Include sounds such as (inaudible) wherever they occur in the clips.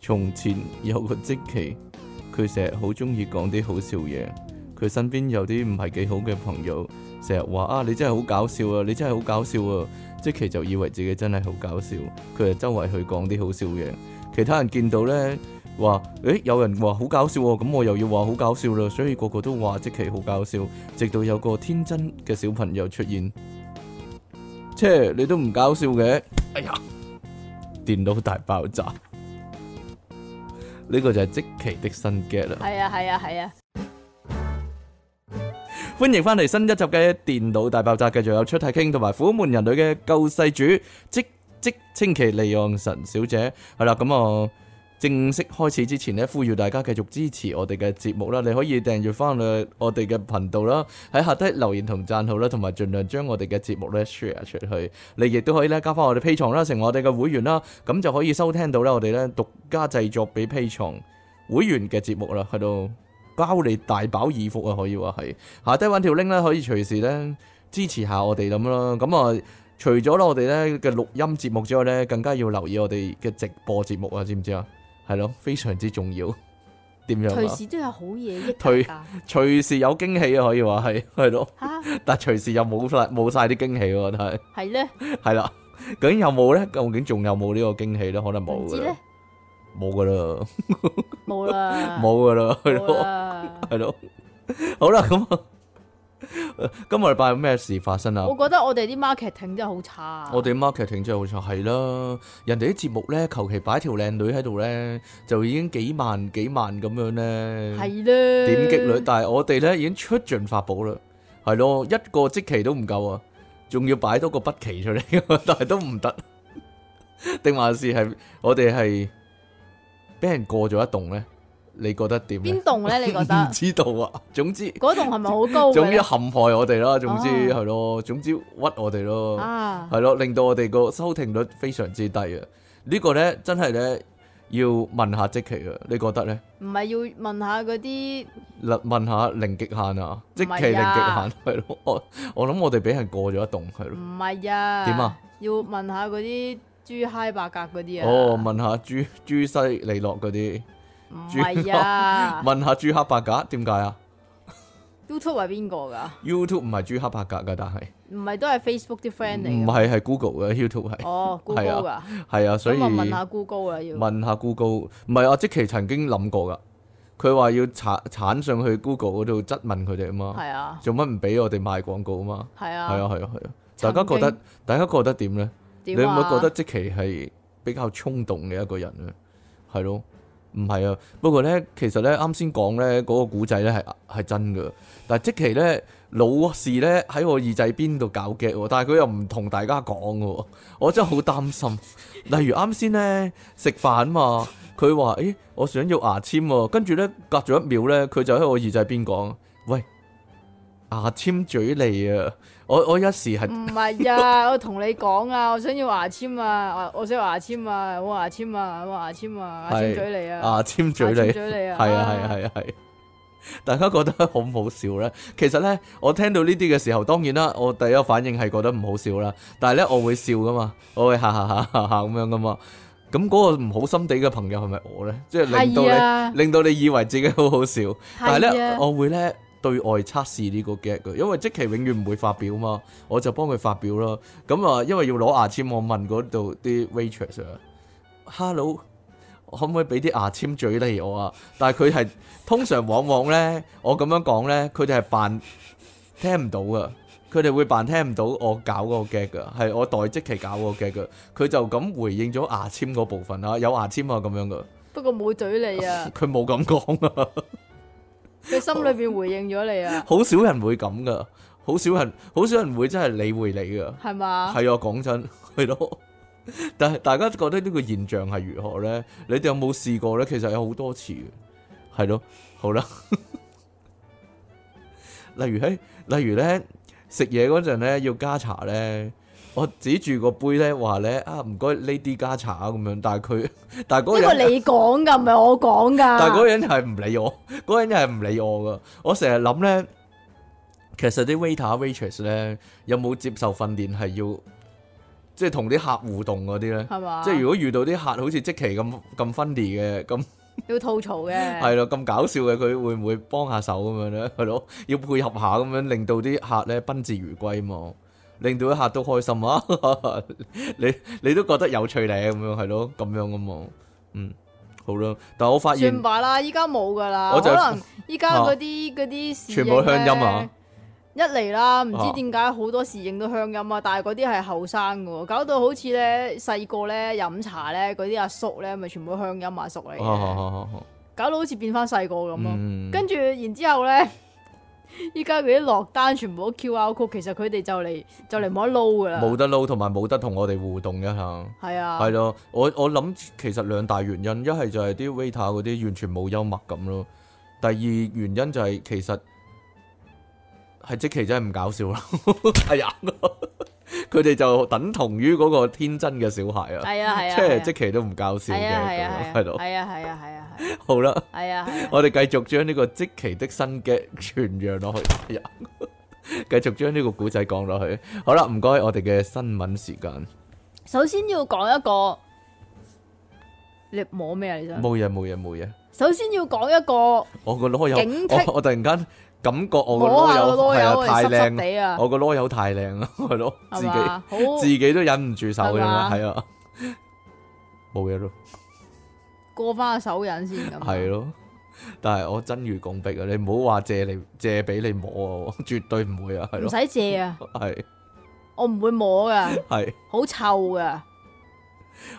從前有個即奇，佢成日好中意講啲好笑嘢。佢身邊有啲唔係幾好嘅朋友，成日話啊你真係好搞笑啊，你真係好搞笑啊！即奇就以為自己真係好搞笑，佢就周圍去講啲好笑嘢。其他人見到呢，話，誒有人話好搞笑啊喎，咁我又要話好搞笑啦，所以個個都話即奇好搞笑。直到有個天真嘅小朋友出現，切你都唔搞笑嘅，哎呀！電腦大爆炸，呢個就係即期的新 get 啦。係啊係啊係啊，歡迎翻嚟新一集嘅電腦大爆炸，繼續有出體傾同埋虎門人類嘅救世主，即即稱其利岸神小姐，係啦，咁、啊正式開始之前呢，呼籲大家繼續支持我哋嘅節目啦，你可以訂閱翻嚟我哋嘅頻道啦，喺下低留言同讚好啦，同埋盡量將我哋嘅節目咧 share 出去，你亦都可以咧加翻我哋 P 床啦，成為我哋嘅會員啦，咁就可以收聽到咧我哋咧獨家製作俾 P 床會員嘅節目啦，喺度包你大飽耳福啊，可以話係。下低揾條 link 咧，可以隨時咧支持下我哋咁啦。咁啊，除咗咧我哋咧嘅錄音節目之外咧，更加要留意我哋嘅直播節目啊，知唔知啊？係咯，非常之重要。點樣隨啊？時都有好嘢益退大家 (laughs) 隨時有驚喜啊，可以話係係咯，吓但係隨時又冇晒冇晒啲驚喜喎，但係係咧，係啦。究竟有冇咧？究竟仲有冇呢個驚喜咧？可能唔冇知噶啦咧，冇噶啦，冇啦，冇噶啦，係冇咯。啦。系咯，好啦，咁啊，今個禮拜有咩事發生啊我？覺得我哋啲 marketing 真係好差。啊我哋 marketing 真係好錯，係啦，人哋啲節目咧，求其擺條靚女喺度咧，就已經幾萬幾萬咁樣咧，係咧點擊率，但係我哋咧已經出盡法寶啦，係咯，一個即期都唔夠啊，仲要擺多個不期出嚟， (laughs) 但係都唔得，定還是係我哋係俾人過咗一棟咧？你覺得點咧邊？棟咧？你覺唔 (laughs) 得知道啊，總之。嗰棟係咪好高嘅總之咧陷害我哋啦，總之哦係咯，總之屈我哋咯，啊？係咯，令到我哋個收聽率非常之低啊！呢個咧真係咧要問下即奇啊，你覺得咧？唔係要問下嗰啲嗱問下零極限啊，即奇唔係零啊極限係咯，我我諗我哋俾人過咗一棟係咯。唔係啊？點啊？要問下嗰啲豬嗨白格嗰啲啊？哦，問下朱朱西利落嗰啲，唔係啊問下朱黑白格點解啊？YouTube 係邊個㗎？ ？YouTube 唔係朱黑白格噶，但係唔係都係 Facebook 啲 friend 嚟唔㗎。係係 Google 嘅 YouTube 係哦，Google 係㗎，係啊，所以咁我問下 Google 啦，要問下 Google，唔係啊，即其曾經諗過噶，佢話要鏟鏟上去 Google 嗰度質問佢哋啊嘛，係啊，做乜唔俾我哋賣廣告啊嘛？係係啊，啊係啊係啊，大曾家經覺得大家覺得點咧？你點會唔啊會覺得即其係比較衝動嘅一個人咧？係咯，唔係啊。不過咧，其實咧啱先講咧嗰個古仔咧係係真嘅，但係即其咧老是咧喺我耳仔邊度搞嘅喎，但係佢又唔同大家講嘅喎， (laughs) 我真係好擔心。例如啱先咧食飯嘛，佢話：，誒、我想要牙籤喎、跟住咧隔咗一秒咧，佢就喺我耳仔邊講：，喂，牙籤嘴利啊！我我一時係。唔係啊，我同你講啊，我想要牙籤啊，我我想要牙籤啊，我牙籤啊，我牙籤啊，牙係籤嘴你啊，牙籤嘴牙籤利，嘴利啊 (laughs) 係啊係啊係啊係啊。大家覺得好唔好笑咧？其實咧，我聽到呢啲嘅時候，當然啦，我第一個反應係覺得唔好笑啦。但係咧，我會笑噶嘛，我會哈哈哈哈哈咁樣噶嘛。咁嗰個唔好心地嘅朋友係咪我咧？即係令到你，係啊令到你以為自己好好笑，但係係咧，啊我會咧對外測試呢個 gag 嘅，因為即期永遠唔會發表嘛，我就幫佢發表啦。咁啊，因為要攞牙籤，我問嗰度啲 waitress 啊，hello，可唔可以俾啲牙籤嘴嚟我啊？但係佢係通常往往咧，我咁樣講咧，佢哋係扮聽唔到噶。佢哋會扮聽唔到我搞嗰個 gag 噶，係我代即期搞嗰個 gag 噶，佢就咁回應咗牙籤嗰部分啊，有牙籤啊咁樣噶，不過冇嘴你啊，佢冇咁講啊。佢心裏邊回應咗你啊，好少人會咁噶，好少人，好少人會真係理會你噶。係嘛？係啊，講真， (laughs) 係咯。但係大家覺得呢個現象係如何咧？你哋有冇試過咧？其實有好多次嘅，係咯。好啦， (laughs) 例如喺，例如咧食嘢嗰陣咧要加茶咧，我指住個杯咧話咧啊唔該呢啲加茶啊咁樣，但係佢但係嗰個呢個人。你講㗎，唔係我講㗎。但係嗰個人係唔理我， (laughs) 嗰個人係唔理我噶。我成日諗咧，其實啲 waiter waitress 咧有冇接受訓練係要即係同啲客互動嗰啲咧，係嘛？即係如果遇到啲客好似即期咁咁分裂嘅，咁要吐槽嘅，係啊咯咁搞笑嘅，佢會唔會幫下手咁樣咧？ (laughs) 係咯，要配合下咁樣，令到啲客咧賓至如歸嘛，令到啲客都開心啊！ (laughs) 你你都覺得有趣咧，咁樣係咯，咁樣咁嘛，嗯，好啦。但我發現算吧啦，依家冇噶啦，我就啊 (laughs) 可能依家嗰啲嗰啲侍應全部鄉音啊呢！一嚟啦，唔啊知點解好多侍應都鄉音啊，但係嗰啲係後生嘅喎，搞到好似咧細個咧飲茶咧嗰啲阿叔咧，咪全部鄉音阿叔嚟嘅，啊啊啊啊搞到好似變翻細個咁咯。嗯跟住然之後咧， (laughs) 依家嗰啲落單全部都 QR code，其實佢哋就嚟就嚟冇得撈噶冇啦，得撈，同埋冇得同我哋互動一下。係啊，係咯，我我諗其實兩大原因，一係就係啲 waiter 嗰啲完全冇幽默感咯。第二原因就係其實係即期真係唔搞笑咯， (laughs) 係啊，佢哋就等同於嗰個天真嘅小孩啊，係啊係啊，即係係啊即期都唔搞笑嘅，係啊咁係樣係啊係啊咯，係啊係啊係啊係啊好啦。係啊係啊。我哋繼續將呢個即期的新嘅傳揚落去，哎呀，繼續將呢個古仔講落去。好啦，唔該，我哋嘅新聞時間，首先要講一個，你摸咩啊？你想？冇嘢冇嘢冇嘢。首先要講一個我個籮柚警，惕我我突然間感覺我個摸下籮柚個係籮柚，啊太濕濕靚，地啊，我個籮柚太靚啦， (laughs) 係咯，自係己嘛？好自己都忍唔住手咁係樣，嘛係啊，冇嘢咯，過翻手癮先咁。係咯。但係我真如共壁啊！你唔好話借你借俾你摸啊，我絕對唔會啊，係唔咯，使借啊，係我唔會摸噶，係。好臭噶，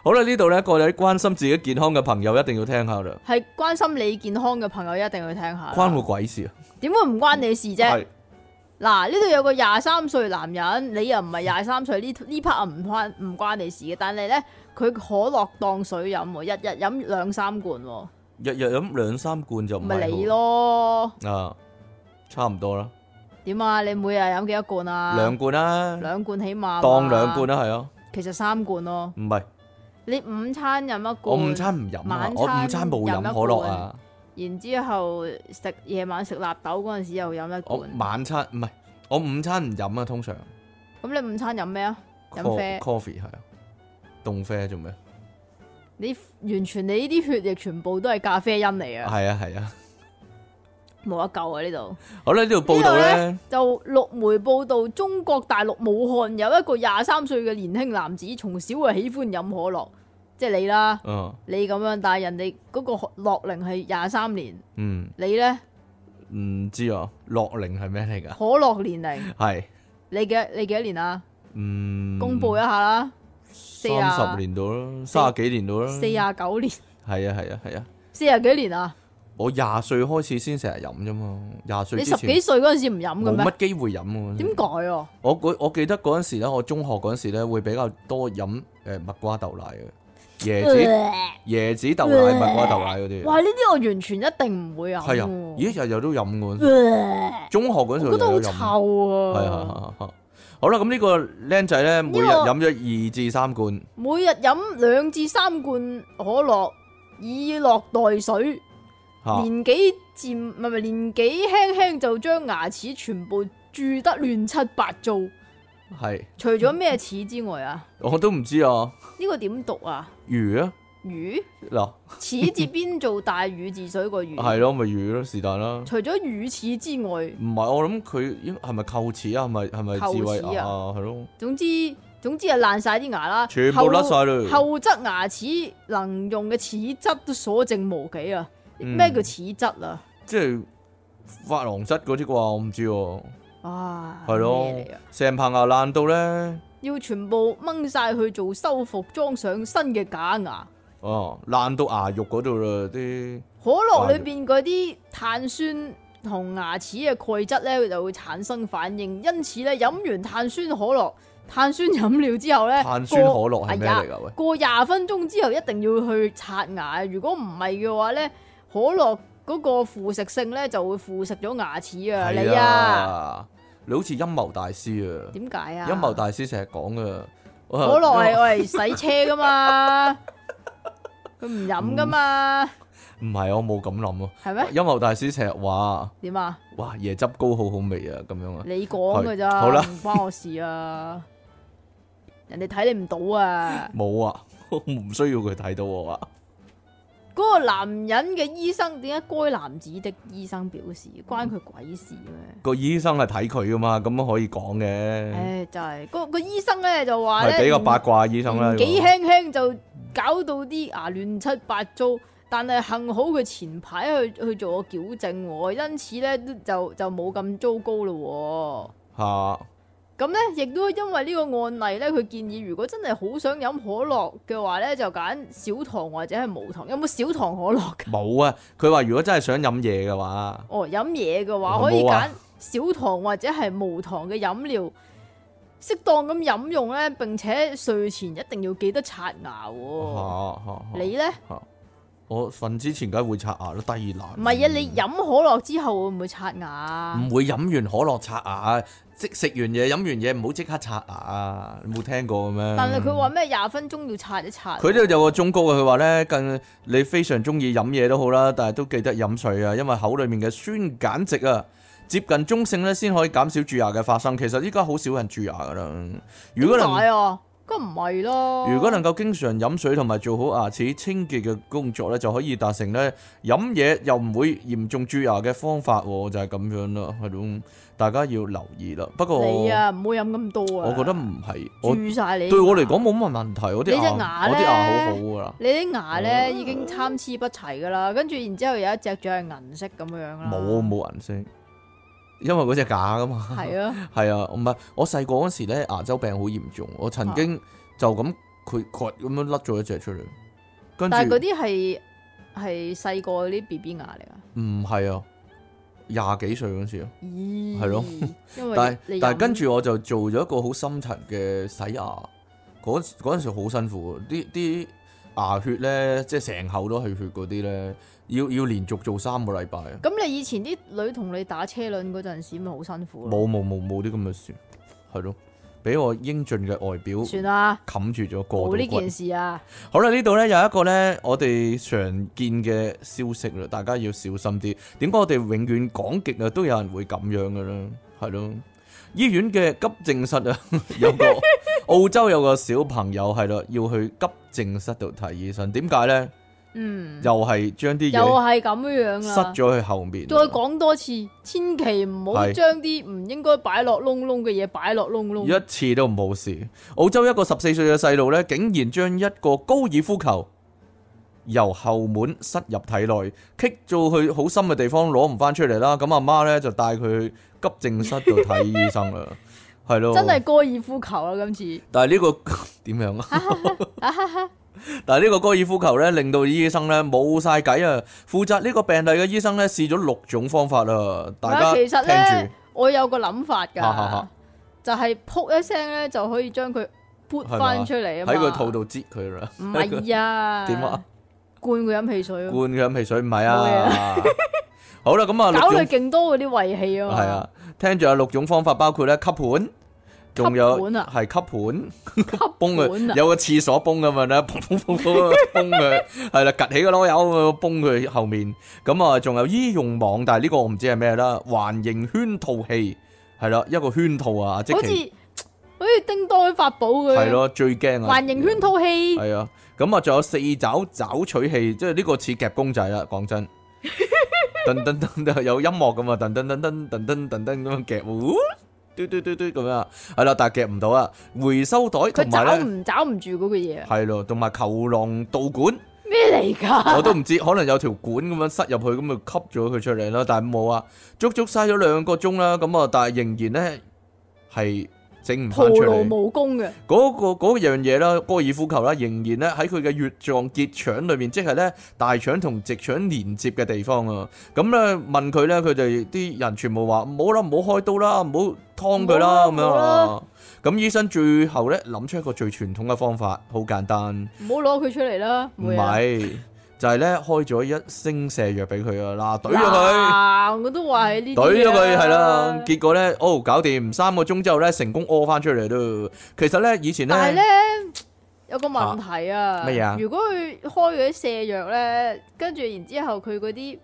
好啦，呢度咧，各位關心自己健康嘅朋友一定要聽下啦，係關心你健康嘅朋友一定要聽下。關我鬼事啊！點會唔關你事啫？係嗱，呢度有個廿三歲男人，你又唔係廿三歲，呢呢 part 啊唔關唔關你事嘅。但係咧，佢可樂當水飲喎，日日飲兩三罐喎，日日飲兩三罐就唔係咪你好咯。啊，差唔多啦，點啊？你每日飲幾多罐啊？兩罐啦，兩罐起碼當兩罐啦，啦，係啊，其實三罐咯。唔係。你午餐飲一罐，我午餐唔飲啊晚，我餐午餐冇飲飲一可樂啊，然之後食夜晚食納豆嗰陣時又飲一我罐。晚餐唔係，我午餐唔飲啊，通常咁你午餐飲咩啊？飲 Co- 啡 coffee 係啊，凍啡做咩？你完全你呢啲血液全部都係咖啡因嚟啊，係啊係啊，冇得救啊呢度。好啦，呢度報道咧，就六媒報道，中國大陸武漢有一個廿三歲嘅年輕男子，從小啊喜歡飲可樂，即係你啦，嗯你咁樣，但係人哋嗰個樂齡係廿三年，嗯，你呢？唔知啊，樂齡係咩嚟㗎？可樂年齡，係你幾你幾多年啊？嗯，公布一下啦，四三啊十年到啦，三十幾年到啦，四啊廿九年，係啊係啊係啊，四廿幾年啊？我廿歲開始先成日飲啫嘛，廿歲你之十幾前歲嗰陣時唔飲冇嘅咩？乜機會飲喎。點解啊？我嗰我記得嗰陣時咧，我中學嗰陣時咧會比較多飲誒蜜瓜豆奶嘅椰子。椰子豆奶、蜜瓜豆奶嗰啲，呃哇！呢啲我完全一定唔會飲係啊，喎。咦，日日都飲嗰陣時，咦？中學嗰陣時呃日日我覺得都好飲，臭係啊係啊！啊，係啊好啦，咁呢個僆仔咧，每日飲咗二至三罐，每日飲兩至三罐可樂，以落袋水。嚇年紀漸唔係唔係年紀輕輕就將牙齒全部蛀得亂七八糟。係，除咗咩齒之外啊，我都唔知啊，呢個點讀啊？魚啊，魚嗱，齒字邊做大禹治水個禹？係咯，咪魚咯，是但啦。除咗乳齒之外，唔係，我諗佢應係咪臼齒啊？係咪係咪臼齒智慧啊牙啊？係咯，總之總之係爛晒啲牙啦，全部甩晒啦。後側牙齒能用嘅齒質都所剩無幾啊！嗯咩叫齒質啊？即係發廊質嗰啲啩，我唔知喎。啊，係咯咩嚟啊，成棚牙爛到咧，要全部掹晒去做修復，裝上新嘅假牙。哦，爛到牙肉嗰度啦，啲可樂裏邊嗰啲碳酸同牙齒嘅鈣質咧，佢就會產生反應，因此咧飲完碳酸可樂、碳酸飲料之後咧， (laughs) 碳酸可過哎樂係咩嚟㗎？喂？過廿分鐘之後一定要去刷牙，如果唔係嘅話咧，可樂嗰個腐蝕性咧就會腐蝕咗牙齒啊！你係啊，啊，你好似陰謀大師啊！點解啊？陰謀大師成日講啊噶，可可樂係我嚟洗車噶 (laughs) 嘛，佢唔飲噶嘛，唔係我冇咁諗啊！係咩？陰謀大師成日話：點啊？哇，椰汁糕好好味啊！咁樣啊，你講噶咋，好啦唔關我事啊！ (laughs) 人哋睇你唔到啊！冇啊， (laughs) 我唔需要佢睇到我啊。嗰個男人嘅醫生點解該男子的醫生表示關佢鬼事咩？個醫生係睇佢噶嘛，咁可以講嘅，唉，就係個個醫生咧就話嗯係咧，比較八卦醫生啦。年紀輕輕就搞到啲牙亂七八糟，但係幸好佢前排去去做個矯正喎，因此咧都就就冇咁糟糕咯嚇喎。咁咧，亦都因為呢個案例咧，佢建議如果真係好想飲可樂嘅話咧，就揀少糖或者係無糖。有冇少糖可樂 (laughs) 㗎？冇啊！佢話如果真係想飲嘢嘅話，哦，飲嘢嘅有話冇可以啊揀少糖或者係無糖嘅飲料，適當咁飲用咧。並且睡前一定要記得刷牙嚇喎。嚇嚇哦你咧？我瞓之前梗係會刷牙咯，低難。唔係啊，你飲可樂之後會唔會刷牙？唔會飲完可樂刷牙，即食完嘢飲完嘢唔好即刻刷牙啊！你冇聽過嘅咩？但係佢話咩廿分鐘要刷一刷。佢呢度有個忠告嘅，佢話咧近你非常中意飲嘢都好啦，但係都記得飲水啊，因為口裡面嘅酸鹼值啊，接近中性咧先可以減少蛀牙嘅發生。其實依家好少人蛀牙噶啦，如果點能解啊？咁唔係咯。如果能夠經常飲水同埋做好牙齒清潔嘅工作咧，就可以達成咧飲嘢又唔會嚴重蛀牙嘅方法喎，就係、咁樣啦，係咯，大家要留意啦。不過你啊，唔好飲咁多啊。我覺得唔係，我住晒你。對我嚟講，冇乜問題，我啲你隻牙牙我啲牙好呢好啊噶啦。你啲哦牙咧已經參差不齊噶啦，跟住然之後有一隻仲係銀色咁樣啦。冇啊冇銀色，因為嗰隻假噶嘛。係啊， (laughs) 係啊，唔係我細個嗰時咧牙周病好嚴重，我啊曾經就咁佢割咁樣甩咗一隻出嚟，跟但係嗰住啲係係細個嗰啲 B B 牙嚟唔噶。係啊，廿幾歲嗰時啊，咦？係咯。因但為係你但係飲跟住我就做咗一個好深層嘅洗牙，嗰嗰陣時好辛苦，啊啲啲牙血咧即係成口都係血嗰啲咧，要要連續做三個禮拜 (laughs) 啊。咁，你以前啲女同你打車輪嗰陣時，咪好辛苦咯。冇冇冇冇啲咁嘅事，係咯，俾我英俊嘅外表算啦，冚住咗過冇到呢骨件。事啊。好啦，呢度呢有一個呢我哋常見嘅消息啦，大家要小心啲。點解我哋永遠講極啊，都有人會咁樣嘅啦，係咯？醫院嘅急症室啊， (laughs) 有 (laughs) 個澳洲有個小朋友係咯，要去急症室度睇醫生。點解呢？嗯，又係將啲又嘢係咁樣塞啦。咗去後面。啊再講多次，千祈唔好係將啲唔應該擺落窿窿嘅嘢擺落窿窿。一次都冇事。澳洲一個十四歲嘅細路呢，竟然將一個高爾夫球由後門塞入體內，棘到去好深嘅地方攞唔翻出嚟啦。咁阿媽呢，就帶佢去急症室度睇醫生 (laughs) 啦，係咯。真係高爾夫球啊啦，今次但係呢、個 (laughs) 點樣啊？ (laughs) 但係呢個高爾夫球咧，令到醫生咧冇晒計啊！負責呢個病例嘅醫生咧，試咗六種方法啊！大家嗱聽其實咧住，我有個諗法哈哈㗎哈，就係噗一聲咧就可以將佢撥係嘛翻出嚟啊嘛。喺佢肚度擠佢啦。唔係 (laughs) 啊？點啊？灌佢飲汽水咯，灌佢飲汽水唔係冇啊。好啦，咁啊，搞六佢種勁多嗰啲胃氣啊嘛。係啊，聽住有六種方法，包括咧吸盤，仲有吸盤啊係吸吸盤， (laughs) 崩管佢啊有個廁所 (laughs) 崩咁樣咧，砰砰砰砰崩佢，係啦，趌起個籮柚咁樣崩佢後面。咁啊，仲有醫用網，但係呢個我唔知係咩啦，環形圈套器係啦，一個圈套啊，即好其似好似叮當法寶佢。係咯，最驚啊！環形圈套戲系啊，咁啊，仲有四爪爪取器，即系呢個似夾公仔啦。講真，噔噔噔噔有音樂咁啊，噔噔噔噔噔噔噔噔咁樣夾，呜嘟嘟嘟嘟咁樣啊，係啦，但係夾唔到啊。回收袋佢同埋找咧，唔找唔住嗰個嘢啊係咯，同埋球囊導管，咩嚟㗎？我都唔知，可能有條管咁樣塞入去，咁咪吸咗佢出嚟啦。但係冇啊，足足嘥咗兩個鐘啦。咁啊，但係仍然咧係整唔徒翻出勞嚟。無功嘅，嗰、個嗰樣嘢啦，高爾夫球啦，仍然咧喺佢嘅乙狀結腸裏面，即係咧大腸同直腸連接嘅地方啊。咁咧問佢咧，佢哋啲人全部話唔好啦，唔好開刀啦，唔好劏佢啦咁唔好啦樣唔好啦啦。咁醫生最後咧諗出一個最傳統嘅方法，好簡單，唔好攞佢出嚟啦。唔冇嘢啦係就係咧開咗一升瀉藥俾佢啊，嗱，懟咗佢。嗱，我都話係呢啲啊懟咗佢係啦，結果咧，哦，搞掂，三個鐘之後咧，成功屙翻出嚟咯。其實咧，以前但係咧，咧有個問題啊，乜嘢啊如果佢開嗰啲瀉藥咧，跟住然之後佢嗰啲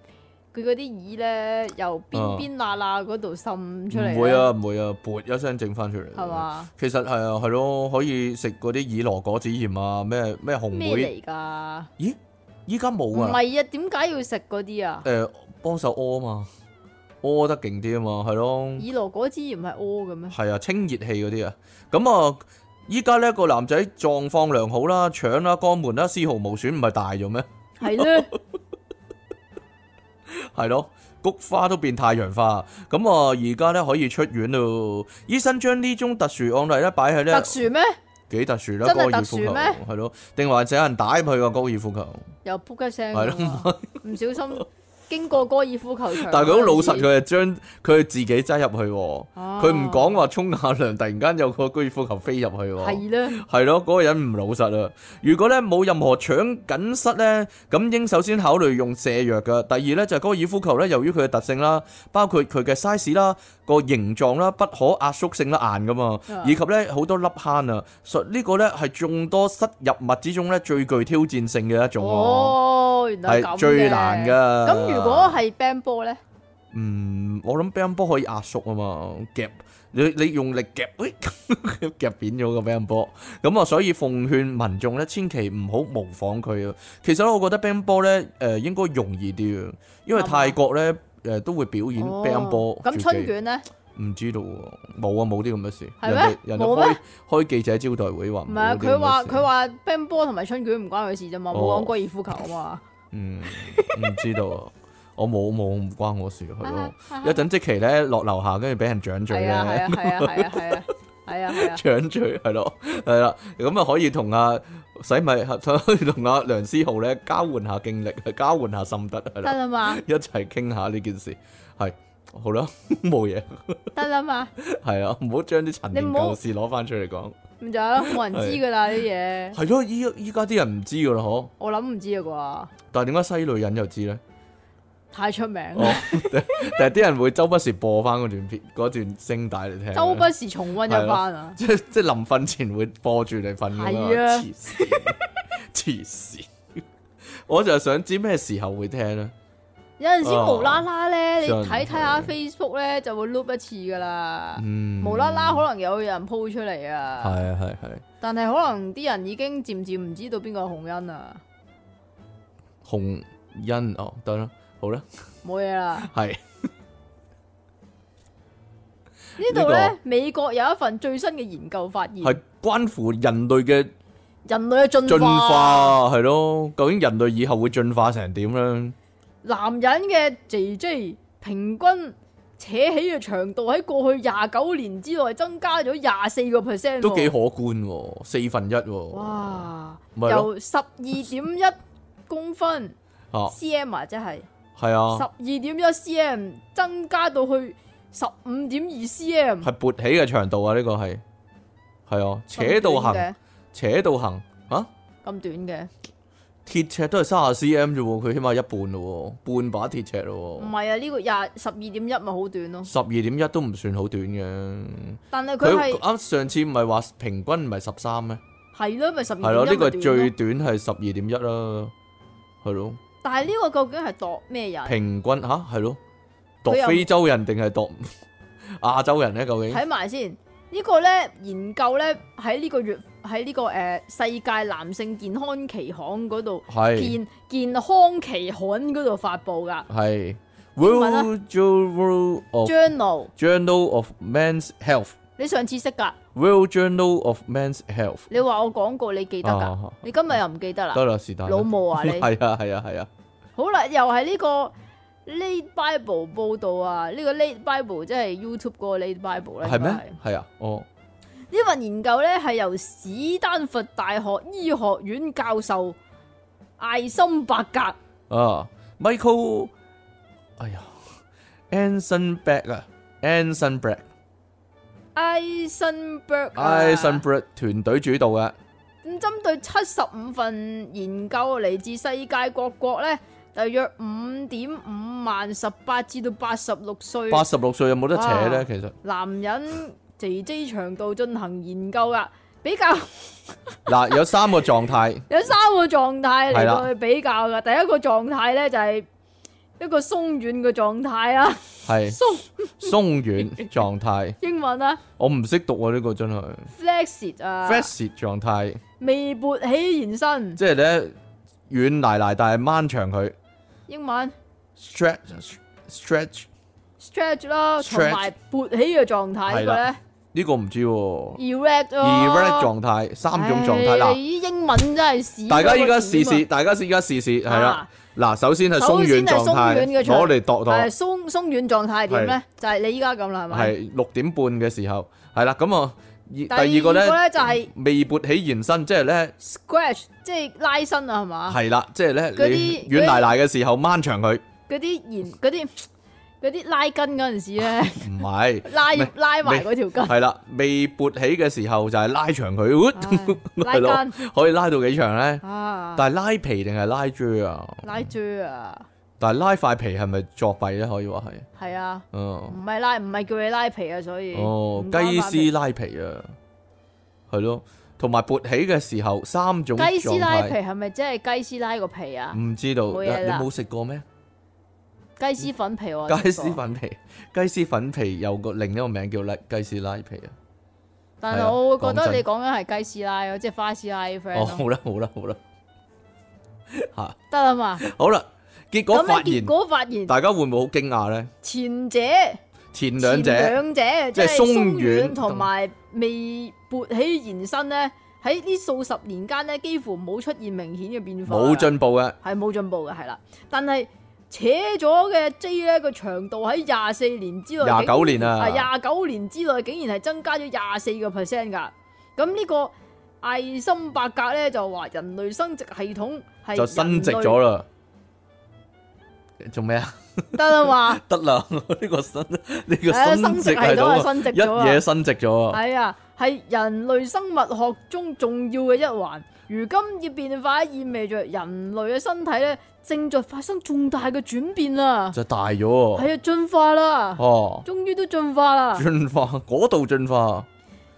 佢嗰啲耳咧由邊邊罅罅嗰度滲出嚟，啊唔會，啊，唔會啊，噗一聲整翻出嚟。係？嘛？其實係啊，係咯，可以食嗰啲耳羅果子鹽啊，咩咩紅咩莓，嚟㗎？依家唔冇啊。係啊，點解要食嗰啲啊？誒，幫手屙啊嘛，屙得勁啲啊嘛，係咯。以羅果汁唔係屙 (laughs) 嘅咩？係啊，清熱氣嗰啲啊。咁啊，依家呢個男仔狀況良好啦，腸啦、肛門啦，絲毫無損，唔係大咗咩？ (laughs) 係咧，哦係咯，菊花都變太陽花。咁啊，而家咧可以出院咯。醫生將呢宗特殊案例咧擺喺咧特殊咩？幾特殊啦，真係高爾夫球特殊咩係咯，定還是有人打入去個高爾夫球？又撲一聲係㗎嘛，唔小心經過高爾夫球場。 (laughs) 但係佢好老實，，佢係將佢自己擠入去喎，佢佢唔講話沖下涼，突然間有個高爾夫球飛入去喎。係咧，係咯，嗰、個人唔老實啊！如果咧冇任何腸緊塞咧，咁應首先考慮用瀉藥噶。第二咧就係、高爾夫球咧，由於佢嘅特性啦，包括佢嘅 size 啦、個形狀啦、不可壓縮性啦、硬噶嘛，啊以及咧好多粒坑啊，所以呢個咧係眾多塞入物之中咧最具挑戰性嘅一種喎，哦，原來係、咁最難嘅。噶。咁如果係 band 波咧，嗯，我諗乒乓波可以壓縮啊嘛，夾你你用力夾，喂 (laughs) 夾扁咗個乒乓波。咁啊，所以奉勸民眾咧，千祈唔好模仿佢啊。其實咧，我覺得乒乓波咧，誒、呃應該容易啲啊，因為係嘛泰國咧誒、都會表演乒哦乓波。咁春卷咧，唔知道喎，冇啊，冇啲咁嘅事。係人咩哋人哋冇開咩開記者招待會話唔冇係啊，啲咁嘅佢話事佢話乒乓波同埋春卷唔關佢事啫嘛，冇哦講高爾夫球啊嘛。嗯唔知道啊，我冇冇唔關我 (laughs) 事係咯。一係陣即期咧落樓下，跟住俾人掌嘴啊咧係。啊係啊係啊係啊係啊係啊，搶嘴 (laughs) 係咯，係啦，咁啊可以同阿洗米合，可以同阿梁思浩咧交換下經歷，交換下心得係得啦，啦嘛一齊傾下呢件事係好啦， (laughs) 冇嘢得啦嘛，係啊，唔好將啲陳年你唔好舊事攞翻出嚟講，唔就係咯冇人知噶啦啲嘢，係咯，依依家啲人唔知噶啦，嗬，我諗唔知啊但係點解西女人又知 (laughs) 咧？啩，太出名啦，哦， (laughs) 但係啲人會周不時播翻嗰段片嗰段聲帶嚟聽，周不時重温一番啊，即即臨瞓前會播住你瞓咁樣係啊黐線，黐線！我就係想知咩時候會聽啊咧。有陣時哦無啦啦咧，你真睇係睇下 Facebook 咧就會 loop 一次噶啦，嗯，無啦啦可能有人 po 出嚟係啊，啊，係啊係啊但係可能啲人已經漸漸唔知道邊個係洪恩啊，紅欣哦，得啦，好啦，冇嘢啦。係呢度咧，美國有一份最新嘅研究發現，係關乎人類嘅人類嘅嗯進進化，化係咯。究竟人類以後會進化成點咧？男人嘅 JJ 平均扯起嘅長度喺過去廿九年之內增加咗廿四個 percent，都幾可觀喎，四分一喎，哇！咪係咯由十二點一公分嚇 cm 啊，即係係十啊，二點一 cm 增加到去十五點二 cm，係勃起嘅長度啊，呢個係係啊，扯到行，嘅，扯到行啊！咁短嘅，鐵尺都係三十 cm 啫喎，佢起碼一半咯喎，半把鐵尺咯唔係啊，呢個廿十二點一咪好短咯喎，，十二點一都唔算好短嘅。但係佢佢係啱上次唔係話平均唔係十三咩？係咯，咪十二係咯，點呢一個咪係短咯最。短係十二點一啦，係咯，但係呢個究竟係度咩人？平均吓係咯，度佢又非洲人定係度 (laughs) 亞洲人咧？究竟睇埋先，呢個咧研究咧喺呢個月喺呢個誒世界男性健康期刊嗰度係哦健健康期刊嗰度發布噶係文啊 World Journal of journal。 Journal of Men's Health。你上次識㗎， World Journal of Men's Health 你話我講過你記得㗎，啊你今日又唔記得啦，得啦，是但啦。老母啊你！ (laughs) 係啊，係啊，係啊，好啦，又係呢個 Late Bible 報導啊，呢、個 Late Bible 即係 YouTube 嗰個 Late Bible 啦，係應該係咩？係啊，哦，呢份研究咧係由史丹佛大學醫學院教授艾森伯格啊，Michael，哎呀，Anson Beck 啊，Anson Beck。艾森伯格啊 i s o n b r e d 團隊主導嘅，咁針對七十五份研究嚟自世界各國咧，大約五點五萬十八至到八十六歲八十六歲有冇得扯哇咧？其實男人 JJ 長度進行研究噶，比較嗱，有三個狀態有三個狀態嚟係啦到去比較噶。第一個狀態咧就係、一個鬆軟嘅狀態啊，系鬆松軟狀態。英文啊我唔識讀啊，呢個真係，flexit 啊 f l e x i 狀態，未勃起延伸，即係咧軟奶奶，但係掹長佢英文 stretch stretch stretch 啦，同 Stretch 埋勃起嘅狀態係呢個啦咧呢個唔知哦喎。 erect 咯 erect 狀態三種狀態唉啦，你啲英文真係屎大家依家嗰個試點啊試，大家依家試試，係啊啦。，嗱，首先係鬆首軟先係狀態鬆軟嘅，場攞嚟度度係鬆鬆軟狀態係點咧？就係你依家咁啦，係咪？係六點半嘅時候，係啦。咁啊，二第第二二個個咧咧就係未勃起延伸，即係咧 scratch，即係拉伸啊，係嘛？係啦，即係咧嗰啲你嗰啲軟奶奶嘅時候掹長佢，嗰啲延嗰啲嗰啲拉筋嗰陣時咧， (laughs) 唔係。 (laughs) 拉咪拉埋嗰條筋，啊 (laughs) 系啦，未勃起嘅時候就係拉長佢，唉 (laughs) 係啊拉咯筋可以拉到幾長咧？啊，但係拉皮定係拉鋸啊？拉豬啊，但係拉塊皮係咪作弊咧？可以話係，係啊，嗯，唔係拉唔係叫你拉皮啊，所以哦唔，關雞拉皮絲拉皮啊，係咯，同埋勃起嘅時候三種雞絲狀拉皮態，嗯係咪即係雞絲拉個皮啊？唔知道冇你嘢你啦冇食過咩？雞絲粉皮我雞食絲過，粉皮， (laughs) 雞絲粉皮有個另一個名叫拉雞絲拉皮啊。但係係啊我會覺講得真你講緊係雞絲拉咯，即係花絲拉啲 friend 哦，咯好啦，好啦，好啦，得啦嘛。好啦，結果啊咁發樣結現，果發現大家會唔會好驚訝咧？前者前兩前者。兩者即係鬆鬆軟軟同埋未勃起延伸咧，喺呢數十年間咧，幾乎冇出現明顯嘅變化，冇進步嘅，係冇進步嘅，係啦。但係扯咗嘅 J 咧個長度喺廿四年之內，廿九年啊係廿九年之內竟然係增加咗廿四個 percent 㗎。咁呢個艾森伯格咧就話人類生殖系統係就伸直人咗啦。做咩啊？ (laughs) 類得啦嘛，得啦， (laughs) 呢個伸呢個係啊伸生殖直系係統到係啊，伸直一咗啊嘢。伸直咗啊！系啊，系人類生物學中重要嘅一環。如今嘅變化意味着人類嘅身體咧，正在發生重大嘅轉變啦。 (laughs) 就大咗喎係啊，進化啦，哦，終於都進 (laughs) 化啦。進化嗰度進化，啊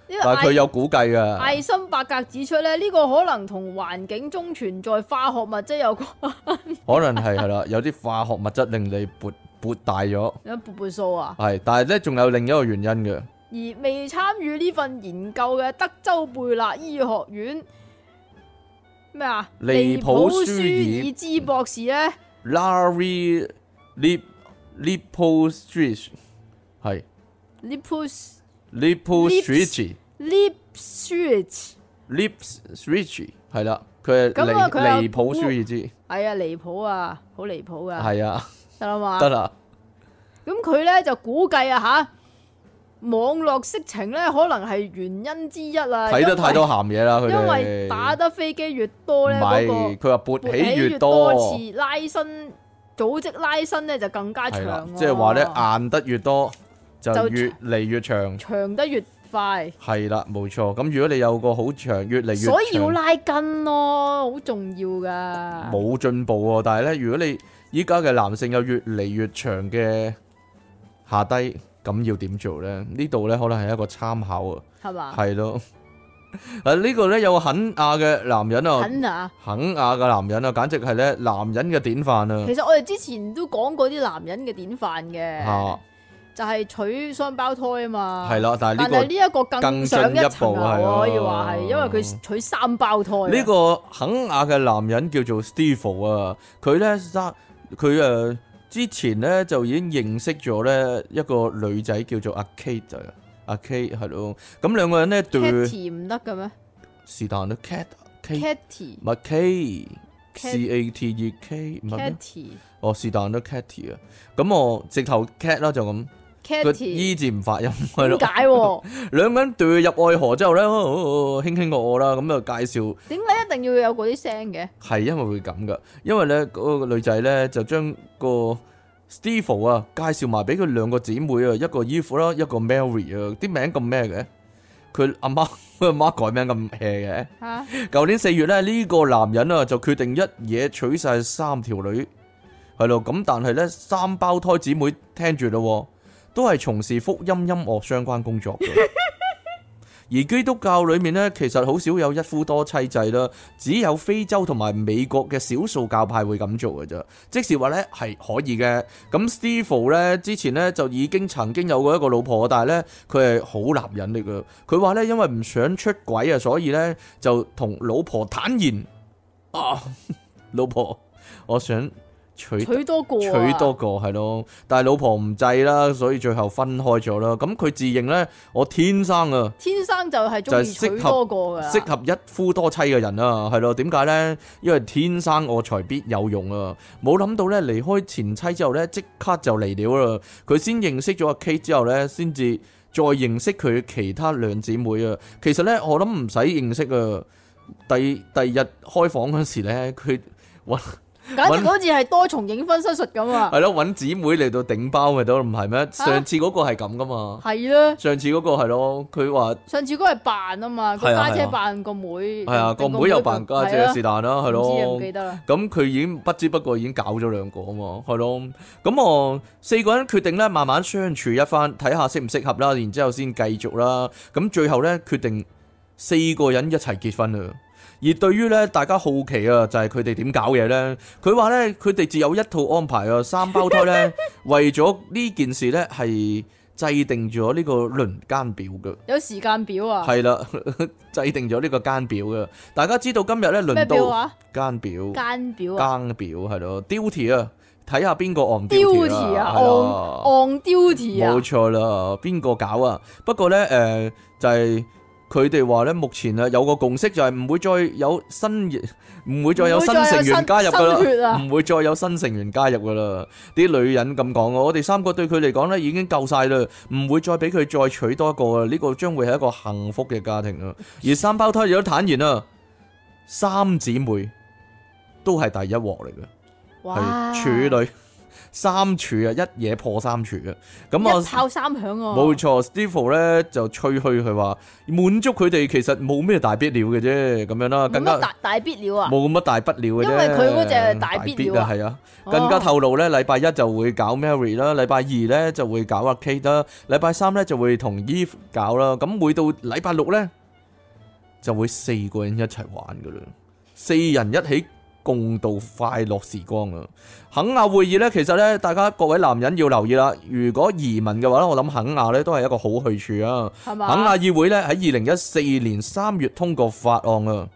呢個但係佢艾有估計嘅，艾森伯格指出咧，呢、個可能同環境中存在化學物質有關。 (laughs) 可能係係啦，有啲化學物質令你勃勃大咗，有撥撥數啊！係，但係咧仲有另一個原因嘅，而未參與呢份研究嘅德州貝勒醫學院咩啊？利利普普舒爾舒爾茲博士咧。 Larry Lip Lipostritch 係 Lipus Lipostritch lip switch Lips Switch 係啦，佢係咁啊佢離有離譜舒爾茲。哎呀離譜啊，好離譜噶，系啊，得啦嘛得。啦，咁佢咧就估計啊吓，網絡色情咧可能係原因之一啊。睇得太多鹹嘢啦，佢因為，哋因為打得飛機越唔多咧，嗰、係個佢話勃勃起越越多，次拉伸組織拉伸咧就更加係長、啦啊，，即係話咧硬得越多就就越嚟越長，長得越快，係啦，冇錯。咁如果你有個好長，越嚟越所以要長拉筋咯，好重要噶。冇進步喎。但係咧，如果你依家嘅男性有越嚟越長嘅下低，咁要點做咧？呢度咧可能係一個參考啊，係嘛？係咯。啊，呢個咧有個肯亞嘅男人 (laughs) 啊，肯啊！肯亞嘅男人啊，簡直係咧男人嘅典範啊！其實我哋之前都講過啲男人嘅典範嘅，吓，就係娶雙胞胎啊嘛。系啦，但系但呢係個呢一個更上一層更進一步係啊樓可以話係，因為佢娶三胞胎啊。呢個肯亞嘅男人叫做 Steve 啊，佢咧生佢诶之前咧就已經認識咗咧一個女仔叫做阿 Kate 啊，阿 Kate 係咯，咁兩個人咧對 Katy 唔得嘅咩是但啦，Cat Kate ？Katy 唔係 K C A T E K 唔係咩？ Katy 哦是但啦，Katy 啊，咁我直頭 cat 啦就咁，個 Katy， E 字唔發音係點咯。解喎？兩個人墮入愛河之後咧，哦哦輕輕過我啦，咁就介紹點解一定要有嗰啲聲嘅？係因為會咁噶，因為咧嗰、個女仔咧就將個 Steve 啊介紹埋俾佢兩個姊妹啊，一個 Eve 啦，一個 Mary 啊，啲名咁咩嘅？佢阿媽 (laughs) 佢阿媽改名咁 hea 嚇嘅。舊年四月咧，呢、個男人啊就決定一嘢娶晒三條女，係咯。咁但係咧三胞胎姊妹聽住咯喎，都係從事福音音樂相關工作嘅。而基督教裏面呢，其實好少有一夫多妻制啦，只有非洲同埋美國嘅少數教派會咁做嘅啫。即是話呢係可以嘅。咁 Steve 呢，之前呢就已經曾經有過一個老婆，但係呢，佢係好男人嚟嘅。佢話呢，因為唔想出軌啊，所以呢就同老婆坦言啊，老婆，我想娶娶多個娶啊多個係咯，但係老婆唔制啦，所以最後分開咗啦。咁佢自認呢，我天生啊天生就係中意就係適娶合多個㗎啦，適合一夫多妻嘅人啊，係咯？點解呢？因為天生我材必有用啊！冇諗到呢，離開前妻之後呢，即刻就嚟了啦。啊佢先認識咗阿 K 之後呢，先至再認識佢其他兩姊妹啊。其實呢，我諗唔使認識啊。第第日開房嗰時呢，佢簡直好似係多重影婚手術咁啊！係咯揾姊妹嚟到頂包咪得咯，唔係咩？上次嗰個係咁噶嘛。係啦，上次嗰個係咯，佢話上次嗰係扮啊嘛，個係啊家係姐啊扮個妹，係係啊，個妹又扮家姐是但啦，係啊唔知啊唔咯。記得啦。咁佢已經不知不覺已經搞咗兩個啊嘛，係咯。咁我四個人決定咧，慢慢相處一番，睇下適唔適合啦，然之後先繼續啦。咁最後咧，決定四個人一齊結婚啊。而對於咧，大家好奇啊，就係佢哋點搞嘢咧？佢話咧，佢哋自有一套安排啊，三胞胎咧 (laughs) 為咗呢件事咧係制定咗呢個輪奸表嘅。有時間表啊？系啦， (laughs) 制定咗呢個間表嘅。大家知道今日咧咩輪表到啊？間表、間表啊間表係咯，duty 啊，睇下邊個 on duty ？duty 啦啊係啦？on on duty 冇啊？錯啦，邊個搞啊？不過呢，誒、呃就係佢哋話呢，目前啊有個共識就係唔會再有新，唔會再有新成員加入噶唔會再有新新血啦，啊唔會再有新成員加入噶啦。啲女人咁講啊，我哋三個對佢嚟講呢已經夠晒啦，唔會再俾佢再娶多一個啦。呢、個將會係一個幸福嘅家庭 (laughs) 啦。而三胞胎亦都坦言啊，三姊妹都係第一鑊嚟嘅，哇！係處女。三處啊，一嘢破三處啊！咁啊一，炮三響啊！冇錯，Steve 咧就吹噓佢話滿足佢哋其實冇咩大必了嘅啫，咁樣啦，冇更乜加大大必了啊！冇乜大不了嘅啫。因為佢嗰隻係大必了啊大係啊，更加哦透露咧，禮拜一就會搞 Mary 啦，禮拜二咧就會搞阿 Kate 啦，禮拜三咧就會同 Eve 搞啦，咁每到禮拜六咧就會四個人一齊玩噶啦，四人一起。共度快樂時光啊！肯亞會議咧，其實咧，大家各位男人要留意啦。如果移民嘅話咧，我諗肯亞咧都係一個好去處啊。係肯嘛？亞議會咧喺二零一四年三月通過法案啊，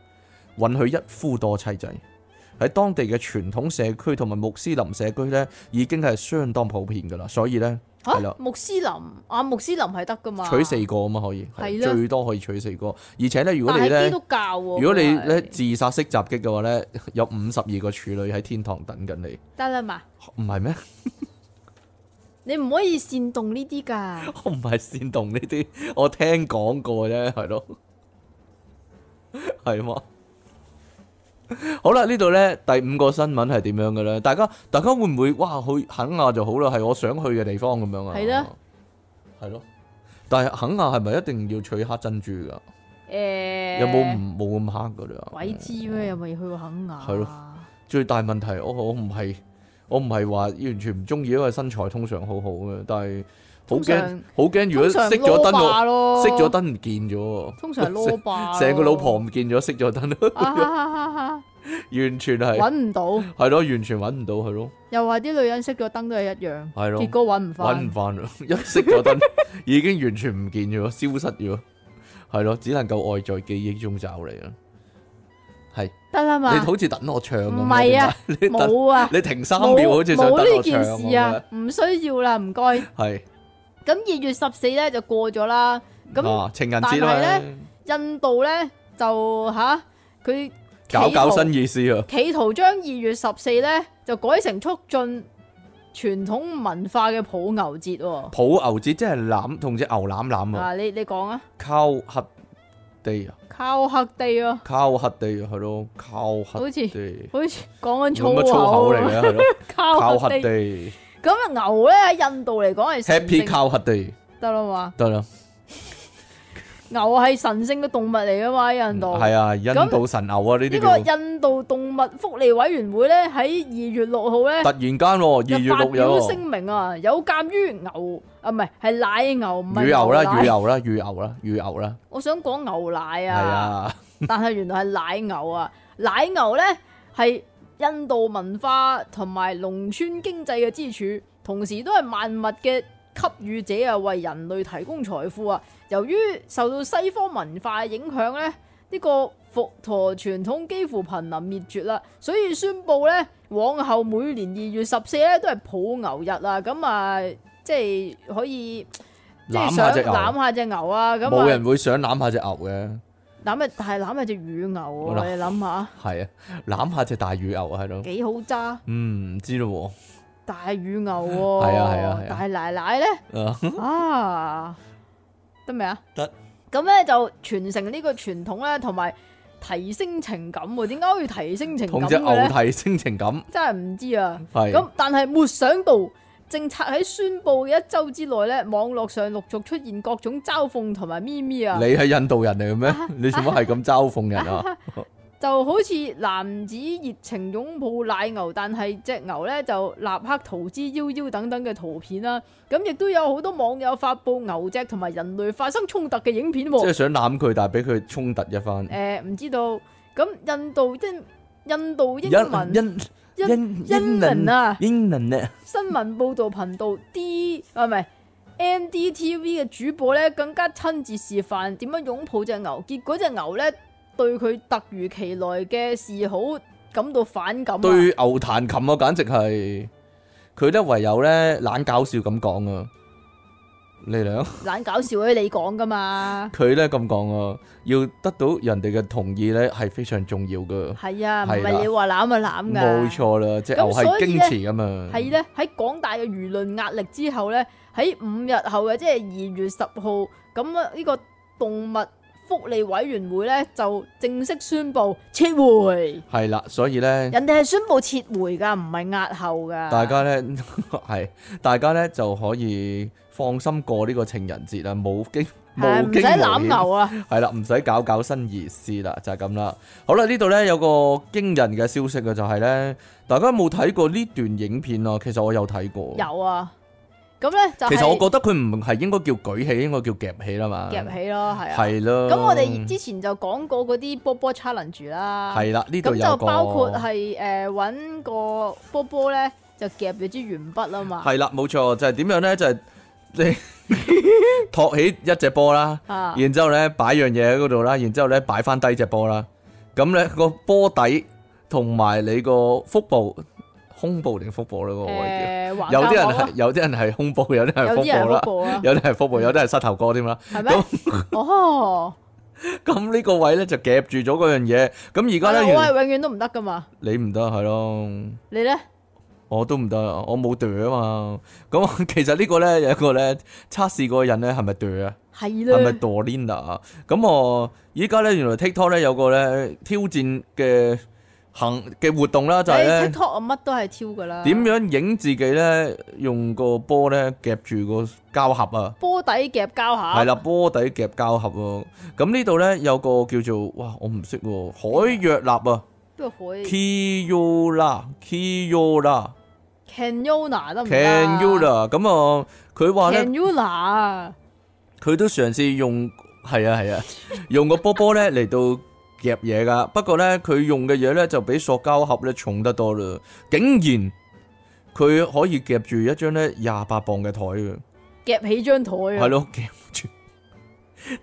允許一夫多妻制。喺當地嘅傳統社區同埋穆斯林社區咧，已經係相當普遍噶啦，所以咧係啦嚇，穆斯林啊，穆斯林係得噶嘛？娶四個啊嘛可以，係係啦最多可以娶四個。而且咧，如果但你係咧基，督教如喎。果你佢係咧自殺式襲擊嘅話咧，有五十二個處女喺天堂等緊你，得啦嘛，唔係咩？你唔可以煽動呢啲㗎。我唔係煽動呢啲，我聽講過啫，係咯，係嘛？好啦，呢度呢，第五個新聞係點樣嘅呢？大家大家會唔會哇去肯亞就好啦？係我想去嘅地方咁樣啊？係啦，係咯。但係肯亞係咪一定要取黑珍珠噶？誒有冇唔冇咁黑噶啦？鬼知咩？又未去過肯亞。係咯最大問題，我我唔係我唔係話完全唔中意，因為身材通常好好嘅，但係好通常驚好驚，如果通常熄咗燈我羅。咯，熄咗燈唔見咗，通常攞霸咯 (laughs) 成個老婆唔見咗，熄咗燈， (laughs) 啊哈哈哈哈完全係揾唔到，係咯，完全揾唔到佢咯，又話啲女人熄咗燈都係一樣，係結咯，果揾揾唔唔翻，翻啦， (laughs) 一熄咗燈 (laughs) 已經完全唔見咗，消失咗，係咯，只能夠外在記憶中找嚟啦。係得啦嘛你，好似等我唱咁，啊唔係啊， (laughs) 你等冇啊，你停三秒，好冇似想等冇我呢唱件咁事樣啊，，唔需要啦，唔該。係咁二月十四咧就過咗啦，咁啊情人節啦但係，印度咧就吓佢搞搞企圖新意思啊，企圖將二月十四咧就改成促進傳統文化嘅抱牛節喎。抱牛節即係攬同只牛攬攬啊，啊，你你講啊，靠核地啊。靠黑地啊，靠核地係咯，靠核好似地，好似講緊粗冇乜粗口口嚟啊，嘅係咯， (laughs) 靠靠黑核地。地咁啊牛咧喺印度嚟講係神聖，Happy 靠核地得啦嘛，得啦。牛係神聖嘅動物嚟噶嘛？喺印度。係啊，印度神牛啊，呢呢啲個叫。印度動物福利委員會咧，喺二月六號咧突然間喎，二月就發六日表喎聲明啊，有鑑於牛啊，唔係係奶牛唔係乳牛啦，奶乳牛啦，乳牛啦，乳牛啦，我想講牛奶係啊，啊， (laughs) 但係原來係奶牛啊，奶牛咧係印度文化同埋農村經濟嘅支柱，同時都係萬物嘅給予者啊，為人類提供財富啊。由於受到西方文化嘅影響咧，呢、呢個佛陀傳統幾乎瀕臨滅絕啦，所以宣布咧，往後每年二月十四咧都係抱牛日啊，咁啊，即係可以即係攬想下隻牛，攬下隻牛啊，咁冇啊。人會想攬下隻牛嘅，攬咪但係攬咪只乳牛好啦喎，你諗下係啊，攬下隻大乳牛喺度，幾好揸，嗯，唔知咯大乳牛係喎，啊係啊係啊大奶奶咧喎，啊，啊，得未啊？得，咁咧就傳承呢個傳統咧，同埋提升情感喎。點解可以提升情感同隻嘅牛咧？提 (laughs) 升情感，真係唔知啊！係咁但係沒想到政策喺宣布嘅一周之內咧，網絡上陸續出現各種嘲諷同埋咪咪啊！你係印度人嚟嘅啊咩？ (laughs) 你做乜係咁嘲諷 (laughs) 人啊？就好似男子熱情擁抱奶牛，但係只牛呢就立刻逃之夭夭等等嘅圖片啦。咁亦都有好多網友發布牛隻同埋人類發生衝突嘅影片即喎。係想攬佢，但係俾佢衝突一番。誒唔知道咁印度英印啊度英文因因因英文啊英文咧，新聞報導頻道 D 啊，唔係 MDTV 嘅主播咧，更加親自示範點樣擁抱只牛，結果只牛咧對佢突如其來嘅示好感到反感 (laughs) 啊對牛彈琴啊，簡直係佢咧唯有咧懶搞笑咁講啊。你兩 (laughs) 懶搞笑嗰啲你講噶嘛？佢咧咁講啊，要得到人哋嘅同意咧係非常重要噶，係啊，唔係啦係你話攬就攬噶。冇。錯啦，只牛咁所係以呢矜持噶嘛，係咧，喺廣大嘅輿論壓力之後咧，喺五日後嘅即係二月十號，咁啊呢個動物福利委員會咧就正式宣布撤回。係啦，所以咧人哋係宣布撤回㗎，唔係押後㗎。大家咧 (laughs) 係大家咧就可以放心過呢個情人節啦，冇驚無係唔使驚無攬險。牛啊！系啦，唔使搞搞新意思啦，就係咁啦。好啦，呢度呢有個驚人嘅消息嘅就係呢，大家有冇睇過呢段影片啊？其實我有睇過。有啊，咁咧就其實我係覺得佢唔係應該叫舉起，應該叫夾起啦嘛。夾起咯，係啊。係咯。咁我哋之前就講過嗰啲波波 challenge 啦。係啦，呢度咁有就個包括係誒揾個波波咧，就夾住支鉛筆啊嘛。係啦，冇錯，就係點樣呢？就係你 (laughs) 托起一隻波啦，啊，然之後呢擺樣嘢喺嗰度啦，然之後呢擺翻低隻波啦。咁呢個波底同埋你個腹部、胸部定腹部呢嗰個位叫。誒橫有啲人係有膈膜啲人係胸部，有啲係啊有啲腹人部啦腹，部啊，有啲係腹部，有啲係膝頭哥添啦。(laughs) 係咩？哦，咁呢個位咧就夾住咗嗰樣嘢。咁而但家係啊咧，我原係永遠都唔得噶嘛。你唔得係咯，你咧我都唔得，我冇哚啊嘛。咁 (laughs) 其實呢個咧有一個咧測試嗰個人咧係咪哚啊？係係咪咧， Dorina 啊？咁我依家咧原來 TikTok 咧有個咧挑戰嘅行嘅活動啦，就係你咧 TikTok 啊乜都係挑噶啦。點樣影自己咧用個波咧夾住個膠盒啊！波底夾膠下？係啦，波底夾膠盒喎。咁呢度咧有個叫做哇，我唔識喎，海若納啊邊個可以，Kiola，Kiola，Canula ？Canona 得唔得啊咁啊，佢話咧 Canona 啊佢都嘗試用係啊係啊，用個波波咧嚟到夾嘢噶。不過咧佢用嘅嘢咧就比塑膠盒咧重得多啦，竟然佢可以夾住一張咧廿八磅嘅台嘅，夾起張台啊！係咯夾住，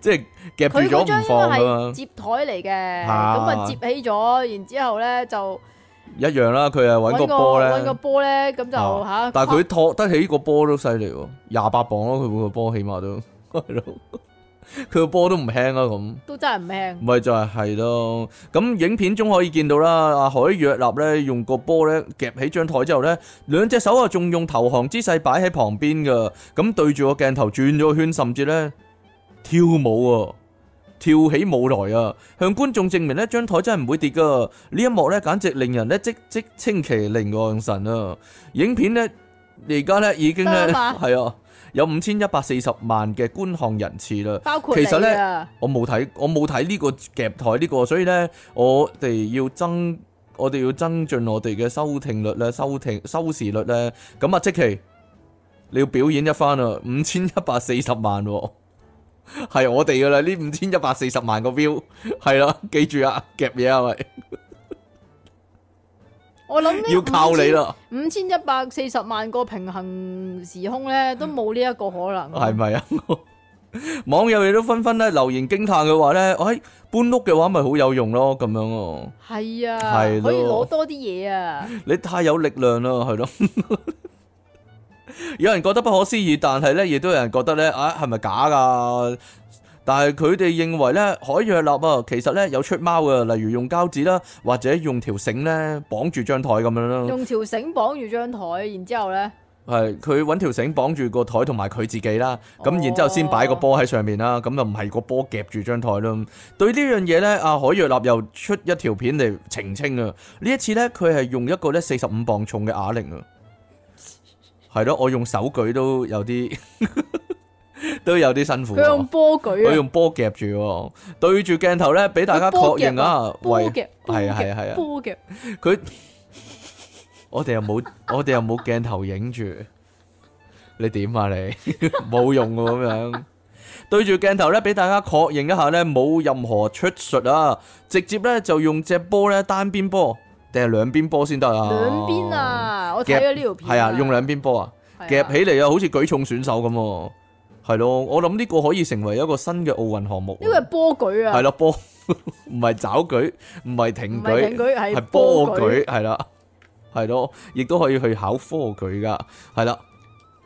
即係夾佢住嗰咗唔張應放該噶嘛係。接台嚟嘅，咁啊啊接起咗，然之後咧就一樣啦，佢係揾個揾個波揾個咧，波咧，咁就嚇。但係佢托得起個波都犀利喎，廿八磅咯，佢每個波起碼都 (laughs) 係咯，佢個波都唔輕啦咁，都真係唔輕，咪就係係咯。咁影片中可以見到啦，阿海若立咧用個波咧夾起張台之後咧，兩隻手啊仲用投降姿勢擺喺旁邊噶，咁對住個鏡頭轉咗個圈，甚至咧跳舞啊！跳起舞來啊！向觀眾證明呢張台真係唔會跌噶。呢一幕呢，簡直令人呢即即稱其令岸神啊！影片呢而家咧已經咧得啦嘛係啊，有五千一百四十萬嘅觀看人次啦。包括其實呢你啊，我冇睇，我冇睇呢個夾台呢個，所以咧我哋要增，我哋要增進我哋嘅收聽率咧，收聽收視率咧。咁啊，即期你要表演一番啊，五千一百四十萬喎，係我哋噶啦，呢五千一百四十萬個 view 係啦，記住啊，夾嘢啊，喂，我諗呢要靠你啦，五千一百四十萬個平衡時空咧，都冇呢一個可能。係咪啊？網友亦都紛紛咧留言驚嘆嘅話咧，哎，搬屋嘅話咪好有用咯，咁樣哦。係啊，係咯可以攞多啲嘢啊！你太有力量啦，係咯。 (laughs) 有人覺得不可思議，但係咧，亦都有人覺得咧，啊，係咪假噶？但係佢哋認為咧，海約納啊，其實咧有出貓嘅，例如用膠紙啦，或者用條繩咧綁住張台咁樣啦。用條繩綁住張台，然之後咧，係佢揾條繩綁住個台同埋佢自己啦，咁哦然之後先擺個波喺上面啦，咁就唔係個波夾住張台啦。對呢樣嘢呢，阿海若立又出一條片嚟澄清啊！呢一次呢，佢係用一個呢四十五磅重嘅啞鈴啊，係咯，我用手舉都有啲 (laughs) 都有啲辛苦佢用喎，波我舉啊，用波夾住喎，對住鏡頭呢，俾大家確波夾認啊，波喂，夾，係啊係啊係啊波夾，佢我哋又冇 (laughs) 我哋又冇鏡頭影住，你點啊你 (laughs) 冇用喎咁樣。對住鏡頭咧，俾大家確認一下咧，冇任何出術啊！直接咧就用隻波咧單邊波定係兩邊波先得啊！兩邊，啊！我睇咗呢條片，係啊，用兩邊波啊，係啊夾起嚟啊，好似舉重選手咁喎。係咯，我諗呢個可以成為一個新嘅奧運項目喎。呢個係波舉啊，係咯，波 (laughs) 唔係爪舉，唔係唔挺舉係。挺舉，系係波舉，舉，系啦，系咯，亦都可以去考科舉噶，系啦，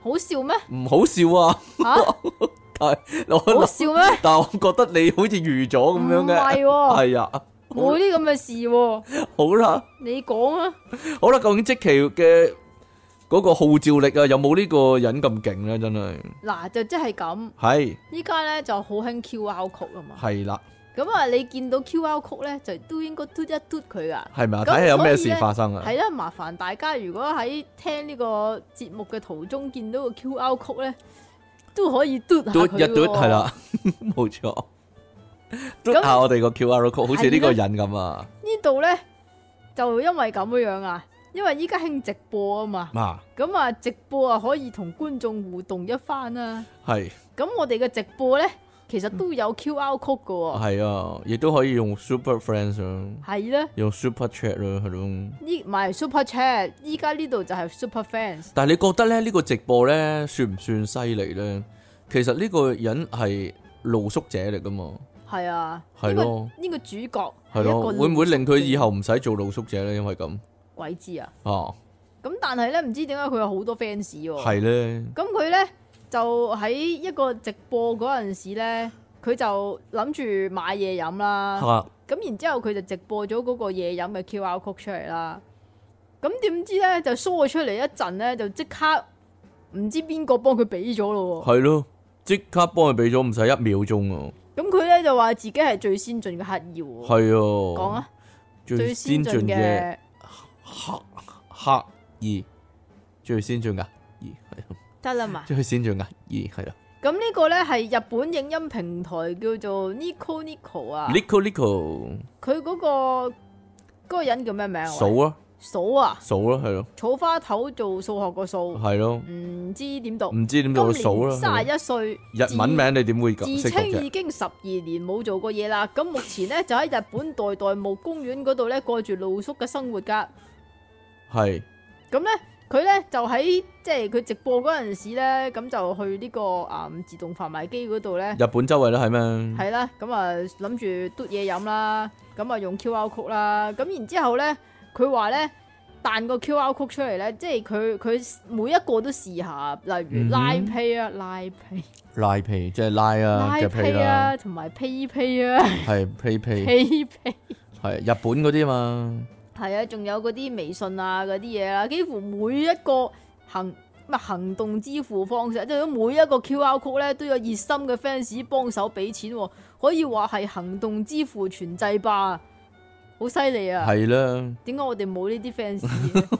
好笑咩？唔好笑啊！嚇， (laughs) 我好諗笑咩？但系我覺得你好似預咗咁樣唔係嘅，喎，係啊，冇啲咁嘅事喎，好啦，你講啊！好啦，究竟即期嘅嗰個號召力啊，有冇呢個人咁勁咧？真係嗱，就即係咁，係依家咧就好興 QR 曲啊嘛。係啦，咁啊，你見到 QR 曲咧，就都應該嘟一嘟佢噶。係咪啊？咁睇下有咩所以事呢發生啊？係啦，麻煩大家如果喺聽呢個節目嘅途中見到個 QR 曲咧，都可以嘟下嘟佢一嘟喎係。啦， (laughs) 冇錯，嘟咁下我哋個 QR code，好似呢個係人咁啊，呢度咧就因為咁樣啊，因為依家興直播啊嘛，嗱，咁啊直播啊可以同觀眾互動一番啦。係咁我哋嘅直播咧，其實都有 QR 曲噶喎。係啊，亦都可以用 Super Friends 啊。係啦，用 super chat 咯，係咯。呢唔係 Super Chat，依家呢度就係 Super Fans。但係你覺得咧呢個直播咧算唔算犀利咧？其實呢個人係露宿者嚟噶嘛，係啊，係咯呢個呢個主角係咯，係一個會唔會令佢以後唔使做露宿者咧？因為咁鬼知啊？啊，咁但係咧，唔知點解佢有好多 fans 喎。係咧，咁佢咧就喺一個直播嗰陣時咧，佢就諗住買嘢飲啦。吓咁然之後佢就直播咗嗰個嘢飲嘅 QR code 出嚟啦。咁點知咧就 show 咗出嚟一陣咧，就即刻唔知邊個幫佢俾咗咯係咯，即刻幫佢俾咗唔使一秒鐘啊，喎。咁佢咧就話自己係最先進嘅乞兒喎。係講啊，最最先先進進嘅嘅黑黑二，最先進噶二係咯，得啦嘛。最先進噶二係咯咁呢個呢係日本影音平台叫做 Nico Nico 啊， ，Nico Nico 佢嗰、個嗰、個人叫咩名啊？喂數啊數啊，數啦，係咯草花頭做數學個數，係咯，唔知點讀。唔知點做數啦。係咯三十一歲，日文名你點會自咁識自讀稱啫？已經十二年冇做過嘢啦。咁目前呢，就喺日本代代木公園嗰度呢，過住露宿嘅生活㗎。係咁呢，佢呢就喺即係佢直播嗰陣時呢，咁就去呢、個啊自動販賣機嗰度呢。日本周圍啦，係咩？系啦，咁啊諗住嘟嘢飲啦，咁啊用 QR code 啦，咁然之後咧，佢話咧彈個 QR code 出嚟咧，即係佢佢每一個都試下，例如嗯哼拉 Pay 啊、拉 Pay、拉皮即係拉啊拉嘅皮 Pay 啦，啊，同埋 Pay Pay 啊、係皮皮 Pay Pay，係日本嗰啲啊嘛，係啊，仲有嗰啲微信啊嗰啲嘢啦，幾乎每一個行乜行動支付方式，即係每一個 QR code 咧都有熱心嘅 fans 幫手俾錢喎，可以話係行動支付全制霸，好犀利啊！係啦。 (laughs) 點解我哋冇呢啲 fans 嘅？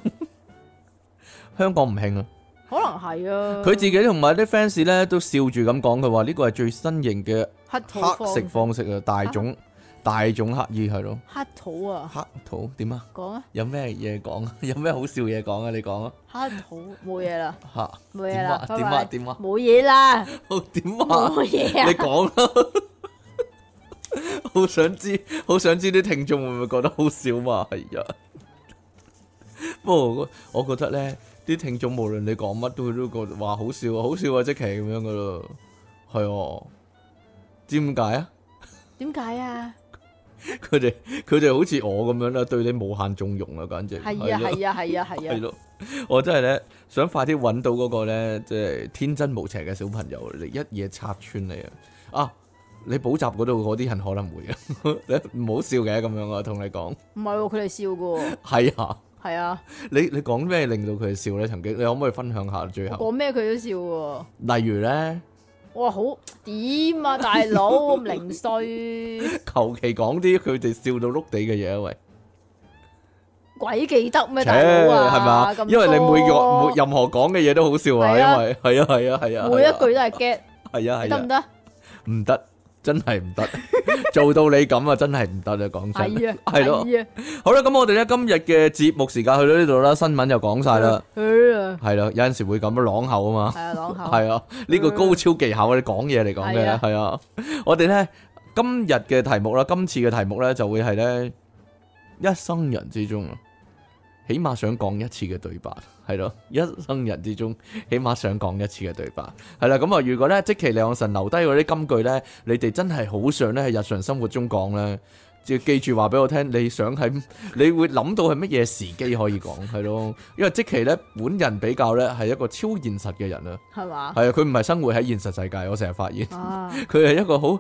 香港唔興啊，可能係啊。佢自己同埋啲 fans 咧都笑住咁講，佢話呢個係最新型嘅黑土黑食方方式啊，大種大種黑衣係咯，黑土啊，黑土點啊？講啊，有咩嘢講啊？ (laughs) 有咩好笑嘢講啊？你講啊黑土冇嘢啦，吓冇嘢點啦啊？，拜點啊？拜，點啊？冇嘢啦，好點啊？冇嘢你啊，講啦， (laughs) 好想知，好想知啲聽眾會唔會覺得好笑嘛？係啊，不過我我覺得咧，啲聽眾無論你講乜都都覺得話好笑啊，好笑啊，即奇咁樣噶咯，係哦，知點解啊？點解啊？佢哋佢哋好似我咁樣啦，對你無限縱容啊，簡直係啊，咯係啊，係啊，係係啊，咯，我真係咧想快啲揾到嗰個咧，即係天真無邪嘅小朋友，你一夜拆穿你啊！啊，你補習嗰度嗰啲人可能會啊， (laughs) 你唔好笑嘅咁樣啊，同你講唔係喎，佢哋笑噶喎，係啊，係啊，你你講咩令到佢哋笑咧？曾經你可唔可以分享下最後？講咩佢都笑喎。例如咧，我話好點啊，大佬咁零碎， (laughs) 求其講啲佢哋笑到碌地嘅嘢啊，喂，鬼記得咩切大佬係啊？嘛？咁因為你每個多每任何講嘅嘢都好笑啊，係啊因為係啊係啊係啊，每一句都係 get，係啊係得唔啊，得？唔得，真係唔得， (laughs) 做到你咁啊，真係唔得啊，講真。係啊，係咯係啊，好啦，咁我哋咧今日嘅節目時間去到呢度啦，新聞就講晒啦，係啊，係啦，有陣時會咁樣朗口啊係啊，朗嘛，口，係啊，呢個高超技巧啊，你講嘢嚟講嗯係嘅啊係啊，我哋咧今日嘅題目啦，今次嘅題目咧就會係咧一生人之中啊，起碼想講一次嘅對白，係咯，一生人之中起碼想講一次嘅對白，係啦，咁啊，如果咧即其兩神留低嗰啲金句咧，你哋真係好想咧喺日常生活中講咧。就記住話俾我聽，你想喺你會諗到係乜嘢時機可以講係咯，因為即其咧本人比較咧係一個超現實嘅人啊，係嘛？係啊，佢唔係生活喺現實世界，我成日發現 (laughs) 啊，佢係一個好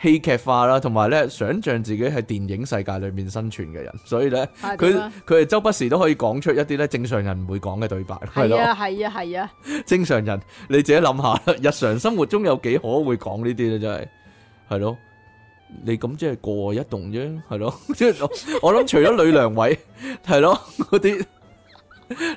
戲劇化啦，同埋咧想像自己喺電影世界裏面生存嘅人，所以咧係佢點啊佢係周不時都可以講出一啲咧正常人唔會講嘅對白，係係咯，啊，係啊，係啊， (laughs) 正常人你自己諗下啦， (laughs) 日常生活中有幾可會講呢啲咧，真係係咯。你咁即係過一棟啫，係咯，即係我我諗除咗呂良 (laughs) 偉係咯，嗰啲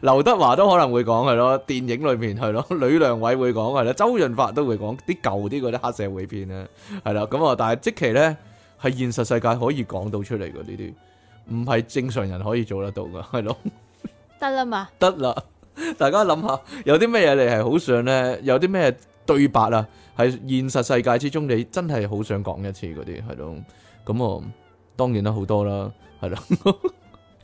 劉德華都可能會 (laughs) 講係咯，電影裏面係 (laughs) 咯，呂良偉會講係啦，周潤發都會講啲舊啲嗰啲黑社會片咧，係啦，咁啊，但係即期咧係現實世界可以講到出嚟嘅呢啲，唔係正常人可以做得到噶，係咯。 (laughs) 得啦嘛，得啦， (laughs) 大家諗下，有啲咩嘢你係好想咧？有啲咩對白啊？喺現實世界之中，你真係好想講一次嗰啲，係咯。咁我當然啦，好多啦，係咯，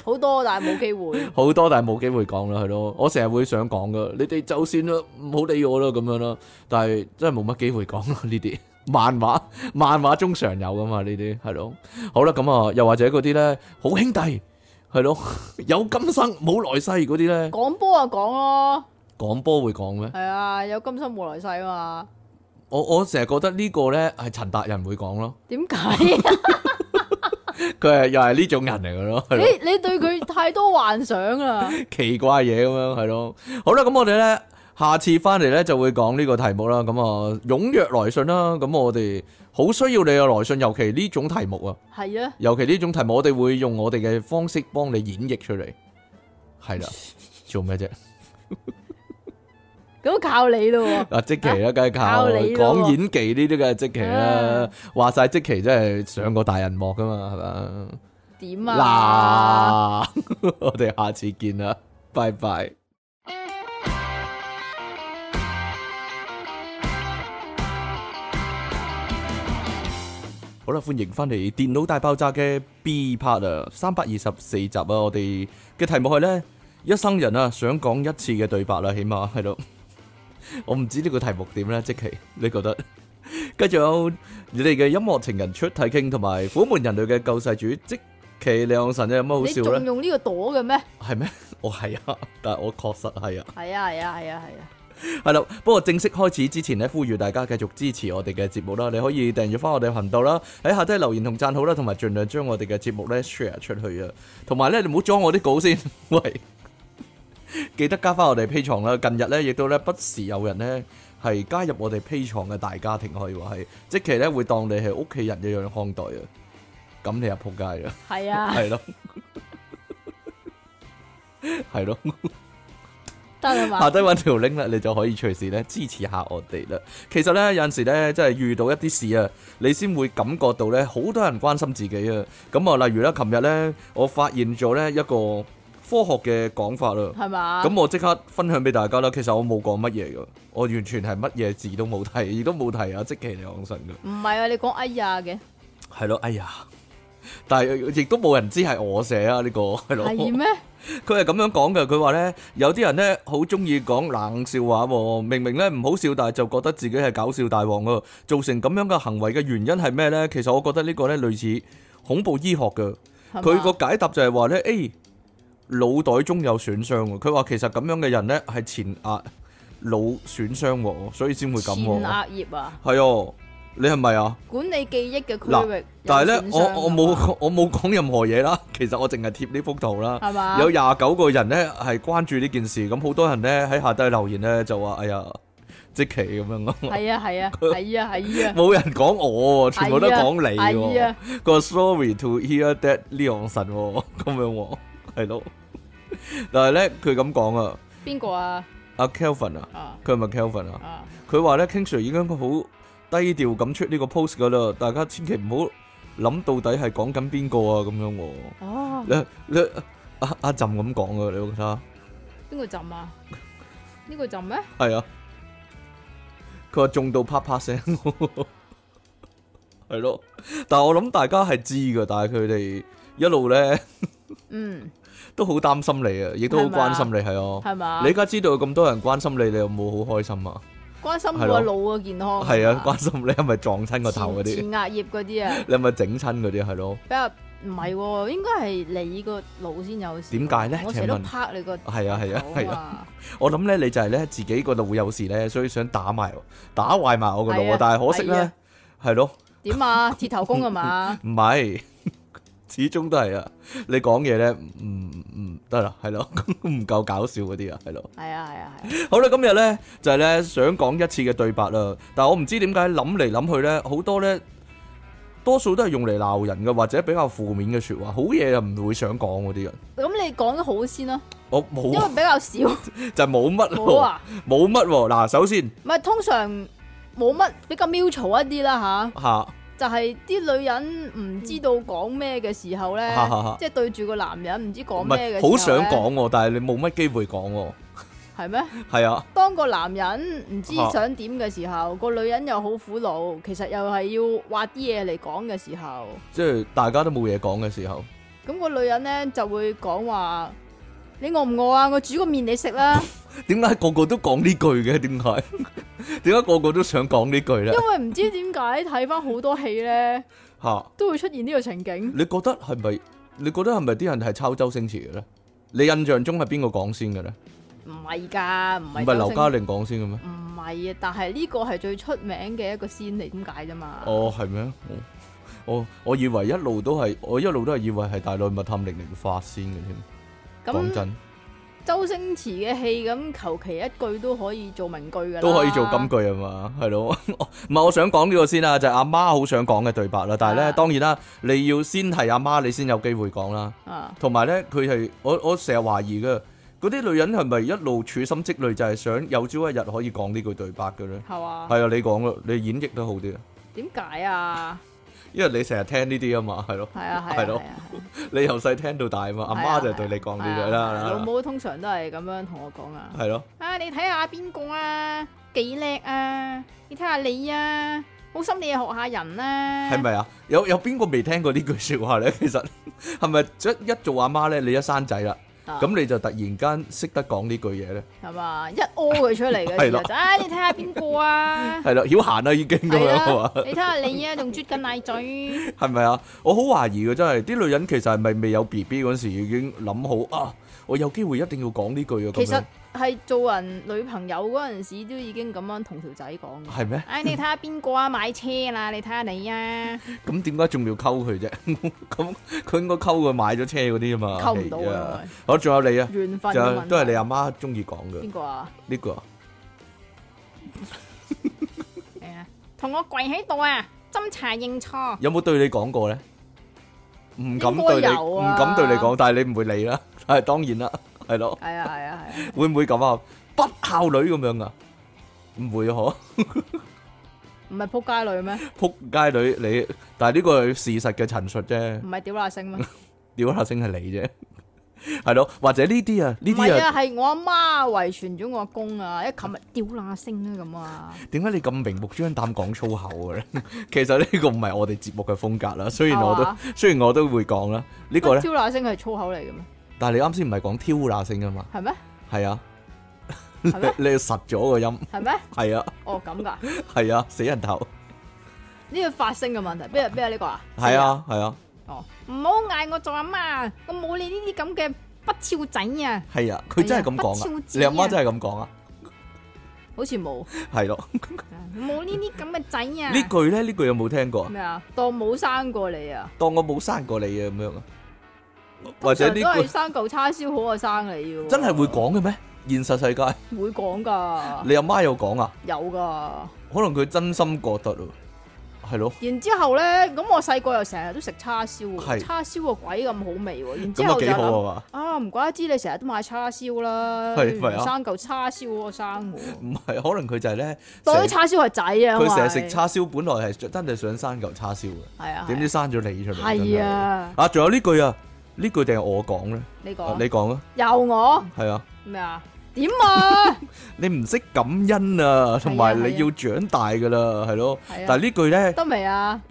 好多但係冇 (laughs) 機會，好多但係冇機會講啦，係咯。我成日會想講噶，你哋就算啦，唔好理我啦，咁樣啦。但係真係冇乜機會講咯， (laughs) 呢啲漫畫漫畫中常有噶嘛，呢啲係咯。好啦，咁啊，又或者嗰啲咧，好兄弟係咯，有今生冇來世嗰啲咧，講波就講咯，講波會講咩？係啊，有今生冇來世啊嘛，我我成日覺得呢個咧係陳達人會講咯， (laughs) 點解啊？佢係又係呢種人嚟嘅 (laughs) 咯，係咯，你你對佢太多幻想啦，奇怪嘢咁樣係咯。好啦，咁我哋咧下次翻嚟咧就會講呢個題目啦。咁啊，踴躍來信啦。咁我哋好需要你嘅來信，尤其呢種題目啊，係啊，尤其呢種題目，我哋會用我哋嘅方式幫你演繹出嚟。 (laughs) 係啦，做咩啫？咁靠你咯喎，啊，即期啦，梗係靠 (laughs) 靠你咯講演技呢啲嘅即期啦啊。話晒即期真係上過大人幕噶嘛，係嘛？點啊？嗱， (laughs) 我哋下次見啦，拜拜。好啦，歡迎翻嚟《電腦大爆炸》嘅 B part 啊，三百二十四集啊，我哋嘅題目係呢：一生人啊，想講一次嘅對白啦，起碼係咯。我唔知呢個題目點呢，即期 (laughs) 你覺得？繼續有你哋嘅音樂情人出體傾，同埋虎門人類嘅救世主即其亮神，有乜好你笑仲呢？用呢個朵嘅咩？係咩？ (laughs) 我係啊，但係我確實係啊。係啊係啊係啊係啊，系啦，不過正式開始之前呢，呼籲大家繼續支持我哋嘅節目啦。你可以訂閱翻我哋頻道啦，喺下低留言同讚好啦，同埋盡量將我哋嘅節目呢 share 出去啊。同埋呢，你唔好裝我啲稿先， (laughs) 喂，記得加翻我哋 P 床啦。近日呢，亦都呢不時有人呢係加入我哋 P 床嘅大家庭，可以話係，即期呢會當你係屋企人一樣看待啊。咁你又仆街啦，係啊，係咯，係咯，得啦 (laughs) 嘛下，低揾條 link 咧，你就可以隨時咧支持下我哋啦。其實咧有陣時咧，真係遇到一啲事啊，你先會感覺到咧好多人關心自己啊。咁啊，例如咧，琴日咧我發現咗咧一個科學嘅講法啦。係嘛？咁我即刻分享俾大家啦。其實我冇講乜嘢噶，我完全係乜嘢字都冇提，亦都冇提啊，即其嚟講神噶。唔係啊，你講哎呀嘅係咯，哎呀！但係亦都冇人知係我寫啊，呢、個係咯。係咩？佢係咁樣講嘅，佢話咧有啲人咧好中意講冷笑話喎，明明咧唔好笑，但係就覺得自己係搞笑大王喎。造成咁樣嘅行為嘅原因係咩咧？其實我覺得呢個咧類似恐怖醫學嘅，係佢嘛個解答就係話咧，誒、腦袋中有損傷喎。佢話其實咁樣嘅人咧係前額腦損傷喎，所以先會咁前喎。額葉啊，係哦，你係咪啊？管理記憶嘅嗱區域有損傷㗎嘛。但係咧，我我冇我冇講任何嘢啦，其實我淨係貼呢幅圖啦。係嘛？有廿九個人咧係關注呢件事，咁好多人咧喺下低留言咧就話：哎呀，即奇咁樣咯，係啊 (laughs) 係啊係啊係啊，冇人講我喎， (laughs) 全部都係啊講你係喎啊。個 sorry to hear that 呢樣神喎，咁樣喎，係咯。但係咧，佢咁講啊，邊個啊？阿 Kelvin 啊，啊佢係咪 Kelvin 啊？啊！佢話咧，King Sir 已經好低調咁出呢個 post 噶啦，大家千祈唔好諗到底係講緊邊個啊咁樣喎。哦，你你阿阿朕咁講啊，你覺得？邊個浸啊？呢個浸咩？系啊，佢話中到啪啪聲， (laughs) 係咯。但系我諗大家係知噶，但係佢哋一路咧嗯， (laughs) 都好擔心你啊，亦都好係咪啊關心你係啊。係嘛？你而家知道咁多人關心你，你有冇好開心啊？關心係咯個腦嘅健康係啊，哦嘛關心你係咪撞親個頭嗰前前啲？額葉嗰啲啊，你係咪整親嗰啲？係咯，比較唔係喎，應該係你個腦先有事。點解咧我成日請都問拍你個頭 (laughs) 係啊，係啊，係啊。啊，我諗咧，你就係咧自己個腦有事咧，所以想打埋我打壞埋我個腦係啊啊。但係可惜係咧啊，係咯。點啊？鐵頭功係嘛？ (laughs) 唔係， (laughs) 始終都係啊！你講嘢咧，唔唔唔得啦，係咯， (laughs) 唔夠搞笑嗰啲啊，係咯。係啊係啊係啊，好啦，今日咧就係咧想講一次嘅對白啦，但係我唔知點解諗嚟諗去咧，好多咧多數都係用嚟鬧人嘅，或者比較負面嘅説話，好嘢又唔會想講嗰啲人。咁你講得好先啦，我因冇為啊比較少就冇乜冇咯，啊，冇乜喎。嗱，首先唔係通常冇乜比較 mutual 一啲啦嚇吓，就係啲女人唔知道講咩嘅時候咧啊哈哈哈，即係對住個男人唔知唔講咩嘅係時候好想咧，講喎，但係你冇乜機會講喎。係咩？係啊，當個男人唔知啊想點嘅時候，個女人又好苦惱，其實又係要挖啲嘢嚟講嘅時候，即係大家都冇嘢講嘅時候，咁、個女人呢就會講話：你餓唔餓啊？我煮個面你 (laughs) 食啦，點解個個都講呢句嘅？點解？ (laughs) 點解個個都想講呢句咧因？為唔知點解睇翻好多戲呢，吓，都會出現呢個情景。你覺得係咪？你覺得係咪啲人係抄周星馳嘅咧？你印象中係邊個講先嘅咧？唔係㗎，唔唔係係周劉星嘉玲講先嘅咩？唔係啊，但係呢個係最出名嘅一個先嚟，點解啫嘛？哦，係咩？我我我以為一路都係，我一路都係以為係大內密探零零發先嘅添。講咁真，周星馳嘅戲咁，求其一句都可以做名句㗎啦，都可以做金句啊嘛，係咯。 (laughs) 唔係，我想講呢個先啦，啊就係阿媽好想講嘅對白啦。但係咧，啊當然啦，你要先係阿媽，你先有機會講啦。啊！同埋咧，佢係我我成日懷疑嘅，嗰啲女人係咪一路處心積慮，就係想有朝一日可以講呢句對白嘅咧？係嘛？係啊，你講咯，你演繹得好啲啊，點解啊？因為你成日聽呢啲啊嘛，係咯， (laughs) 係啊，係啊係咯係啊係啊你由細聽到大啊嘛，阿係啊媽就對你講呢句係啊啦，老母通常都係咁樣同我講啊。係咯，啊，你睇下邊個啊，幾叻啊？你睇下你啊，好心你又學下人啦。係咪啊？有有邊個未聽過呢 (laughs) 句説話咧？其實係咪一一做阿媽咧，你一生仔啦，啊？咁你就突然間識得講呢句嘢咧？係嘛？一屙佢出嚟嘅 (laughs) 係時啦候就，啊，你睇下邊個啊？係啦，曉閒啦已經 (laughs) 咁係啊樣啊係啦嘛，？你睇下你啊，仲啜緊奶 (laughs) 嘴。係咪啊？我好懷疑嘅真係，啲女人其實係咪未有 B B 嗰時已經諗好啊？我有機會一定要講呢句啊！其實咁係做人女朋友嗰陣時都已經咁樣同條仔講樣嘅。係咩？唉，你睇下邊個啊，買車啦，你睇下你啊， (laughs) 咁點解仲要溝佢啫？ (laughs) 咁佢應該溝佢買咗車嗰啲啊嘛。溝唔到係啊，好，仲有你啊，緣分嘅問就題都係你阿媽中意講嘅邊個啊？呢個啊。係啊，同我跪喺度啊，斟茶認錯。有冇對你講過咧？唔敢對應該你，有唔啊 (laughs) 敢對你講，但係你唔會理啦。係當然啦，係咯，系啊系啊系啊，會唔會咁啊？不孝女咁樣啊？唔會啊，嗬？唔係扑街女咩？仆街女你，但係呢個係事實嘅陳述啫，唔係屌 (laughs) 乸星咩？屌下星係你啫， (laughs) 係咯？或者呢啲啊，呢唔係啲啊，啊，係我阿媽遺傳咗我阿公啊，一琴日屌乸星啊咁啊，點解你咁明目張膽講粗口嘅咧？ (laughs) 其實呢個唔係我哋節目嘅風格啦，雖然我係都嘛雖然我都會講啦，呢個咧，屌乸星係粗口嚟嘅咩？但係你啱先唔係講挑那聲啊嘛，係咩？係啊，你係咩 (laughs) 你實咗個音，係咩？係啊哦咁㗎，係啊，死人頭，呢個發聲嘅問題，邊啊邊啊呢個啊？係，啊係啊哦，唔好嗌我做阿媽，我冇你呢啲咁嘅不肖仔啊，係啊，佢真係咁哎呀講不肖啊，子啊你阿媽真係咁講啊，好似冇，係咯，冇呢啲咁嘅仔啊。呢句咧呢句有冇聽過啊？咩啊？當冇生過你啊？當我冇生過你啊咁樣啊，或者呢通常都句係。生嚿叉燒好過生你嘅喎。真係會講嘅咩？現實世界，會講㗎，你阿媽有講啊？有㗎。可能佢真心覺得喎，係咯，然之後咧，咁我細個又成日都食叉燒係喎，叉燒個鬼咁好味喎。然之咁啊後就幾好諗啊嘛？啊，唔怪得知你成日都買叉燒啦，係咪啊唔生嚿叉燒好過生我。唔係，可能佢就係咧，當啲成叉燒係仔啊，佢成日因為食，叉燒，本來係真係想生嚿叉燒嘅，係啊，點知生咗你出嚟？真係係！啊，啊，仲有呢句啊，呢句定係我講咧？你啊講你講啊，又我係啊，咩啊？點 (laughs) 啊？你唔識感恩啊，同埋係啊你要長大噶啦，係咯。係啊但係呢句咧得未啊？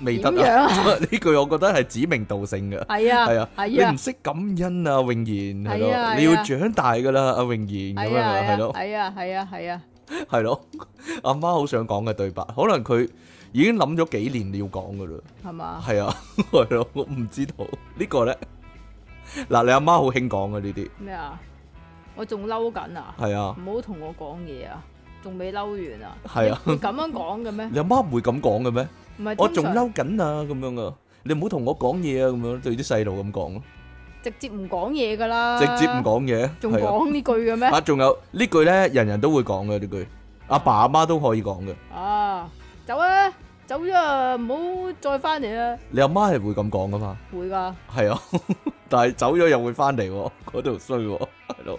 未點得樣啊，啊？ (laughs) 呢句我覺得係指名道姓嘅。係啊，係啊你係啊唔。識感恩啊，穎賢係係啊係咯，啊你要長大噶啦，阿穎賢咁樣係啊，啊係咯，係啊係啊係啊，係 (laughs) 咯，阿媽好想講嘅對白，可能佢已經諗咗幾年要講噶啦，係嘛？係 (laughs) 啊，係咯，我唔知道呢個咧，嗱你阿媽好興講嘅呢啲，咩啊？我仲嬲緊啊！係啊，唔好同我講嘢啊！仲未嬲完啊？係啊你會咁樣講嘅咩？你阿媽唔會咁講嘅咩？唔係我通仲常嬲緊啊，咁樣啊，你唔好同我講嘢啊，咁樣對啲細路咁講咯，直接唔講嘢噶啦，直接唔，講嘢，仲係啊講呢句嘅咩？啊，仲有呢句咧，人人都會講嘅呢句，阿爸阿媽都可以講嘅。啊，走啊，走咗啊，唔好再翻嚟啦，你阿媽係會咁講噶嘛？會噶，係啊， (laughs) 但係走咗又會翻嚟喎， (laughs) 嗰度衰喎，係咯。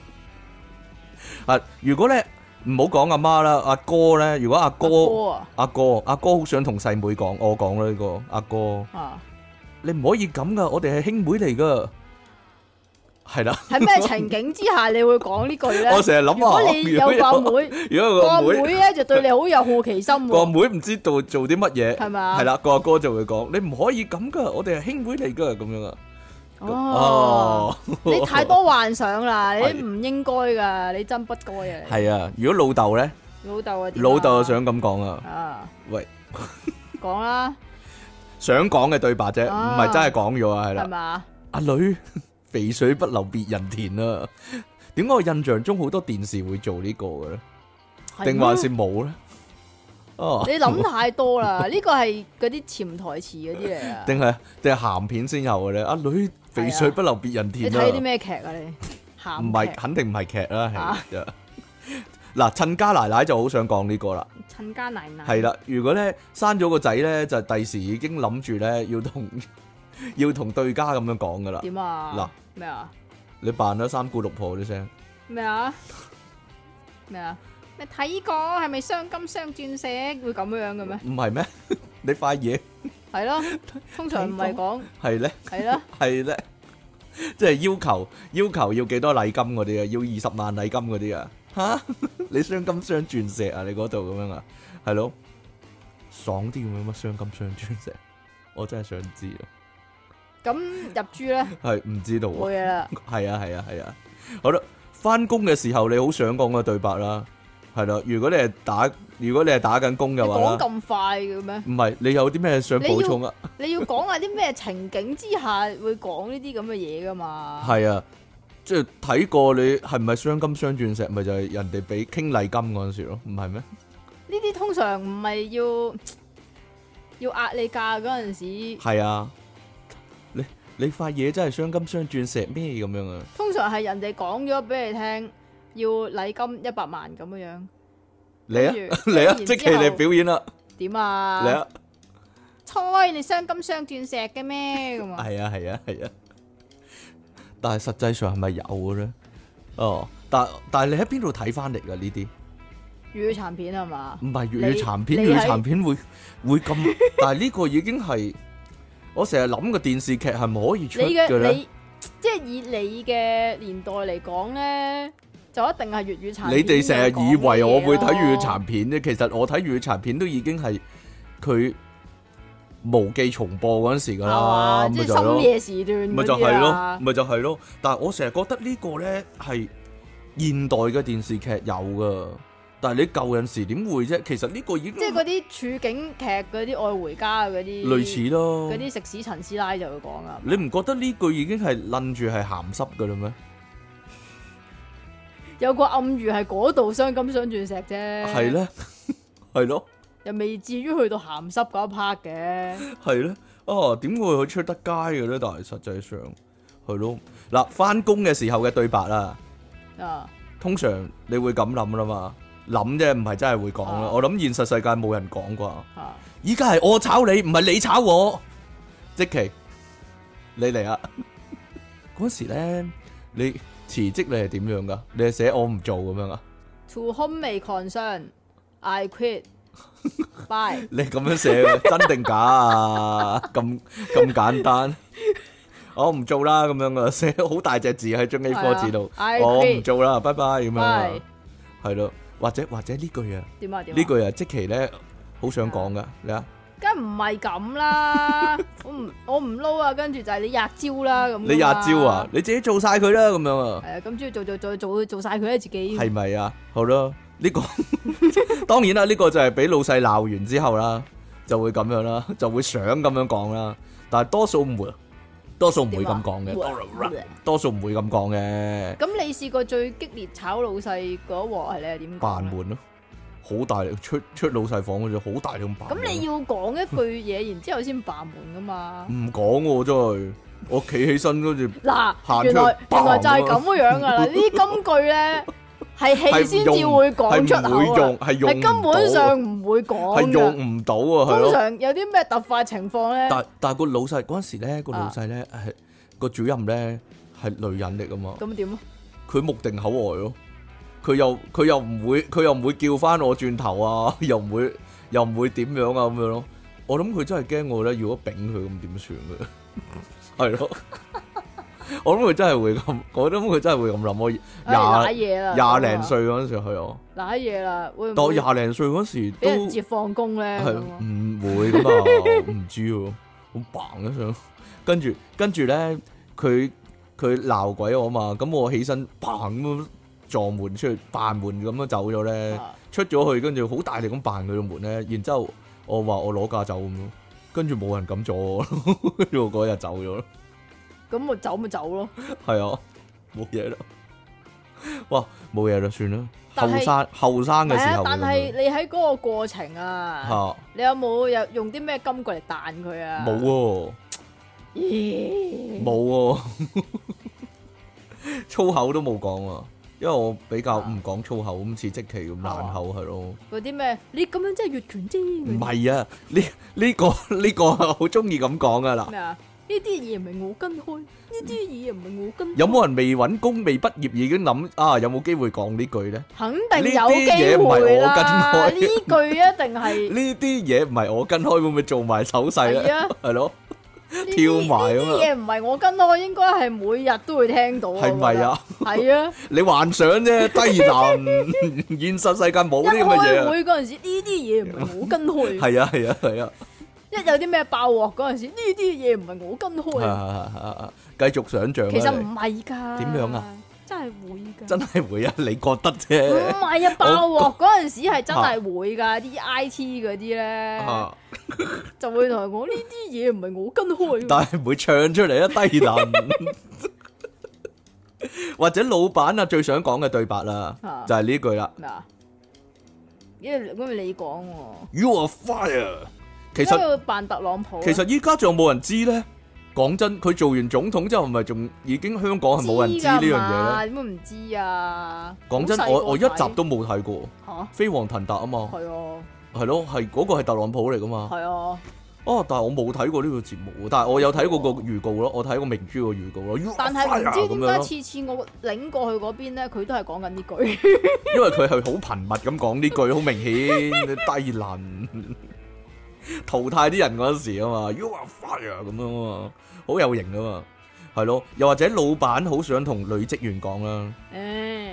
啊，如果咧唔好講阿媽啦，阿哥咧，如果阿阿哥哥啊，阿哥阿哥好想同細妹講，我講啦呢個阿哥，啊，你唔可以咁噶，我哋係兄妹嚟噶，係 (laughs) 啦。喺咩情景之下你會講呢句咧？ (laughs) 我成日諗啊如果你有個妹，如果個個妹妹咧就對你好有好奇心個喎，妹唔知道做啲乜嘢，係嘛？係，啦，個阿哥就會講，你唔可以咁噶，我哋係兄妹嚟噶，咁樣啊。哦，，你太多幻想啦， (laughs) 係你唔應該噶，你真不該啊！你係啊，如果老豆咧，老豆啊，點啊老豆就想咁講啊，啊，喂，講啦，想講嘅對白啫，唔啊係真係講咗啊，係係啦，嘛？阿女肥水不流別人田啊，點解我印象中好多電視會做呢個嘅咧？係定咩還是冇咧？哦，你諗太多啦，呢個係嗰啲潛台詞嗰啲 (laughs) 嚟啊！定係定係鹹片先有嘅咧？阿女肥水不流別人你田睇啲啊，咩劇啊？你鹹唔係肯定唔係劇啦啊，係嗱，親家奶奶就好想講呢個啦。親家奶奶係啦，如果咧生咗個仔咧，就第時已經諗住咧要同 (laughs) 要同對家咁樣講噶啦。點啊？嗱咩啊你扮咗三姑六婆啲聲，咩啊咩啊？你睇過係咪雙金雙鑽石會咁樣嘅咩？唔係咩？ (laughs) 你塊嘢係咯， (laughs) 通常唔係講係咧係咯，係咧，即係要求要求要幾多禮金嗰啲啊，要二十萬禮金嗰啲啊，吓 (laughs) 你雙金雙鑽石啊，你嗰度咁樣啊，係咯，爽啲咁樣乜雙金雙鑽石，我真係想知啊，咁入珠咧 (laughs) 係唔知道啊冇。嘢啦，係啊係啊係啊，好啦，翻工嘅時候你好想講個對白啦，係啦，如果你係打，如果你係打緊工你嘅話講啦，咁快嘅咩？唔係你有啲咩想補充啊？你要講下啲咩情景之下會講呢啲咁嘅嘢噶嘛？係啊，即係睇過你係咪雙金雙鑽石，咪就係人哋俾傾禮金嗰陣時咯，唔係咩？呢啲通常唔係要要壓你價嗰陣時。係啊，你你塊嘢真係雙金雙鑽石咩咁樣啊？通常係人哋講咗俾你聽，要禮金一百萬咁樣樣，你啊跟住你啊，跟住然之後即期你表演啦，點你啊？啊，猜你雙金雙鑽石嘅咩咁啊？係啊係啊係啊，但係實際上係咪有嘅咧？哦，但但係你喺邊度睇翻嚟㗎呢啲？粵語殘片係嘛？唔係粵語你殘片，你粵語喺殘片會會 (laughs) 咁，但係呢個已經係我成日諗嘅電視劇係唔可以出你嘅嘅咧。你即係以你嘅年代嚟講咧，就一定係粵語殘片。你哋成日以為啊我會睇粵語殘片啫，其實我睇粵語殘片都已經係佢無記重播嗰陣時㗎係嘛？啦，即咪就係係咯深，夜時段咪嗰就啲係啊咯，。咪就係咯。但係我成日覺得呢個咧係現代嘅電視劇有㗎，但係你舊陣時點會啫？其實呢個已經即係嗰啲處境劇嗰啲愛回家嗰啲，類似咯嗰。啲食屎陳師奶就會講啊。你唔覺得呢句已經係楞住係鹹濕嘅嘞咩？有個暗語係嗰度傷金傷鑽石啫，係，咧， (laughs) 係咯，又未至於去到鹹濕嗰一 part 嘅。係咧。啊，點會佢出得街嘅咧？但係實際上係咯，嗱，翻工嘅時候嘅對白啦，啊， (laughs) 通常你會咁諗啦嘛，諗啫，唔係真係會講啦。啊我諗現實世界冇人講啩。啊依家係我炒你，唔係你炒我。即其，你嚟啊！嗰時咧，你辭職你係點樣噶？你係寫我唔做咁樣啊？ To whom may concern, I quit. (laughs) Bye。你咁樣寫 (laughs) 嘅真定假啊？咁咁簡單，我唔做啦咁樣噶，寫好大隻字喺張 A4 紙度，係啊，I 我唔 quit 做啦，拜拜咁樣啊 Bye。，係咯，或者或者呢句啊，點啊點啊？呢句啊，即其咧好想講噶，你啊，梗唔係咁 (laughs) 啦，我唔我唔撈啊，跟住就係你壓招啦咁。你廿招啊？，你自己做晒佢啦咁樣啊，係啊，咁中意做做做做做晒佢啦自己。係咪啊？好啦，呢個當然啦，呢個就係俾老細鬧完之後啦，就會咁樣啦，就會想咁樣講啦，但係多數唔會，多數唔會咁講嘅。嘅。多數唔會咁講嘅，咁你試過最激烈炒老細嗰鑊係你係點扮講啊？門咯，好大力出出老細房嗰種，好大力咁扮門。咁你要講一句嘢，然之後先扮門噶嘛？唔講喎真係，我企起身跟住嗱行，出原去來原來就係砰咁嘅樣 (laughs) 噶啦，呢啲金句咧係戲係先唔至用會講出係唔會口啊用，，係用係唔根本到啊上唔會講係㗎。用唔到啊，係通咯。常有啲咩突發情況咧，但但係個老細嗰陣時咧，個老啊細咧係個主任咧係女人嚟噶嘛，咁點啊？佢目定口呆咯，佢又佢又唔會佢又唔會叫翻我轉頭啊， (laughs) 又唔會又唔會點樣啊咁樣咯。我諗佢真係驚我咧，如果丙佢咁點算嘅？ (laughs) 係咯， (laughs) 我諗佢真係會咁，我諗佢真係會咁諗。我唉，濑廿嘢啦，廿零歲嗰陣時係啊，濑嘢啦，會唔但我會廿零歲嗰時俾人都。接放工咧？係咁咯啊唔會噶 (laughs) 嘛，唔知喎，好棒一聲，跟住跟住咧，佢佢鬧鬼我嘛，咁我起身砰咁樣撞門出去，扮門咁樣走咗咧，啊出咗去，跟住好大力咁扮佢個門咧，然之後我話我攞架走咁咯，跟住冇人敢阻我咯， (laughs) 跟住我嗰日走咗咯，咁咪走咪走咯。係啊，冇嘢啦，哇，冇嘢啦，算啦，後但係生後生嘅係時啊候，但係你喺嗰個過程啊，嚇你有冇有用啲咩金句嚟彈佢啊？冇喎。咦。冇 (laughs) 喎、粗口都冇講啊，因為我比較唔講粗口，咁似即期咁爛口係咯。嗰啲咩？你咁樣真係越權啫。唔係啊，呢呢、個 (laughs) 呢、個好中意咁講噶啦。咩啊？呢啲嘢唔係我跟開，呢啲嘢唔係我跟開。有冇人未揾工、未畢業已經諗啊？有冇機會講呢句呢？肯定有機會啦！呢啲嘢唔係我跟開呢句一定係呢啲嘢唔係我跟開，會唔會做埋手勢係呢？啊！係咯，呢 (laughs) 啲跳埋咁啊呢啲嘢唔係我跟開，應該係每日都會聽到。係咪啊？我覺得？係 (laughs) 啊！你幻想 (laughs) 啫，低能，現實世界冇一呢啲咁嘅開嘢啊。會嗰陣時，呢啲嘢唔係我跟開。係啊，係啊，係啊。一有啲咩爆鑊嗰陣時，呢啲嘢唔係我跟開。繼續想像啊其實你唔係㗎。啊點樣啊？真係會㗎。真係會啊！你覺得唔啫係啊！爆鑊嗰陣時係真係會㗎，啲 I T 嗰啲咧。啊，就會同佢講呢啲嘢唔係我跟開㗎，但係唔會唱出嚟啊，低能。或者老闆啊，最想講嘅對白啦，啊就係呢句啦。咩啊？因為咁咪你講喎， You are fire。其因為實佢扮特朗普啊，其實依家仲有冇人知咧？講真，佢做完總統之後，係咪仲已經香港係冇人知呢樣嘢咧？嘢咧，點會唔知啊？講真好，細個我我一集睇都冇睇過《嚇，飛黃騰達》啊嘛，係啊，係咯，係嗰個係特朗普嚟噶嘛，係啊，哦，但係我冇睇過呢個節目，但係我有睇過個預告咯，我睇過明珠個預告咯。You are 但係唔 fire 知啊咁樣點咯解次次我擰過去嗰邊咧，佢都係講緊呢句。 (laughs) 因為佢係好頻密咁講呢句，好明顯低能淘汰啲人嗰陣時啊嘛，You are fire 咁樣啊嘛，好有型啊嘛，係咯，又或者老闆好想同女職員講啦，誒，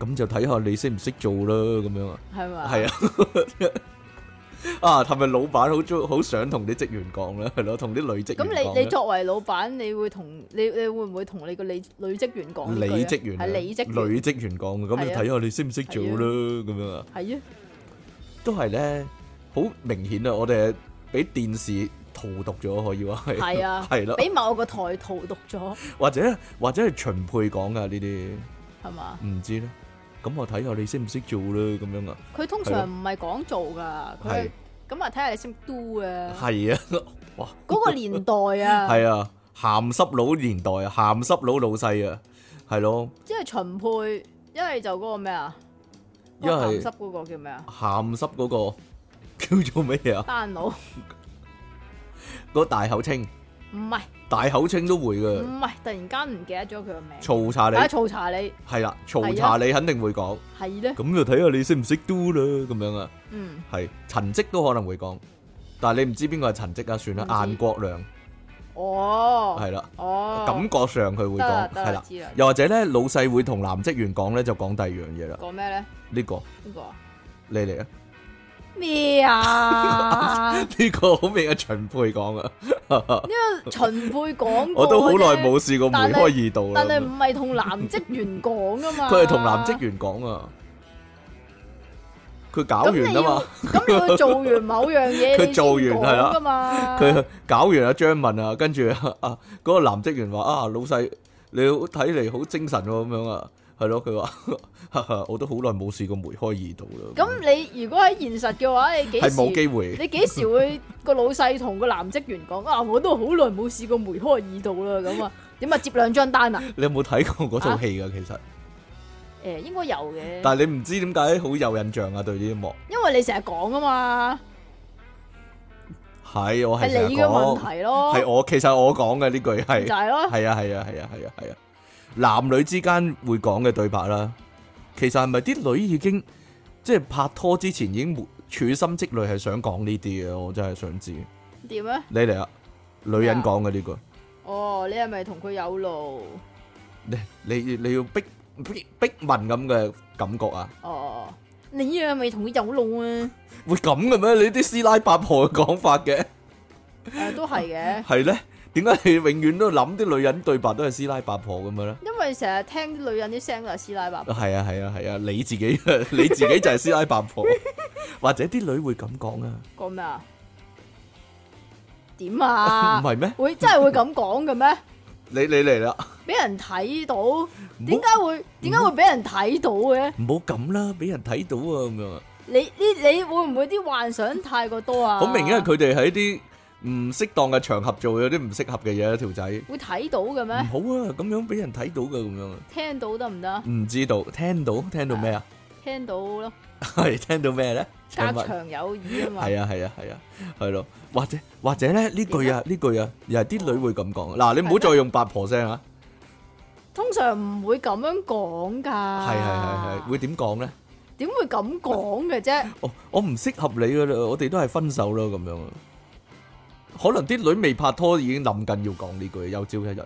咁就睇下你識唔識做啦，咁樣啊，係嘛？係啊。啊，係咪老闆好中好想同啲職員講咧？係咯，同啲女職員講咁你咧你作為老闆，你會同你你會唔會同你個女女職員講呢句啊？女職員啊係女職員女職員講嘅，咁係啊你睇下你識唔識做係啊啦，咁樣啊。係啊，都係咧，好明顯啊！我哋係俾電視荼毒咗，可以話係。係啊 (laughs) 係咯，俾某個台荼毒咗或者或者係秦沛講噶呢啲，係嘛？唔知咧。咁我睇下你識唔識做啦，咁樣啊，佢通常唔係講做㗎，佢係係咁啊睇下你識唔識 do 啊？ (laughs) 係啊，哇，嗰個年代啊，係啊，鹹濕佬年代啊，鹹濕佬老細啊，係咯，即係秦沛，一係就嗰個咩啊？嗰個一鹹係濕嗰個叫咩啊？鹹濕嗰個 (laughs) 叫做咩啊？單佬嗰大口清，唔係大口清都會唔嘅，係，突然間唔記得咗佢個名。嘈查你嗯啊！嘈查你係啦，嘈係查啊你肯定會講，係咧，咁就睇下你識唔識 do 啦，咁樣啊。嗯，係陳積都可能會講，但係你唔知邊個係陳積啊？算唔啦，知晏國良哦，係啦，哦，感覺上佢會得啦講得係啦，啦，知啦，又或者咧老細會同男職員講咧就講第二樣嘢啦。講咩咧？呢個呢個 (laughs) 啊你嚟啊，咩啊？呢呢個好明啊秦沛講啊，個秦沛講過我都好耐冇啫，試過但梅係開二度啦但。係唔係同男職員講噶嘛？佢係同男職員講啊，佢搞咁完你啊要嘛，咁你要做完某樣 (laughs) 嘢，佢你做完先講係啦噶 (laughs) 嘛？佢搞完阿張文啊，跟住啊啊嗰個男職員話啊老細，你睇嚟好精神喎咁樣啊，係咯，佢話 (laughs) 我都好耐冇試過梅開二度啦，咁你如果喺現實嘅話，你幾係冇時？機會，你幾時會個老細同個男職員講啊？我都好耐冇試過梅開二度啦，咁啊點啊接兩張單啊？ (laughs) 你有冇睇過嗰啊套戲㗎？其實，誒應該有嘅。但係你唔知點解好有印象啊對呢一幕，因為你成日講啊嘛，係我係係成你日嘅問講，題咯，係我其實我講嘅呢句就係。係咯，係啊係啊係啊係啊係啊，男女之間會講嘅對白啦，其實係咪啲女已經即係拍拖之前已經滿處心積慮係想講呢啲嘅？我真係想知，你點咧？嚟啊，女人講嘅呢句，哦，你係咪同佢有路？ (laughs) 你你你要逼逼逼問咁嘅感覺啊？哦，你係咪同佢有路啊？會咁嘅咩？你啲師奶八婆嘅講法嘅誒，都係嘅，係咧？點解你永遠都諗啲女人對白都係師奶八婆咁樣咧？因為成日聽啲女人啲聲都係師奶爸爸。係啊係啊係啊，你自己 (laughs) 你自己就係師奶八婆，或者啲女會咁講啊？講咩啊？點唔 (laughs) 啊？係咩？會真係會咁講嘅咩？你你嚟啦，俾人睇到，唔點好解會點解會俾人睇到嘅？唔好咁啦，俾人睇到啊咁樣啊。你呢？你會唔會啲幻想太過多啊？好明顯係佢哋喺啲唔適當嘅場合做咗啲唔適合嘅嘢啦，條仔唔會睇到嘅咩？好啊，咁樣俾人睇到嘅咁樣啊，聽到得唔得？唔知道聽到聽到咩 (laughs) 啊？聽到咯，係聽到咩咧？隔請問牆有耳啊嘛。係啊係啊係啊係咯，或者或者咧呢句啊呢句啊，又係啲女會咁講。嗱，你唔好係咩再用八婆聲啊！通常唔會咁樣講㗎。係係係係，À. 會點講咧？點會咁講嘅啫？我哦我唔適合你噶啦，我哋都係分手咯咁樣啊。可能啲女未拍拖已經諗緊要講呢句，有朝一日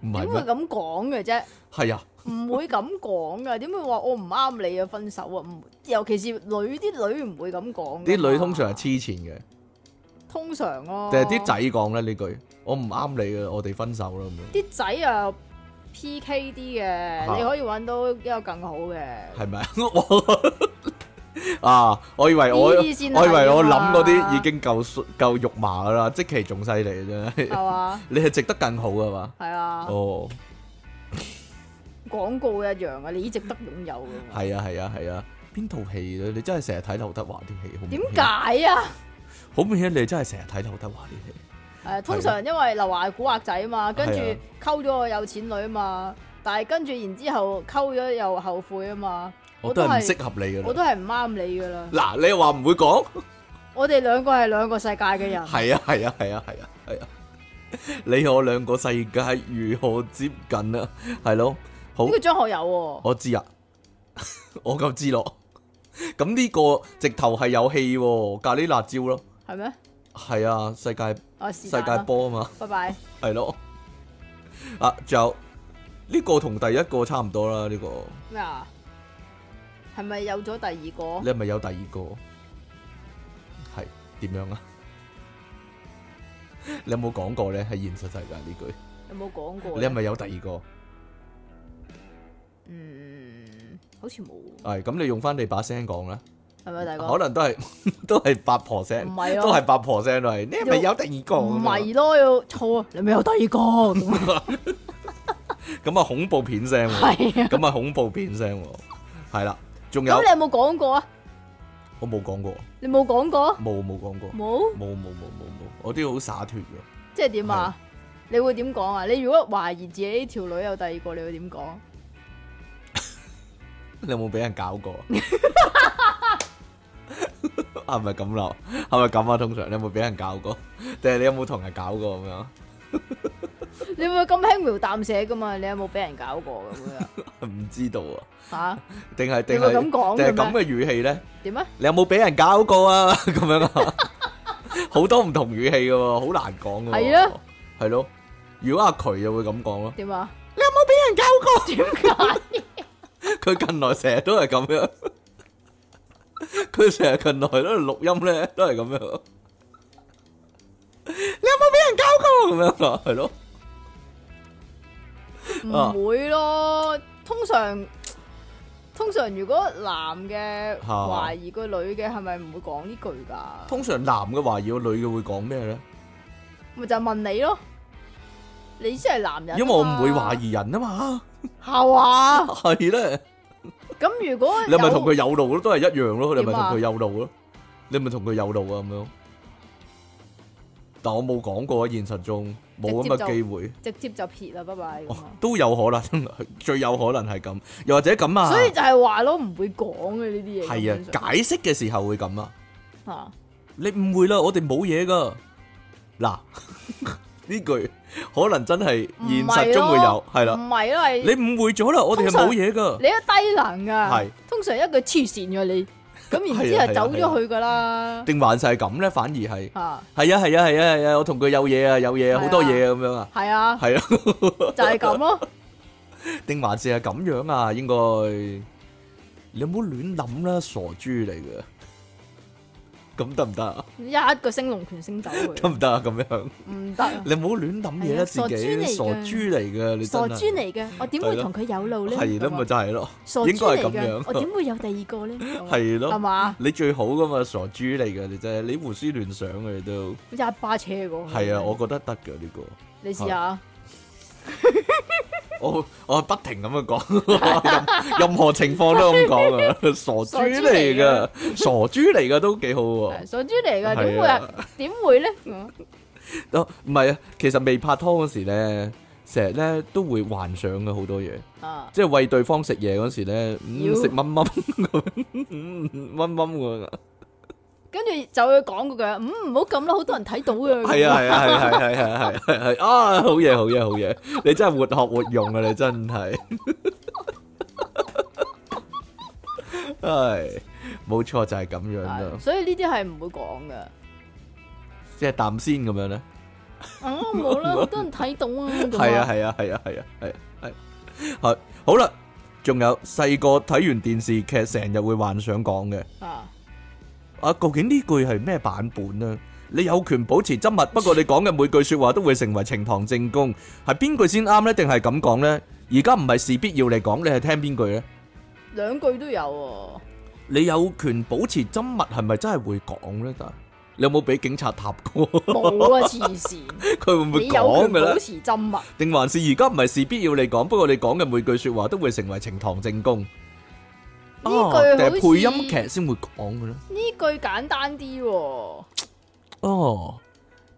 唔點係會咩？咁講嘅啫？係啊，唔會咁講㗎。點會話我唔啱你啊？分手啊？唔，尤其是女啲女唔會咁講㗎嘛。啲女通常係黐線嘅，通常咯，定係啲仔講咧呢句，我唔啱你噶，我哋分手啦咁樣，啲仔啊 P K 啲嘅，你可以揾到一個更好嘅。係咪 (laughs) 啊我？啊，我以為我，我呢以啲為先係我諗嗰啊啲嘛已經夠衰夠肉麻噶啦，即其仲犀利嘅係啫。嘛？你係值得更好噶嘛？係啊，哦。廣告一樣啊，你值得擁有㗎嘛。係啊係啊係啊，邊套戲咧？你真係成日睇劉德華啲戲，好明點顯解啊？好明顯你真係成日睇劉德華啲戲，誒，通常因為劉華係古惑仔嘛，跟住係啊溝咗個有錢女嘛，但係跟住然之後溝咗又後悔啊嘛，我我都都係啊係唔適合你噶我啦。都係唔啱你噶啦，嗱，你又話唔會講，我哋兩個係兩個世界嘅人，系啊系啊系啊系啊系啊！你我兩個世界如何接近啊？係咯，好呢，個張學友喎，我知啊， (laughs) 我夠知咯。咁呢個直頭係有戲喎，咖喱辣椒咯，係咩？係啊，世界啊，世世界，波啊嘛，拜拜。係咯。啊，仲有呢個同第一個差唔多啦，呢個咩啊？係咪有咗第二個？你係咪有第二個？係點樣啊？ (laughs) 你有冇講過咧？喺現實世界呢句？有冇講過你咧？係咪有第二個？嗯，好似冇，係咁，你用翻你把聲講啦，係咪大哥？可能都係都係 (laughs) 八婆聲唔，係咯都係八婆聲嚟。你係咪有第二個？唔係咯，要錯啊！你咪有第 (laughs) 二個咁啊？咁啊，恐怖片聲喎，係啊。咁啊，恐怖片聲喎，係啦。仲有咁你有冇講過啊？我冇講過，你冇講過？冇冇講過，冇冇，冇冇冇冇，我啲好灑脱嘅。即係點啊？你會點講啊？你如果懷疑自己條女有第二個，你會 (laughs) 點講？你有冇俾人搞過？ (laughs) 係咪咁咯？係咪咁啊？通常你有冇俾人搞過？定係你有冇同人搞過咁樣？你會咁輕描淡寫噶嘛？你有冇俾人搞過咁樣唔知道啊？ (laughs) 吓？定係定你會係咁講嘅定係咩咁嘅語氣咧？點啊？你有冇俾人搞過啊？ (laughs) 咁樣啊，好多唔同語氣嘅喎，好難講嘅喎。係啊，係咯。如果阿渠就會咁講咯，點啊？你有冇俾人點解？搞過？佢近來成日都係咁樣，佢成日近來都係錄音咧，都係咁樣。你有冇俾人搞過？咁樣啊，係咯，啊唔會咯，通常通常如果男嘅嚇懷疑個女嘅係咪唔會講呢句㗎？通常男嘅懷疑個女嘅會講咩咧？咪就係問你咯，你先係男人啊嘛，因為我唔會懷疑人啊嘛，係嘛？係咧。咁如果你咪有同佢有路咯，都係一樣咯。你咪點同啊佢有路咯，你咪同佢有路啊咁樣。但我冇講過啊，現實中冇咁嘅直接就機會，直接就撇啦，拜拜咁啊都有可 (laughs) 能，最有可能係咁，又或者咁啊，所以就係話咯，唔會講嘅呢啲嘢。係啊，解釋嘅時候會咁啊，啊，你誤會啦，我哋冇嘢噶。嗱， (laughs) 呢句可能真係唔現係實中會有咯，係唔啦，係咯，係你誤會咗啦，我哋係通常冇嘢噶。你一低能㗎，係通常一句黐線㗎你，咁係啊然係啊之後走係啊咗去㗎 (laughs) 啦，定還是係咁咧？反而係啊，係啊係啊係啊係啊，我同佢有嘢啊有嘢啊係啊好多嘢啊咁樣啊。 (laughs) 係啊，係咯，就係咁咯。定還是係咁樣啊？應該你唔好亂諗啦，傻豬嚟嘅。咁得唔得啊？一個升龍拳升走得佢，唔得啊？ (laughs) 咁樣唔得啊！你唔好亂諗嘢啦，係啊自傻豬嚟己傻㗎豬嚟嘅，你傻真豬係嚟嘅，我點會同佢有路咧？係啦，咪就係咯，傻應該係豬咁嚟樣嘅，我點會有第二 (laughs) 個咧？係係係咯，嘛？你最好噶嘛，傻豬嚟嘅，你真係你胡思亂想嘅你都一巴車過去。係啊，我啊覺得得嘅呢個。你試下，我我不停咁樣講，任任何情況都咁講啊！傻豬嚟噶，傻豬嚟噶都幾好喎。傻豬嚟嘅點會係啊？點會咧？哦，唔係啊，其實未拍拖嗰時咧，成日咧都會幻想嘅好多嘢， (laughs) 啊，即係喂對方食嘢嗰時咧，嗯妖食蚊蚊咁樣，嗯蚊蚊咁樣。跟住就會講嗰句，嗯，唔好咁啦，好多人睇到嘅。係啊係啊係啊係啊係啊係啊係啊啊！好嘢好嘢好嘢，你真係活學活用啊！你真係，唉，冇錯就係咁樣啦啊係，，所以呢啲係唔會講嘅。即係啖先咁樣咧。啊，(laughs) 冇啦，好多人睇到啊。咁係啊，係啊係啊係啊係啊係啊係好啦，仲有細個睇完電視劇成日會幻想講嘅啊，啊，究竟呢句係咩版本呢？你有權保持緘默，不過你講嘅每句说話都會成為呈堂證供，係邊句先啱呢？定係咁講呢？而家唔係事必要你講，你係聽邊句呢？兩句都有你有權保持緘默係咪真係會講呢？但係你有冇俾警察踏過？喎，冇啊，黐線！ (laughs) 佢會 (laughs) 唔會你有講權嘅呢保？持緘默。定還是而家唔係事必要你講，不過你講嘅每句说話都會成為呈堂證供。句啊定係好配似音劇先會講嘅咧。呢句簡單啲喎，哦，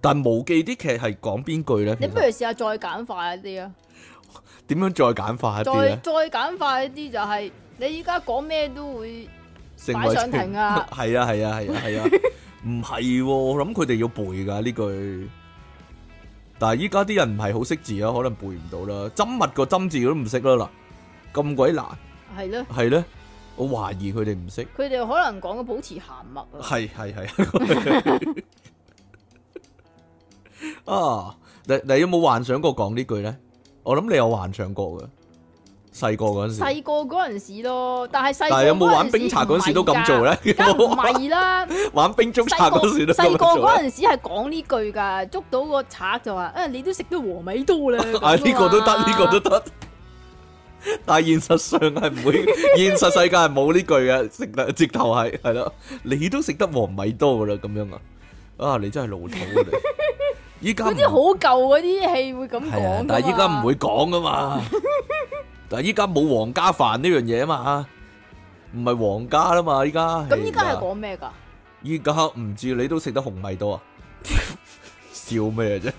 但無記啲劇係講邊句咧？其你不實如試下再簡化一啲啊！點樣再簡化一啲啊再咧？再簡化一啲就係、你依家講咩都會成擺上庭 (laughs) 啊 (laughs) 係啊係啊係啊係啊！唔係喎，我諗佢哋要背㗎呢句。但係依家啲人唔係好識字啊，可能背唔到啦。針密個針字都唔識啦嗱，咁鬼難系咯，係 (laughs) 咧，我懷疑佢哋唔識。佢哋可能講嘅保持鹹默啊，係係係。啊，你你有冇幻想過講呢句咧？我諗你有幻想過嘅，細個嗰陣時。細個嗰陣時咯，但係細但個係有冇玩冰茶嗰陣陣時都咁做？咧？梗唔係啦，玩 (laughs) 冰竹茶細個嗰時都細咁個做嗰咧。陣時係講呢句㗎，捉到個賊就話：，啊你都食到和味刀 (laughs) 啦！啊，呢個都得，呢個都得。得。但係現實上係唔會，現實世界係冇呢句嘅，食得直頭係係咯，你都食得黃米多噶啦，咁樣啊，啊你真係老土啊你！依家嗰唔啲好舊嗰啲戲會咁係啊講，但係係依家唔會講噶嘛，但係依家冇皇家飯呢樣嘢啊嘛，唔係皇家啦嘛，依家咁依家係係啊講咩㗎？依家唔知你都食得紅米多啊？ (laughs) 笑咩啫？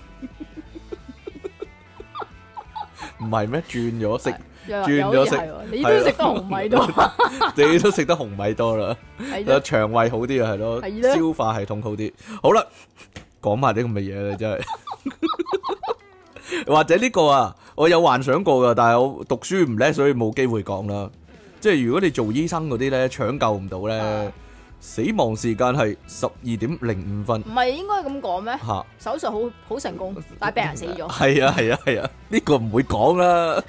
(laughs) 唔係咩？轉咗食，啊又轉又咗好似食係喎，你都食得紅米多， (laughs) 你都食得紅米多啦，係個咯，腸胃好啲啊，係咯，係啦消化系統好啲。好啦，講埋啲咁嘅嘢啦，真係。 (laughs) 或者呢個啊，我有幻想過噶，但係我讀書唔叻，所以冇機會講啦。即係如果你做醫生嗰啲咧，搶救唔到咧啊，死亡時間係十二點零五分唔係應該咁講咩？嚇。手術好好成功，但係病人死咗。係 (laughs) 啊係啊係啊，呢、個唔會講啦。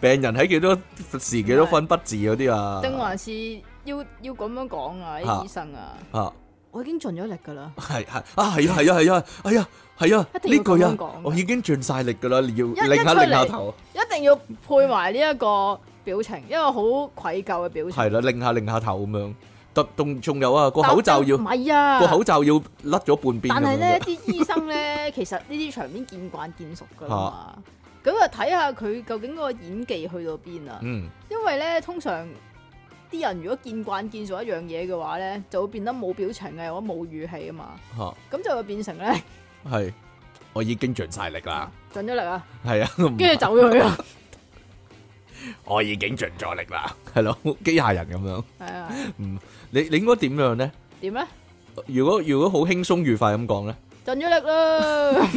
病人喺幾多時幾多分不治嗰啲啊？定還是要要咁樣講啊？啊啲醫生啊，啊，我已經盡咗力㗎啦，係係啊係啊係啊係啊，哎呀係啊，一定呢要句咁樣啊講，我已經盡晒力噶啦，你要一擰下一出嚟擰下頭，一定要配埋呢一個表情，一個好愧疚嘅表情。係啦，擰下擰下頭咁樣。特仲仲有啊，個口罩要但唔係啊，個口罩要甩咗半邊但咁係樣咧，嘅。啲醫生咧，其實呢 (laughs) 啲場面見慣見熟㗎啦嘛。咁啊，睇下佢究竟嗰個演技去到邊啊？嗯，因為咧，通常啲人如果見慣見熟一樣嘢嘅話咧，就會變得冇表情啊，或者冇語氣啊嘛。嚇咁就會變成咧，係，我已經盡晒力啦， (laughs) 盡咗力啊，係啊，唔跟住走咗佢啊。我已經盡咗力啦，係 (laughs) 咯，機械人咁樣。 (laughs) 係啊，你你應該點樣咧？點咧？如果如果好輕鬆愉快咁講咧，盡咗力 (laughs) 啦，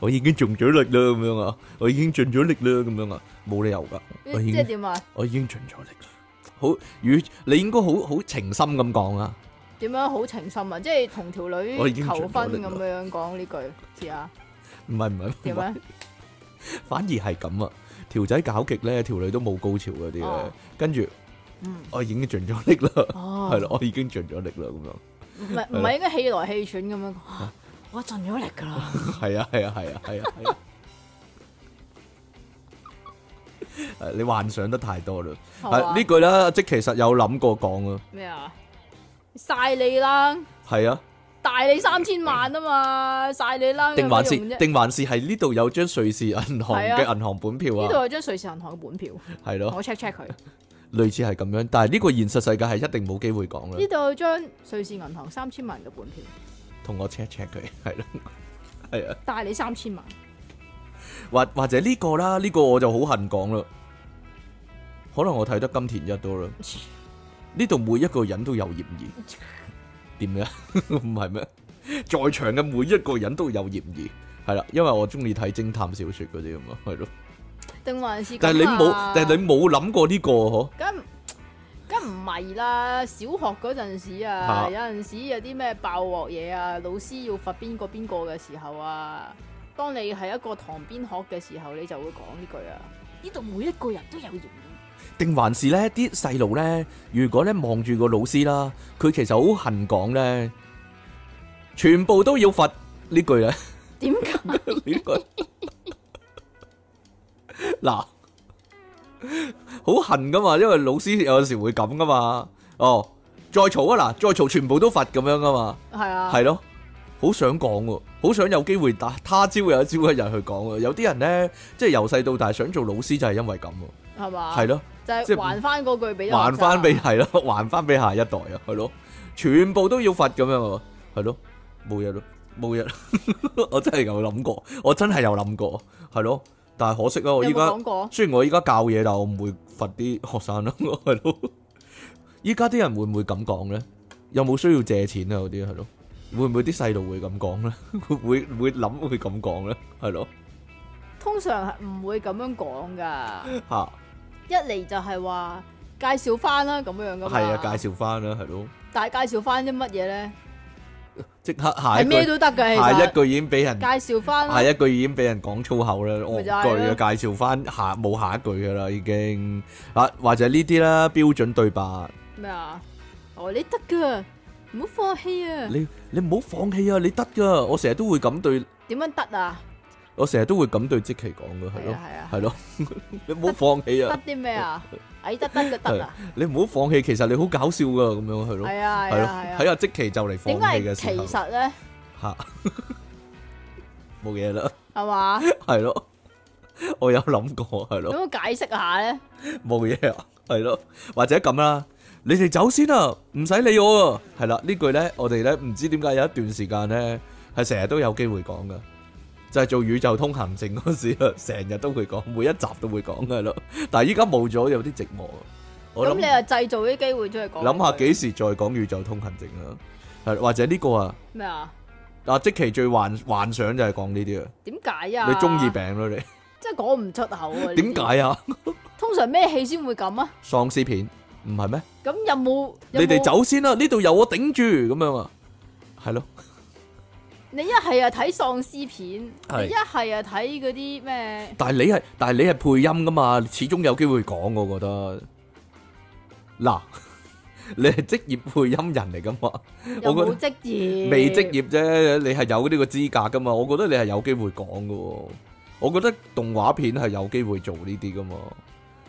我已經盡咗力啦咁樣啊，我已經盡咗力啦咁樣啊，冇理由噶，我已即係經點啊？我已經盡咗力啦。好，與你應該好好情深咁講啊，點樣好情深啊？即係同條我女已經盡咗力求啦婚咁樣講呢句，試下唔係唔係，(laughs) 點咧？反而係咁啊，條仔搞極咧，條女都冇高潮嗰啲咧哦，跟住嗯，我已經盡咗力啦，哦，係咯，，我已經盡咗力啦咁樣。唔係唔係應該氣來氣喘咁樣講啊？我盡咗力噶啦，係啊係啊係啊係啊係啊！誒，你幻想得太多啦。係係嘛呢句啦，即其實有諗過講啊。咩啊？晒你啦，係啊，大你三千萬啊嘛，晒你啦，定還是有乜用啫定還是係呢度有張瑞士銀行係啊嘅銀行本票呢度啊？哦有張瑞士銀行嘅本票，係咯，我 check check 佢。類似係咁樣，但係呢個現實世界係一定冇機會講呢啦。度有張瑞士銀行三千萬嘅本票，同我 check check 佢，係咯，係啊，大你三千萬， (laughs) 或或者呢個啦，呢個我就好恨講啦。可能我睇得金田一多啦。呢度每一個人都有嫌疑，點樣？ (laughs) 唔係咩？在場嘅每一個人都有嫌疑，係啦，因為我中意睇偵探小説嗰啲咁嘛，係咯。定還是咁啊？但係你冇，但係你冇諗過呢個嗬？咁咁唔係啦，小學嗰陣時啊啊，有陣時有啲咩爆鑊嘢啊，老師要罰邊個邊個嘅時候啊，當你係一個堂邊學嘅時候，你就會講呢句啊。呢度每一個人都有嫌疑，定還是咧啲細路咧，如果咧望住個老師啦，佢其實好恨講咧，全部都要罰呢句 (laughs) 咧。點解？呢個嗱，好恨噶嘛，因為老師有時會咁噶嘛。哦，再嘈啊嗱，再嘈全部都罰咁樣噶嘛，係啊，係咯，好想講喎，好想有機會打他朝有一朝一日去講喎。有啲人咧，即係由細到大想做老師就係因為咁喎，係嘛？係咯，就即係係還翻嗰句啊俾還翻俾學生啊係咯， (laughs) 還翻俾下一代啊，係咯，全部都要罰咁樣喎，係咯，冇嘢咯，冇嘢咯， (laughs) 我真係有諗過，我真係有諗過，係咯，但係可惜啊，啊。我你依有冇家講過？ (laughs) 雖然我依家教嘢，但我唔會罰啲學生咯，係咯，依家啲人會唔會咁講咧？有冇需要借錢啊？嗰啲係咯，會唔會啲細路會咁講咧？會 (laughs) 會會諗會咁講咧？係咯，通常係唔會咁樣講噶。嚇一嚟就係話介紹翻啦咁樣噶嘛。係啊，介紹翻啦，係咯，但係介紹翻啲乜嘢咧？即刻下一係咩句，都得嘅，其下一實句已經俾人。介紹翻下啦，一句已經俾人講粗口啦，咪戇就係句啊！介紹翻下冇下一句噶啦，已經啊，或者呢啲啦，標準對白，咩啊？哦，你得噶，唔好放棄啊！你你唔好放棄啊！你得噶，我成日都會咁對，點樣得啊？我成日都會咁對即奇講噶，係係咯啊，係啊，係咯， (laughs) 你唔好放棄得 (laughs) 啊！啲咩啊？矮得得嘅得啊，你唔好放棄，其實你好搞笑噶，咁樣係咯，係啊係係啊咯，係喺啊。阿即奇就嚟放點棄解係嘅其時候，實咧嚇 (laughs) 冇嘢啦，係嘛？係咯，我有諗過，係咯。有冇解釋下咧？冇嘢啊， (laughs) 系咯，或者咁啦，你哋走先啦，唔使理我啊，系啦，呢句咧，我哋咧唔知點解有一段時間咧係成日都有機會講噶，就係做宇宙通行證嗰時啊，成日都會講，每一集都會講噶咯，但係依家冇咗，有啲寂寞啊，我咁諗你又製造啲機會出去講。諗下幾時再講宇宙通行證啦，係或者呢個啊，咩啊？阿即其最幻幻想就係講呢啲啊，點解啊？你中意病咯你，真係講唔出口啊！呢啲點？解啊？通常咩戲先會咁啊？喪屍片唔係咩？咁有冇？有你哋冇走先啦，呢度有我頂住咁樣啊，係咯，你一係啊睇喪屍片，係你一係啊睇嗰啲咩？但係你係但係你係配音噶嘛，始終有機會講，我覺得。 (laughs) 嗱，你係職業配音人嚟噶嘛，又我覺冇職業，未職業啫，你係有呢個資格噶嘛，我覺得你係有機會講噶喎，我覺得動畫片係有機會做呢啲噶嘛，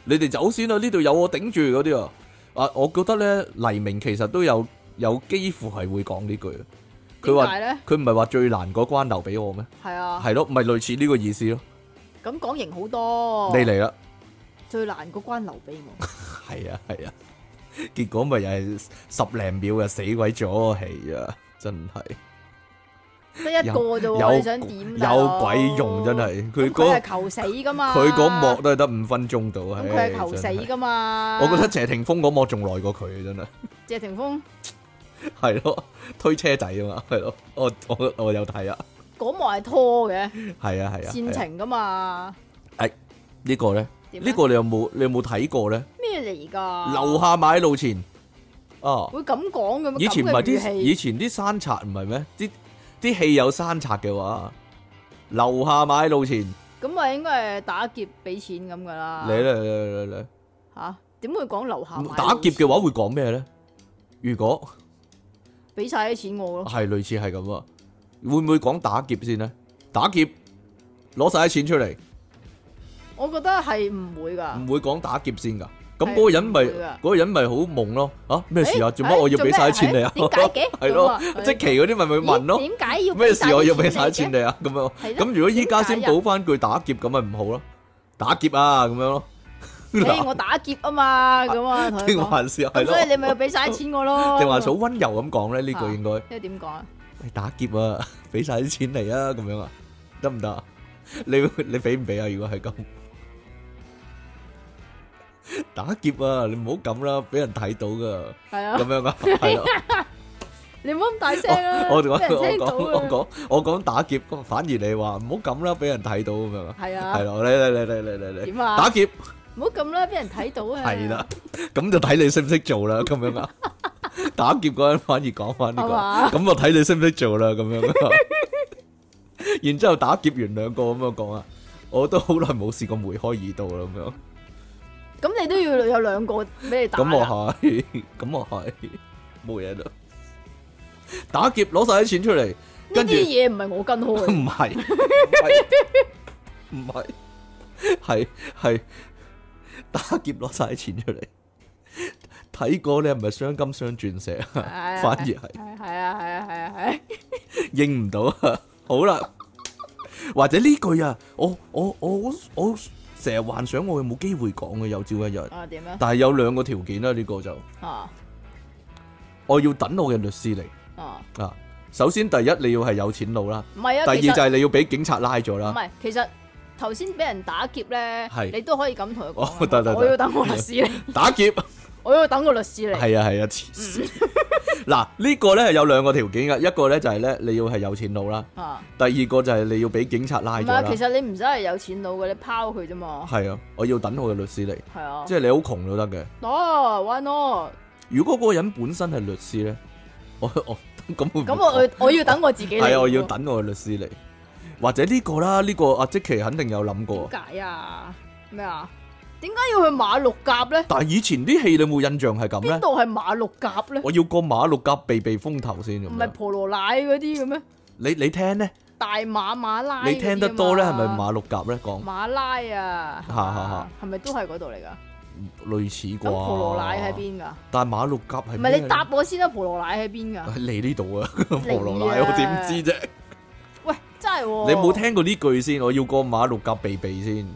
你哋走先啦，呢度有我頂住嗰啲啊，啊，我覺得咧黎明其實都有有幾乎係會講呢句，佢點話解咧？佢唔係話最難嗰關留俾我咩？係啊，系咯，咪類似呢個意思咯。咁講型好多。你嚟啦， (laughs) 最難嗰關留俾我，係啊係啊，結果咪又係十零秒就死鬼咗，係啊，真係得一個啫喎，你想點？大佬有鬼用真。係。佢咁佢嗰係求死噶嘛？佢嗰幕都係得五分鐘到，咁係佢係求真死係噶嘛？我覺得謝霆鋒嗰幕仲耐過佢，真係謝霆鋒係咯，推車仔啊嘛，係咯，我我我有睇啊，嗰幕係拖嘅，係啊係啊，煽係啊情噶嘛？呢個咧，點呢啊個你有冇你有冇睇過咧？咩嚟㗎？樓下買路前啊！會咁講嘅咩？以前唔係咁嘅啲語氣以前啲山賊唔係咩？啲啲戲有山賊嘅話，樓下買路錢，咁咪應該係打劫俾錢咁噶啦。嚟嚟嚟嚟吓？點會講樓下買嚟，打劫嘅話會講咩咧？如果俾晒啲錢我咯，係類似係咁啊，會唔會講打劫先咧？打劫攞晒啲錢出嚟，我覺得係唔會噶唔。會講打劫先㗎。咁係嗰個人咪唔會㗎嗰個人咪好懵咯，啊咩事啊？誒做乜我要誒俾晒啲錢你啊？做咩 (laughs) 係點解 (laughs) 嘅係咯咁啊，即期嗰啲咪咪問咯，咦點解要咩事我要俾晒啲錢錢你啊？咁樣。你嘅？咁如果依家先補翻句打劫，咁咪唔好咯？打劫啊，咁樣咯。 (laughs) 誒我打劫 (laughs) 啊嘛，咁啊同佢定講，還是係咁所以咯？你咪要俾晒啲錢我 (laughs) 咯。定還是好温柔咁講咧？呢句應該因為點講啊？喂打劫啊，俾晒啲錢嚟啊，咁樣啊，得唔得啊？你你俾唔俾啊？如果係咁，打劫啊！你唔好咁啦，俾人睇到噶，係咁啊，樣啊，係咯。你唔好咁大聲啊，我我我俾人聽到講我啊。講我講打劫，反而你話唔好咁啦，俾人睇到咁樣啊，係係啊，咯，嚟嚟嚟嚟嚟嚟嚟，點啊？打劫。唔好咁啦，俾人睇到啊。系啦，咁就睇你識唔識做啦，咁樣 (laughs) 啊。打劫嗰人反而講翻呢係嘛個，咁就睇你識唔識做啦，咁樣啊。然之后打劫完兩個咁樣講啊，我都好耐冇試過梅開二度啦，咁樣。咁你都要有兩個俾你打㗎。咁我係，咁我係，冇嘢啦。打劫攞晒啲錢出嚟，呢跟住啲嘢唔係我跟開，唔係，唔係唔係，係係打劫攞晒啲錢出嚟。睇過你係咪雙金雙鑽 (laughs) 石啊？反 (laughs) 反而係係係啊係啊係啊係啊。應唔到啊！好啦，或者呢句啊，我我我我成日幻想我有冇機會講嘅，有朝一日。啊點啊？但係有兩個條件啦、呢、個就啊我要等我嘅律師嚟啊，啊。首先第一你要係有錢佬啦，唔係第啊，二其就實。係你要俾警察拉咗唔啦。係，其實頭先俾人打劫咧係，你都可以咁同佢哦得講得啊，得 (laughs) 我要等我律師嚟，打劫我我要等個律師嚟。系啊系啊，黐線 (laughs) 嗱呢個咧有兩個條件嘅，一個咧就係咧你要係有錢佬啦，啊，第二個就係你要俾警察拉唔咗係啊，啦。其實你唔使係有錢佬嘅，你拋佢啫嘛。係啊，我要等我嘅律師嚟，係啊，即係你好窮都得嘅。哦，why not？如果嗰個人本身係律師咧，我 (laughs) 我咁會唔會 (laughs) 咁我我要等我自己嚟喎。係啊，我要等我嘅律師嚟，或者呢個啦，呢個阿即奇肯定有諗過。點解啊？咩啊？點解要去馬六甲咧？但係以前啲戲你有冇印象係咁邊咧？度係馬六甲咧？我要過馬六甲避避風頭先咁唔係樣。婆羅奶嗰啲嘅咩？你你聽咧，大馬馬拉嗰啲啊嘛。你聽得多咧，係咪馬六甲咧講馬拉啊？嚇嚇嚇係咪都係嗰度嚟㗎？類似啩？咁婆羅奶喺？邊㗎？但係馬六甲係咩唔係呢你答我先啦，婆羅奶喺邊㗎？喺你呢度 (laughs) 啊，你啊哦婆羅奶我點知啫？喂，真係喎！你冇聽過呢句先，我要過馬六甲避避先。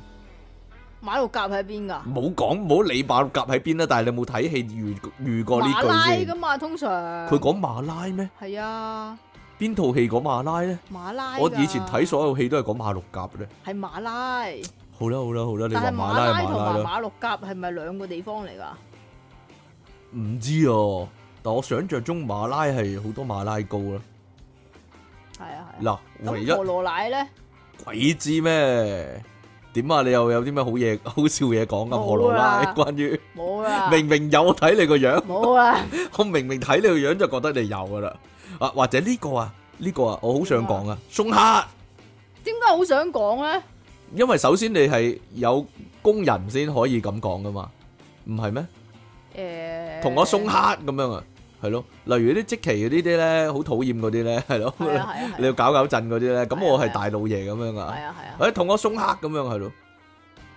馬六甲喺邊㗎？冇講唔好理馬六甲喺邊啦，但係你有冇睇戲遇遇哦過呢馬拉句㗎先？嘛，通常佢講馬拉咩？係啊，邊套戲講馬拉咧？馬拉㗎。我以前睇所有戲都係講馬六甲咧。係馬拉，好啦好啦好啦，你話但係馬馬拉係拉馬同拉埋啦。馬六甲係咪兩個地方嚟㗎？唔知啊，但我想象中馬拉係好多馬拉糕啦。係啊係啊。嗱，唯一咁婆羅奶咧？鬼知咩？點啊？你又有啲咩好嘢、 (laughs) 好笑嘢講啊？冇婆羅拉 (laughs) 啦關於冇啦，明明有我睇你個樣， (laughs) 冇啦，我明明睇你個樣就覺得你有噶啦。啊，或者呢個啊，呢個啊，我好想講啊，送客。點解好想講咧？因為首先你係有工人先可以咁講噶嘛，唔係咩？诶，同我送客咁樣啊，係咯。例如啲即期嗰啲啲咧，好討厭嗰啲咧， (laughs) 係咯，係啊係啊你要搞搞震嗰啲咧，咁係啊我係係啊大老爺咁樣係啊，啊係啊，誒同我送客咁樣係咯，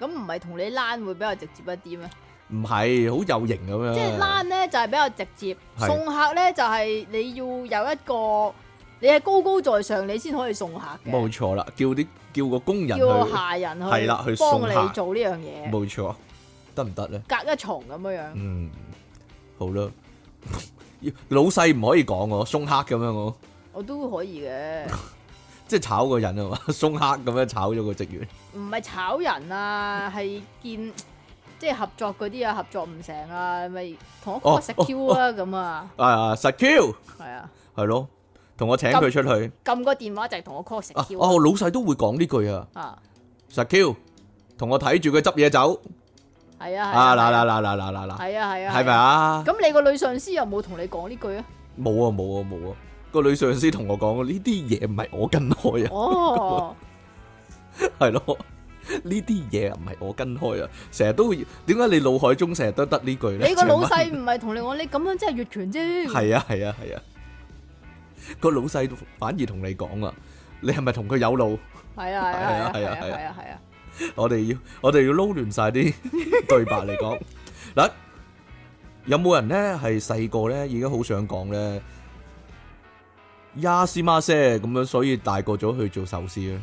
咁唔係同你躝會比較直接一啲咩？唔係好有型咁樣。即係躝咧就係比較直接，嗯係送客咧就係你要有一個你係高高在上，你先可以送客冇嘅，錯啦，叫啲叫個工人叫個去，下人去係啦去送幫客你做呢樣嘢，冇錯，得唔得咧？隔一床咁樣樣，嗯，好啦， (laughs) 老細唔可以講我送客咁樣我。我都可以嘅，即係炒個人啊嘛， (laughs) 鬆黑咁樣炒咗個職員，唔係炒人啊，係見。即係合作嗰啲啊，合作唔成啊，咪同我哦 call 食 Q 啊咁啊，啊實 Q 係啊。係咯，同我請佢出去撳個電話就係同我 call 食啊， Q 啊哦老細都會講呢句啊，啊，實 Q 同我睇住佢執嘢走係啊，係啊嗱嗱啊嗱嗱嗱嗱係啊係嗱，啊，係咪啊？啊？咁你個女上司有冇同你講呢句啊？冇啊冇啊冇啊，個女上司同我講呢啲嘢唔係我跟開啊，哦， (laughs) 係咯。呢啲嘢唔係我跟開啊，成日都會點解你腦海中成日都得呢句咧？你個老細唔係同你講，你咁樣真係越權啫。系啊系啊系啊，個老細反而同你講啊，你係咪同佢有路？係啊係啊係係啊啊係啊係啊係啊，我哋要我哋要撈亂晒 (laughs) 啲對白嚟講嗱，有冇人咧係細個咧已經好想講咧呀斯媽些咁樣，所以大個咗去做壽司咧？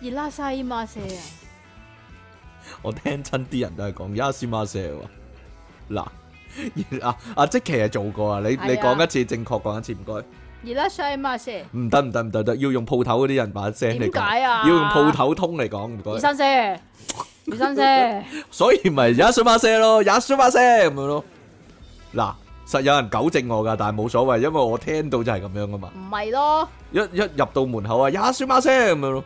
熱拉西嘛射啊！我聽親啲人都係講呀斯媽些喎。 (laughs) 嗱，阿阿即奇係做過啊，你係啊你講一次正確講一次，唔該。熱拉西 (laughs) 嘛射，唔得唔得唔得唔得，要用鋪頭嗰啲人把聲嚟點講，解啊？要用鋪頭通嚟講，唔二該。三四，二 (laughs) 三四，所以咪也水把聲咯，也水把聲咁樣咯。嗱，實有人糾正我噶，但係冇所謂，因為我聽到就係咁樣噶嘛。唔係咯？一一入到門口啊，也水把聲咁樣咯。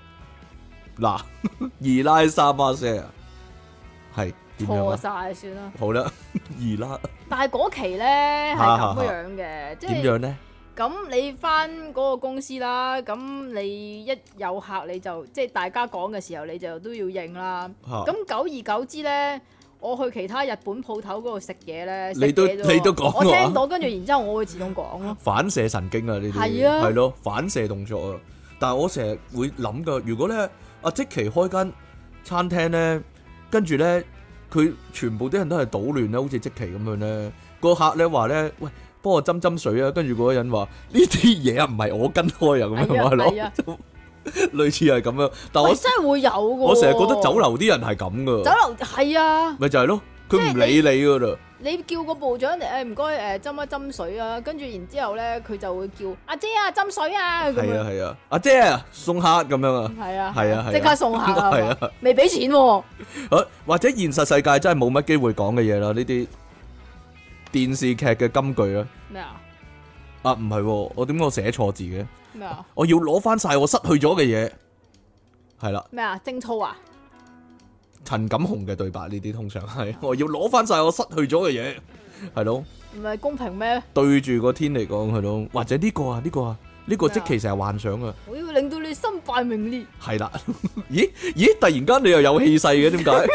嗱， (laughs) 二奶三把聲啊，係點樣錯啊？晒算啦。好啦， (laughs) 二奶但係嗰期咧係咁樣嘅，即啊點係。樣咧？咁你翻嗰個公司啦，咁你一有客你就即係大家講嘅時候，你就都要應啦。嚇咁久而久之呢，我去其他日本鋪頭嗰度食嘢呢，食你都嘢啫喎你都講我喎聽到，跟住然之後我會自動講咯。反射神經啊！呢啲係啊係咯，反射動作啊！但係我成日會諗噶，如果咧阿即奇開間餐廳咧，跟住咧佢全部啲人都係搗亂咧，好似即奇咁樣咧，個客咧話咧，喂，幫我斟斟水啊！跟住嗰個人話呢啲嘢啊，唔係我跟開啊，咁樣 (laughs) 係啊係係啊咯，類似係咁樣。但喂我真係會有嘅。我成日覺得酒樓啲人係咁酒噶，樓係啊，咪就係咯，佢唔即係理你你噶啦，你叫個部長嚟，誒唔該誒斟一斟水啊，跟住然之後呢，佢就會叫阿姐啊斟水啊咁係樣啊。係啊，阿姐啊送客咁樣啊。係啊，係啊係啊即刻送客啊係啊係嘛，未俾錢喎。 (laughs) 好或者現實世界真係冇乜機會講嘅嘢啦，呢啲電視劇嘅金句啦。咩啊啊，唔係喎，我點解我寫錯字嘅？咩 (laughs) 啊我要攞翻晒我失去咗嘅嘢。係啦，咩啊，精粗啊，陳錦鴻嘅對白呢啲通常係我要攞翻晒我失去咗嘅嘢，係咯，唔係公平咩？對住個天嚟講係咯，或者呢個啊呢個啊呢個咩即啊其實係幻想啊。我要令到你身敗名裂，系啦， (laughs) 咦咦，突然間你又有氣勢嘅，點解？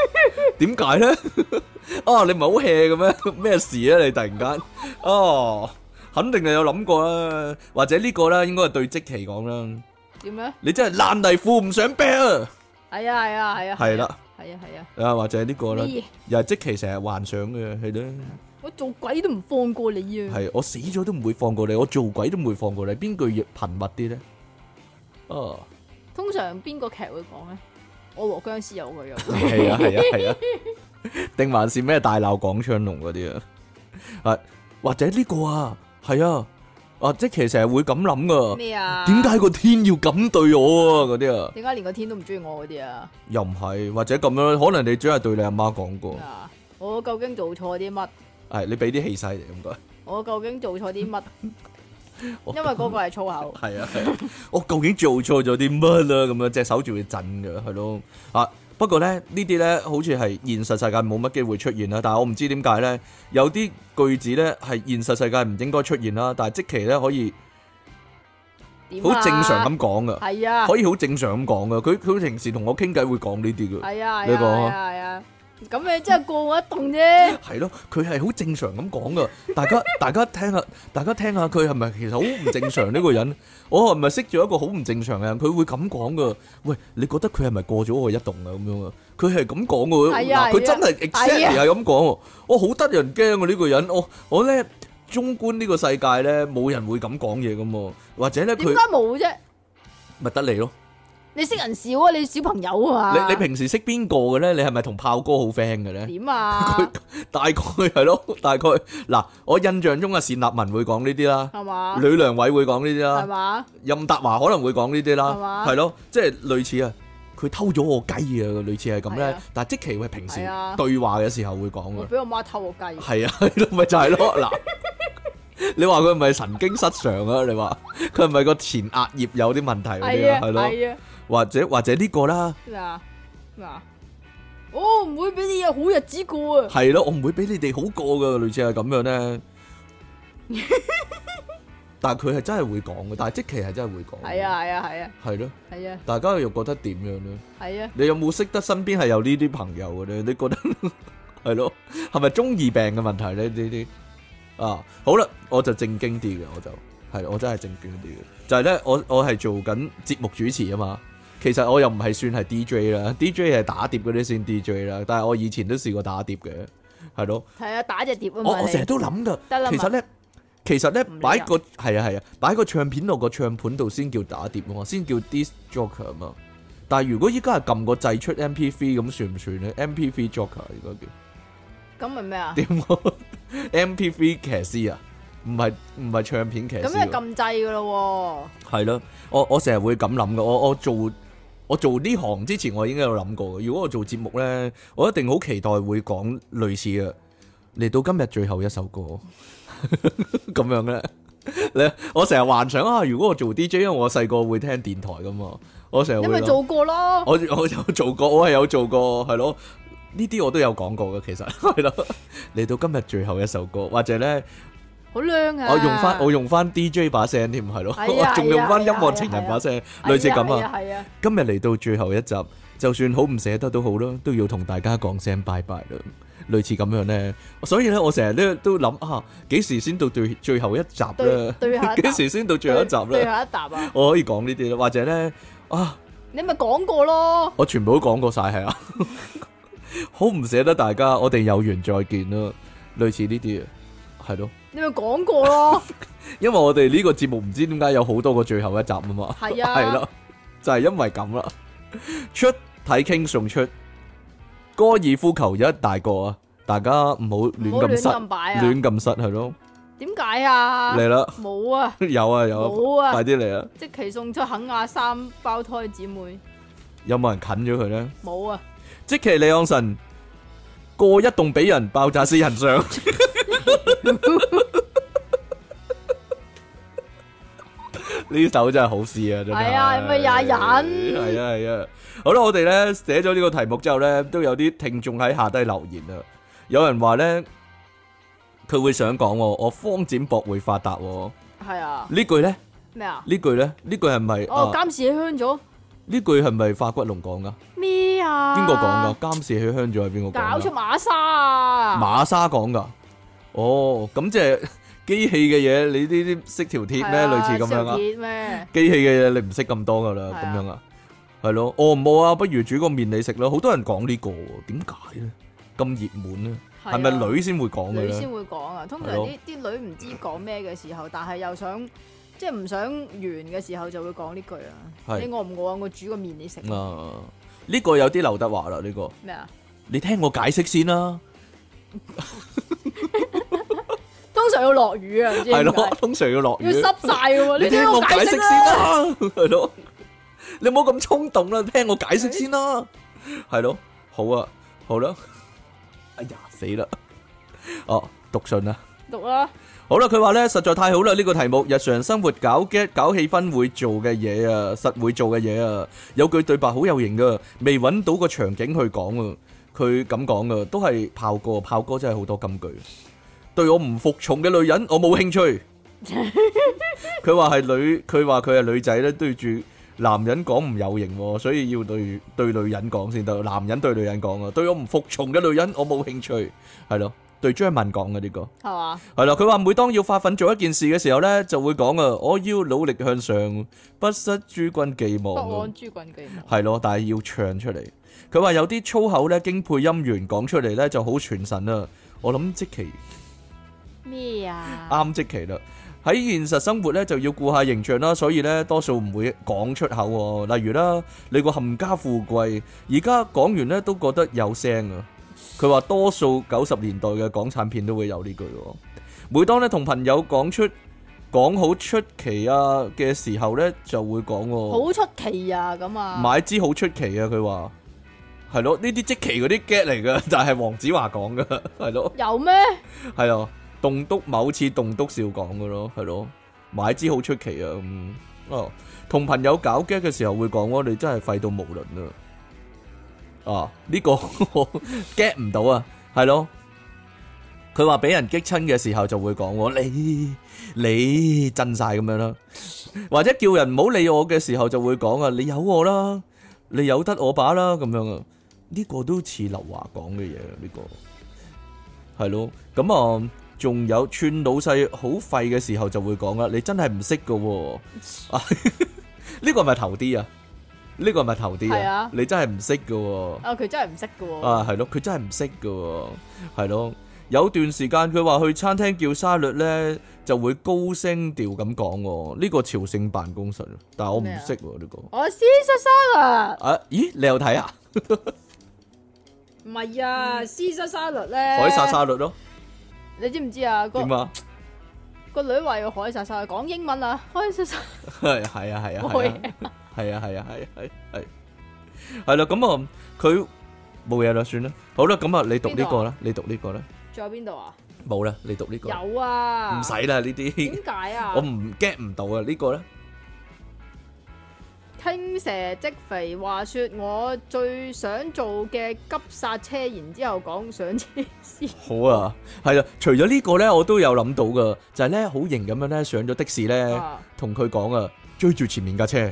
點解咧？ (laughs) 啊，你唔係好 hea 嘅咩？ (laughs) 咩事咧？你突然間哦，肯定你有諗過啦，或者呢個啦，應該係對積淇講啦。點咧？你真係爛泥扶唔上壁啊！係啊係啊係啊，係啦，係啊係啊，啊或者呢個啦，咩又係積淇成日幻想嘅，係咧，我做鬼都唔放過你啊！係我死咗都唔會放過你，我做鬼都唔會放過你，邊句越頻密啲咧？哦。通常邊個劇會講咧？我和僵屍有佢啊， (laughs) 系 (laughs) 啊系啊系啊，定還是咩大鬧廣昌隆嗰啲啊？啊，或者呢個啊，係啊，啊，即其實係會咁諗噶。咩啊？點解個天要咁對我啊？嗰啲啊，點解連個天都唔中意我嗰啲啊？又唔係，或者咁樣，可能你只係對你阿媽講過，啊！我究竟做錯啲乜？係你俾啲氣勢嚟應該。我究竟做錯 (laughs) 啲乜？我因為嗰個係粗口。係啊係啊，我究竟做錯咗啲乜啦？咁樣隻手仲要震嘅，係咯啊。不過咧，呢啲咧好似係現實世界冇乜機會出現啦。但係我唔知點解咧，有啲句子咧係現實世界唔應該出現啦。但係即期咧可以 (laughs) 點好啊正常咁講噶，係啊，可以好正常咁講噶。佢佢平時同我傾偈會講呢啲嘅，係啊，你係講啊啊，係啊。咁你真係過我一棟啫，係咯，佢係好正常咁講噶。大 (laughs) 家大家聽下，大家聽下佢係咪其實好唔正常呢個人？ (laughs) 我係咪識咗一個好唔正常嘅人？佢會咁講噶。喂，你覺得佢係咪過咗我一棟啊？咁樣啊？佢係咁講噶。係啊嗱，佢係啊真係係 exactly 啊係咁講喎。我好得人驚啊！呢個人，我我咧中觀呢個世界咧，冇人會咁講嘢咁喎。或者咧點 (laughs) 佢解冇啫？咪得你咯。你識人少啊，你小朋友啊嘛。你你平時識邊個嘅咧？你係咪同炮哥好 friend 嘅咧？(laughs) 點啊？大概係咯，大概嗱，我印象中啊，單立文會講呢啲啦。係嘛？吕良偉會講呢啲啊係啦，嘛？任達華可能會講呢啲係啦，嘛係咯，即係類似啊，佢偷咗我雞啊，類似係咁係咧啊。但係即其會平時係啊對話嘅時候會講我嘅，俾我媽偷個雞。係啊， (laughs) 係咯，咪就係咯 (laughs) 嗱。你話佢係咪神經失常啊？你話佢係咪個前額葉有啲問題嗰啲係啊？啊，係咯，係啊。或者或者呢個啦，咩啊？咩啊？我唔會俾你有好日子過啊！係咯，我唔會俾你哋好過噶，類似係咁樣 (laughs) 咧。但係佢係真係會講嘅，但係即其係真係會講。係，啊，係啊，係啊，係咯，係啊，大家又覺得點樣咧？係啊。你有冇識得身邊係有呢啲朋友嘅咧？你覺得 (laughs) 係咯？係咪中二病嘅問題咧？呢啲啊，好啦，我就正經啲嘅，我就係我真係正經啲嘅，就係、呢，咧，我我係做緊節目主持啊嘛。其實我又唔係算係 DJ 啦，DJ 係打碟嗰啲先 DJ 啦。但係我以前都試過打碟嘅，係咯。係啊，打隻碟啊我嘛。我你成日都諗噶得啦，嘛其實咧，其實咧唔理擺啊個係啊係啊，擺個唱片落個唱盤度先叫打碟啊嘛，先叫 disc joker 啊嘛。但係如果依家係撳個掣出 MP3 咁算唔算咧？MP3 joker 啊應咁咪咩啊？該叫 (laughs) 點啊？MP3 騎師啊，唔係唔係唱片騎啊師咁就喎，撳掣噶咯係咯。我我成日會咁諗噶，我我做。我做呢行之前，我已經有諗過嘅。如果我做節目咧，我一定好期待會講類似嘅。嚟到今日最後一首歌， (laughs) 咁樣咧，你我成日幻想啊，如果我做 DJ，因為我細個會聽電台噶嘛，我成日喎，你會咪諗做過咯。我我有做過，我係有做過，係咯。呢啲我都有講過嘅，其實係咯。嚟到今日最後一首歌，或者咧，好靚啊！我用翻我用翻 DJ 把聲添，係咯，係 (laughs) 啊我仲用翻音係啊係樂啊情人把聲，係類似咁啊。係啊，今日嚟到最後一集，就算好唔捨得都好啦，都要同大家講聲拜拜啦。類似咁樣咧，所以咧，我成日咧都諗啊，幾時先到最最後一集對咧？對下一集 (laughs) 幾時先到最後一集最咧？後一集啊，我可以講呢啲啦，或者咧啊， (laughs) 你咪講過咯。我全部都講過晒係啊，好唔捨得大家，我哋有緣再見啦。類似呢啲啊，係咯，你咪講過咯，因為我哋呢個節目唔知點解有好多個最後一集啊嘛。係啊， (laughs) 系啦，就係因為咁啦。出體傾送出高爾夫球有一大個啊，大家唔好 (laughs) 亂唔好亂咁塞，咁擺啊，亂咁塞係咯。點解啊？嚟啦， (laughs) 冇啊，有啊有冇啊，啊快，啲嚟啊！即期送出肯亞三胞胎姊妹，有冇人啃咗佢咧？冇啊，即其李昂臣過一棟俾人爆炸私人相， (laughs) 呢首真係好事啊！真係係啊咪也忍係啊係啊。好啦，我哋咧寫咗呢個題目之後咧，都有啲聽眾喺下低留言啊。有人話咧，佢會想講喎，我方展博會發達喎。系啊，呢句咧，咩啊？呢句咧，呢句係咪哦，啊？监视器香咗呢句係咪化骨龍講噶？咩啊？邊個講噶？監視器香咗係邊個搞講出㗎？馬沙啊！馬莎講噶。哦，咁即係機器嘅嘢，你呢啲識條鐵係咩？啊類似咁樣啊？燒鐵咩？機器嘅嘢你唔識咁多噶啦，係咁啊樣啊，係咯，哦冇啊，不如煮個麵你食咯。好多人講呢個喎，點解咧？咁熱門咧，係啊係咪女先會講嘅女先咧？會講啊？通常係咯啲啲女唔知講咩嘅時候，但係又想即係唔想完嘅時候，就會講呢句啊！係你餓唔餓啊？我煮個麵你食啊，呢個有啲劉德華啦，呢個咩啊？你聽我解釋先啦，通常要落雨啊，唔知係點咯解，通常要落要雨，濕晒嘅喎。你聽聽我解釋釋先啦，啦，係咯，你唔好咁衝動啦，聽我解釋先啦，係咯，好啊，好啦，哎呀死啦，哦讀信啦。讀啦，好啦，佢話呢實在太好啦！呢、個題目，日常生活搞 get 搞氣氛會做嘅嘢啊，實會做嘅嘢啊，有句對白好有型噶，未揾到個場景去講啊，佢咁講噶，都係炮哥，炮哥真係好多金句。對我唔服從嘅女人，我冇興趣。佢話係女，佢話佢係女仔咧，對住男人講唔有型喎，所以要對對女人講先得，男人對女人講啊，對我唔服從嘅女人，我冇興趣，係咯，對張文講嘅呢個。係嘛？系啦，佢話每當要發奮做一件事嘅時候呢，就會講啊，我要努力向上，不失諸君寄不望啊安。諸君記望係咯，但係要唱出嚟。佢話有啲粗口呢，經配音員講出嚟呢就好傳神啦。我諗即期咩啊？啱即期啦。喺現實生活呢，就要顧下形象啦，所以呢，多數唔會講出口喎。例如啦，你個冚家富貴，而家講完呢都覺得有聲啊。佢話多數九十年代嘅港產片都會有呢句喎。每當咧同朋友講出講好出奇啊嘅時候呢，就會講喎，好出奇啊！咁啊，買支好出奇啊！佢話係咯，呢啲即期嗰啲 get 嚟噶， (laughs) 但係黃子華講噶，係咯。有咩？系啊，棟篤某次棟篤笑講嘅咯，係咯，買支好出奇啊，嗯，哦，同朋友搞 g 嘅時候會講咯，你真係廢到無倫啊，啊，呢、個 (laughs) 我 get 唔到啊，係咯，佢話俾人激親嘅時候就會講我你你震晒咁樣啦，或者叫人唔好理我嘅時候就會講啊，你有我啦，你有得我把啦咁樣啊，呢、個都似劉華講嘅嘢啊呢個。系咯，咁啊，仲有串老細好廢嘅時候就會講啊啦，你真係唔識噶喎，啊呢個係咪頭啲啊？呢個係咪頭啲係啊啊？你真係唔識噶喎。啊，佢真係唔識嘅喎。啊，係咯，佢真係唔識噶，係咯。有段時間佢話去餐廳叫沙律咧，就會高聲調咁講喎。呢個朝聖辦公室，但係我唔咩啊識喎呢個。我 Caesar salad 啊，咦？你有睇啊？唔係啊，Caesar salad 咧，海沙沙律咯，你知唔知啊？個點啊？ (laughs) 個女話要海殺殺，講英文啊，海殺殺，係係啊係啊係啊冇。系啊系啊系系系系啦，咁啊佢冇嘢啦，算啦。好啦，咁啊你讀呢個啦，你讀呢個啦， (laughs) 仲有邊度啊？冇啦，你讀呢個啦，有啊，唔使啦呢點啲，解啊？我唔 get 唔到啊呢個咧，傾蛇即肥，話說我最想做嘅急剎車，然之後講上車先，好啊，係啊。除咗呢個咧，我都有諗到噶，就係咧好型咁樣咧上咗的士咧，啊同佢講啊追住前面架車，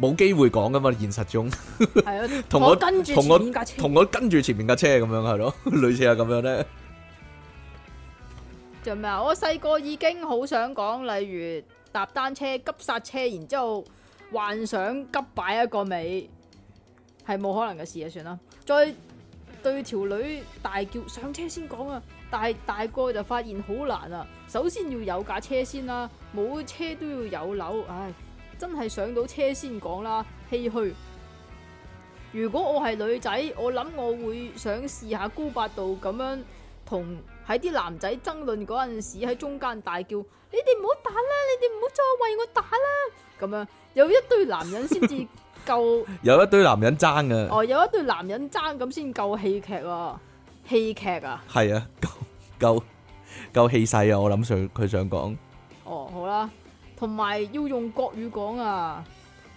冇機會講噶嘛，現實中。係啊， (laughs) 同我跟住同我前面架車，同我跟住前面架車咁樣係咯， (laughs) 類似係咁樣咧，仲有咩啊？我細個已經好想講，例如搭單車急剎車，然之後幻想急擺一個尾，係冇可能嘅事啊，算啦。再對條女大叫上車先講啊，但係大個就發現好難啊。首先要有架車先啦，冇車都要有樓，唉，真係上到車先講啦，唏噓。如果我係女仔，我諗我會想試下高八度咁樣。同喺啲男仔爭論嗰陣時，喺中間大叫：你哋唔好打啦，你哋唔好再為我打啦！咁樣有一堆男人先至 (laughs) 夠，有一堆男人爭啊，哦，有一堆男人爭咁先夠戲劇啊！戲劇啊，係啊，夠夠夠氣勢啊！我諗佢佢想講，哦，好啦，同埋要用國語講啊，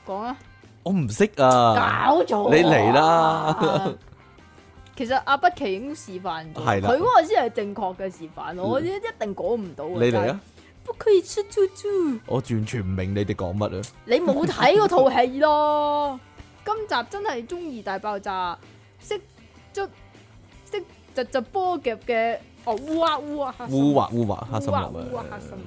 講啊，我唔識啊，搞咗啊你嚟啦！其實阿北奇已經示範咗，係啦嗯佢嗰個先係正確嘅示範，我一定講唔到你嚟！啊！不可以出豬豬，我完全唔明你哋講乜啊！你冇睇嗰套戲咯。 (laughs) 今集真係中意大爆炸，識捽識就就波夾嘅，哦烏啊烏啊黑心烏畫烏畫黑心烏啊烏立啊啊黑，心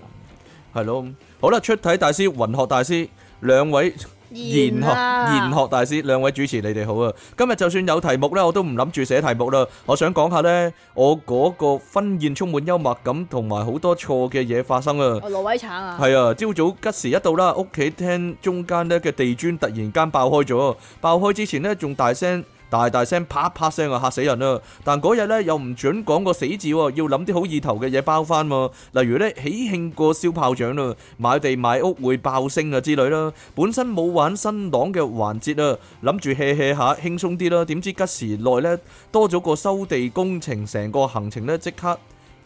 係咯，好啦，出體大師、雲學大師兩位。立，研學研學大師兩位主持，你哋好啊！今日就算有題目呢，我都唔諗住寫題目啦。我想講下呢，我嗰個婚宴充滿幽默感，同埋好多錯嘅嘢發生啊！哦羅偉橙啊，係啊，朝早吉時一到啦，屋企廳中間呢嘅地磚突然間爆開咗，爆開之前呢，仲大聲大大聲啪啪聲啊，嚇死人啦！但嗰日呢，又唔準講個死字喎，要諗啲好意頭嘅嘢包翻喎，例如呢，喜慶過燒炮仗啦，買地買屋會爆升啊之類啦。本身冇玩新郎嘅環節啊，諗住 hea hea 下輕鬆啲啦，點知吉時內呢，多咗個收地工程，成個行程呢，即刻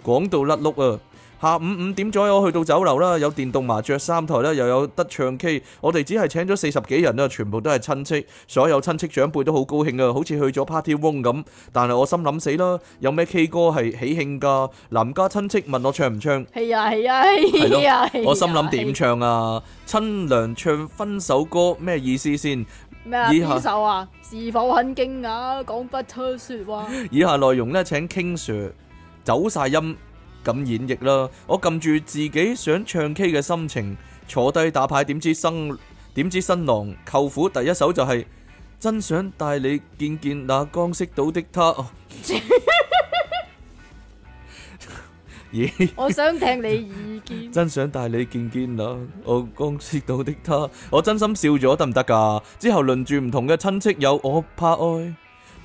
講到甩碌啊！下午五點左右去到酒樓啦，有電動麻雀三台啦，又有得唱 K。我哋只係請咗四十幾人啦，啊全部都係親戚，所有親戚長輩都好高興啊，好似去咗 party room 咁。但係我心諗死啦，有咩 K 歌係喜慶㗎？男家親戚問我唱唔唱？係啊係啊係啊，係啊我心諗點唱啊？親娘唱分手歌咩意思先？咩啊？以下邊首啊？是否很驚訝？講不出説話。 (laughs) 以下內容呢，請 King Sir 走晒音咁演繹啦。我撳住自己想唱 K 嘅心情，坐低打牌，點知新點知新郎舅父第一首就係、真想帶你見見那剛識到的他。 (laughs) 哦咦？我想聽你意見。真想帶你見見啦，我剛識到的他，我真心笑咗得唔得噶？之後輪住唔同嘅親戚有我怕愛，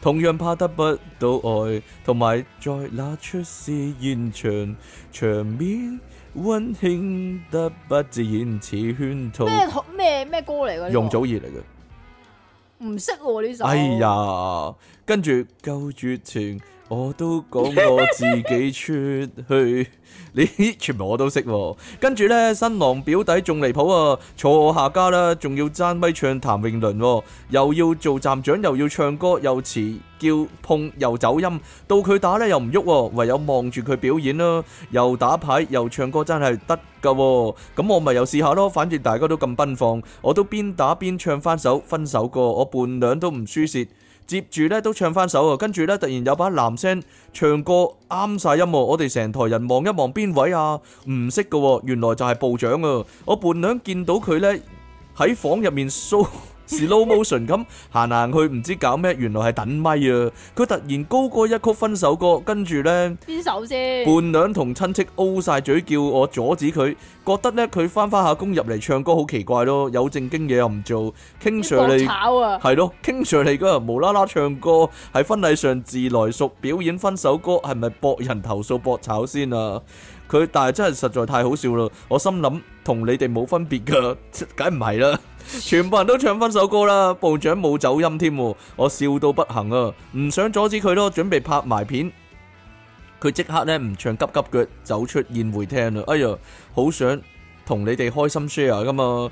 同樣怕得不到愛，同埋在那出事現場場面溫馨得不自然似圈套。咩啊套咩咩歌嚟㗎？呢個容祖兒嚟嘅。唔識喎呢首。哎，呀，跟住夠絕情，我都講我自己出去， (laughs) 你全部我都識喎。跟住呢，新郎表弟仲離譜啊，坐我下家啦，仲要爭咪唱譚詠麟喎，又要做站長，又要唱歌，又詞叫碰，又走音，到佢打呢又唔喐喎，唯有望住佢表演啦。又打牌又唱歌真係得㗎喎，咁我咪又試下咯。反正大家都咁奔放，我都邊打邊唱翻首分手歌，我伴娘都唔輸蝕。接住咧都唱翻首啊，跟住咧突然有把男聲唱歌啱晒音喎，我哋成台人望一望邊位啊，唔識㗎喎，原來就係部長啊！我伴娘見到佢咧喺房入面 show slow (laughs) motion 咁行行去，唔知搞咩，原來係等咪啊！佢突然高歌一曲分手歌，跟住咧。邊首 (laughs) 先？伴娘同親戚 O 晒嘴叫我阻止佢，覺得咧佢翻翻下工入嚟唱歌好奇怪咯，有正經嘢又唔做，King 啲 Sir 你國炒啊！係咯，King Sir 你嗰日無啦啦唱歌，喺婚禮上自來熟表演分手歌，係咪博人投訴博炒先啊？佢但係真係實在太好笑啦，我心諗同你哋冇分別噶， (laughs) 梗唔係啦。全部人都唱分首歌啦，部長冇走音添喎，我笑到不行啊！唔想阻止佢咯，準備拍埋片，佢即刻咧唔唱急急腳走出宴會廳啦！哎呀，好想同你哋開心 share 噶嘛！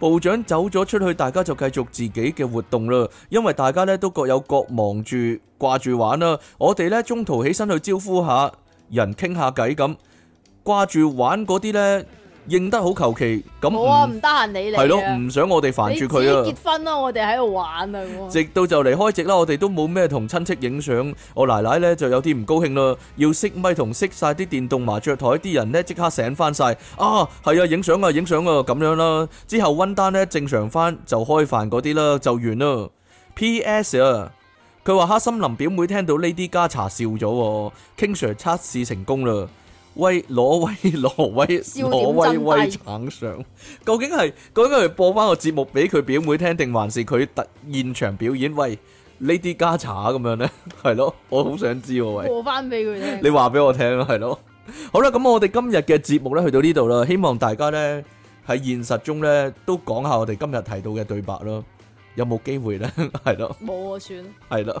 部長走咗出去，大家就繼續自己嘅活動啦。因為大家咧都各有各忙住掛住玩啦，我哋咧中途起身去招呼下人傾下偈咁，掛住玩嗰啲咧應得好求其咁冇啊，唔唔得閒理你啊。系咯，唔想我哋煩住佢你啊自己！結婚啦，我哋喺度 (laughs) 玩啊！咁啊直到就嚟開席啦，我哋都冇咩同親戚影相，我奶奶呢就有啲唔高興啦，要熄咪同熄晒啲電動麻雀台，啲人呢即刻醒翻晒啊！係啊，影相啊，影相啊，咁樣啦。之後温單呢正常翻就開飯嗰啲啦，就完啦。P.S. 啊，佢話黑森林表妹聽到呢啲家茶笑咗喎，King Sir 測試成功啦。威挪威挪威笑點挪威真威低橙上，究竟係究竟係播翻個節目俾佢表妹聽，定還是佢突現場表演？喂，呢啲家茶咁樣呢？ (laughs) 係咯，我好想知喎，喂。過翻俾佢聽。你話俾我聽啦，係咯。好啦，咁我哋今日嘅節目咧去到呢度啦，希望大家咧喺現實中咧都講下我哋今 (laughs) 日提到嘅對白咯，有冇機會咧？係咯，冇啊，算啦。係咯。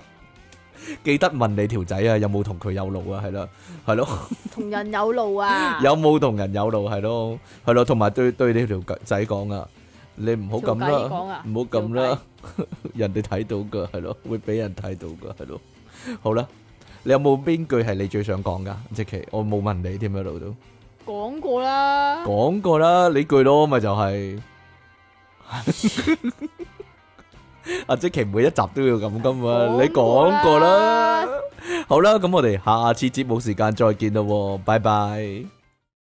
記得問你條仔啊，有冇同佢有路啊？係啦，係咯，同人有路啊， (laughs) 有冇同人有路係咯，係咯，同埋對對你條仔講啊，你唔好咁條仔講啦啊，唔好咁啦， (laughs) 人哋睇到噶係咯，會俾人睇到噶係咯。好啦，你有冇邊句係你最想講噶？即其我冇問你添一路都講過啦，講過啦，呢句咯，咪就係、 (laughs) 阿啊即其每一集都要咁噶嘛，你講過啦。好啦，咁我哋下次節目時間再見咯喎，拜拜。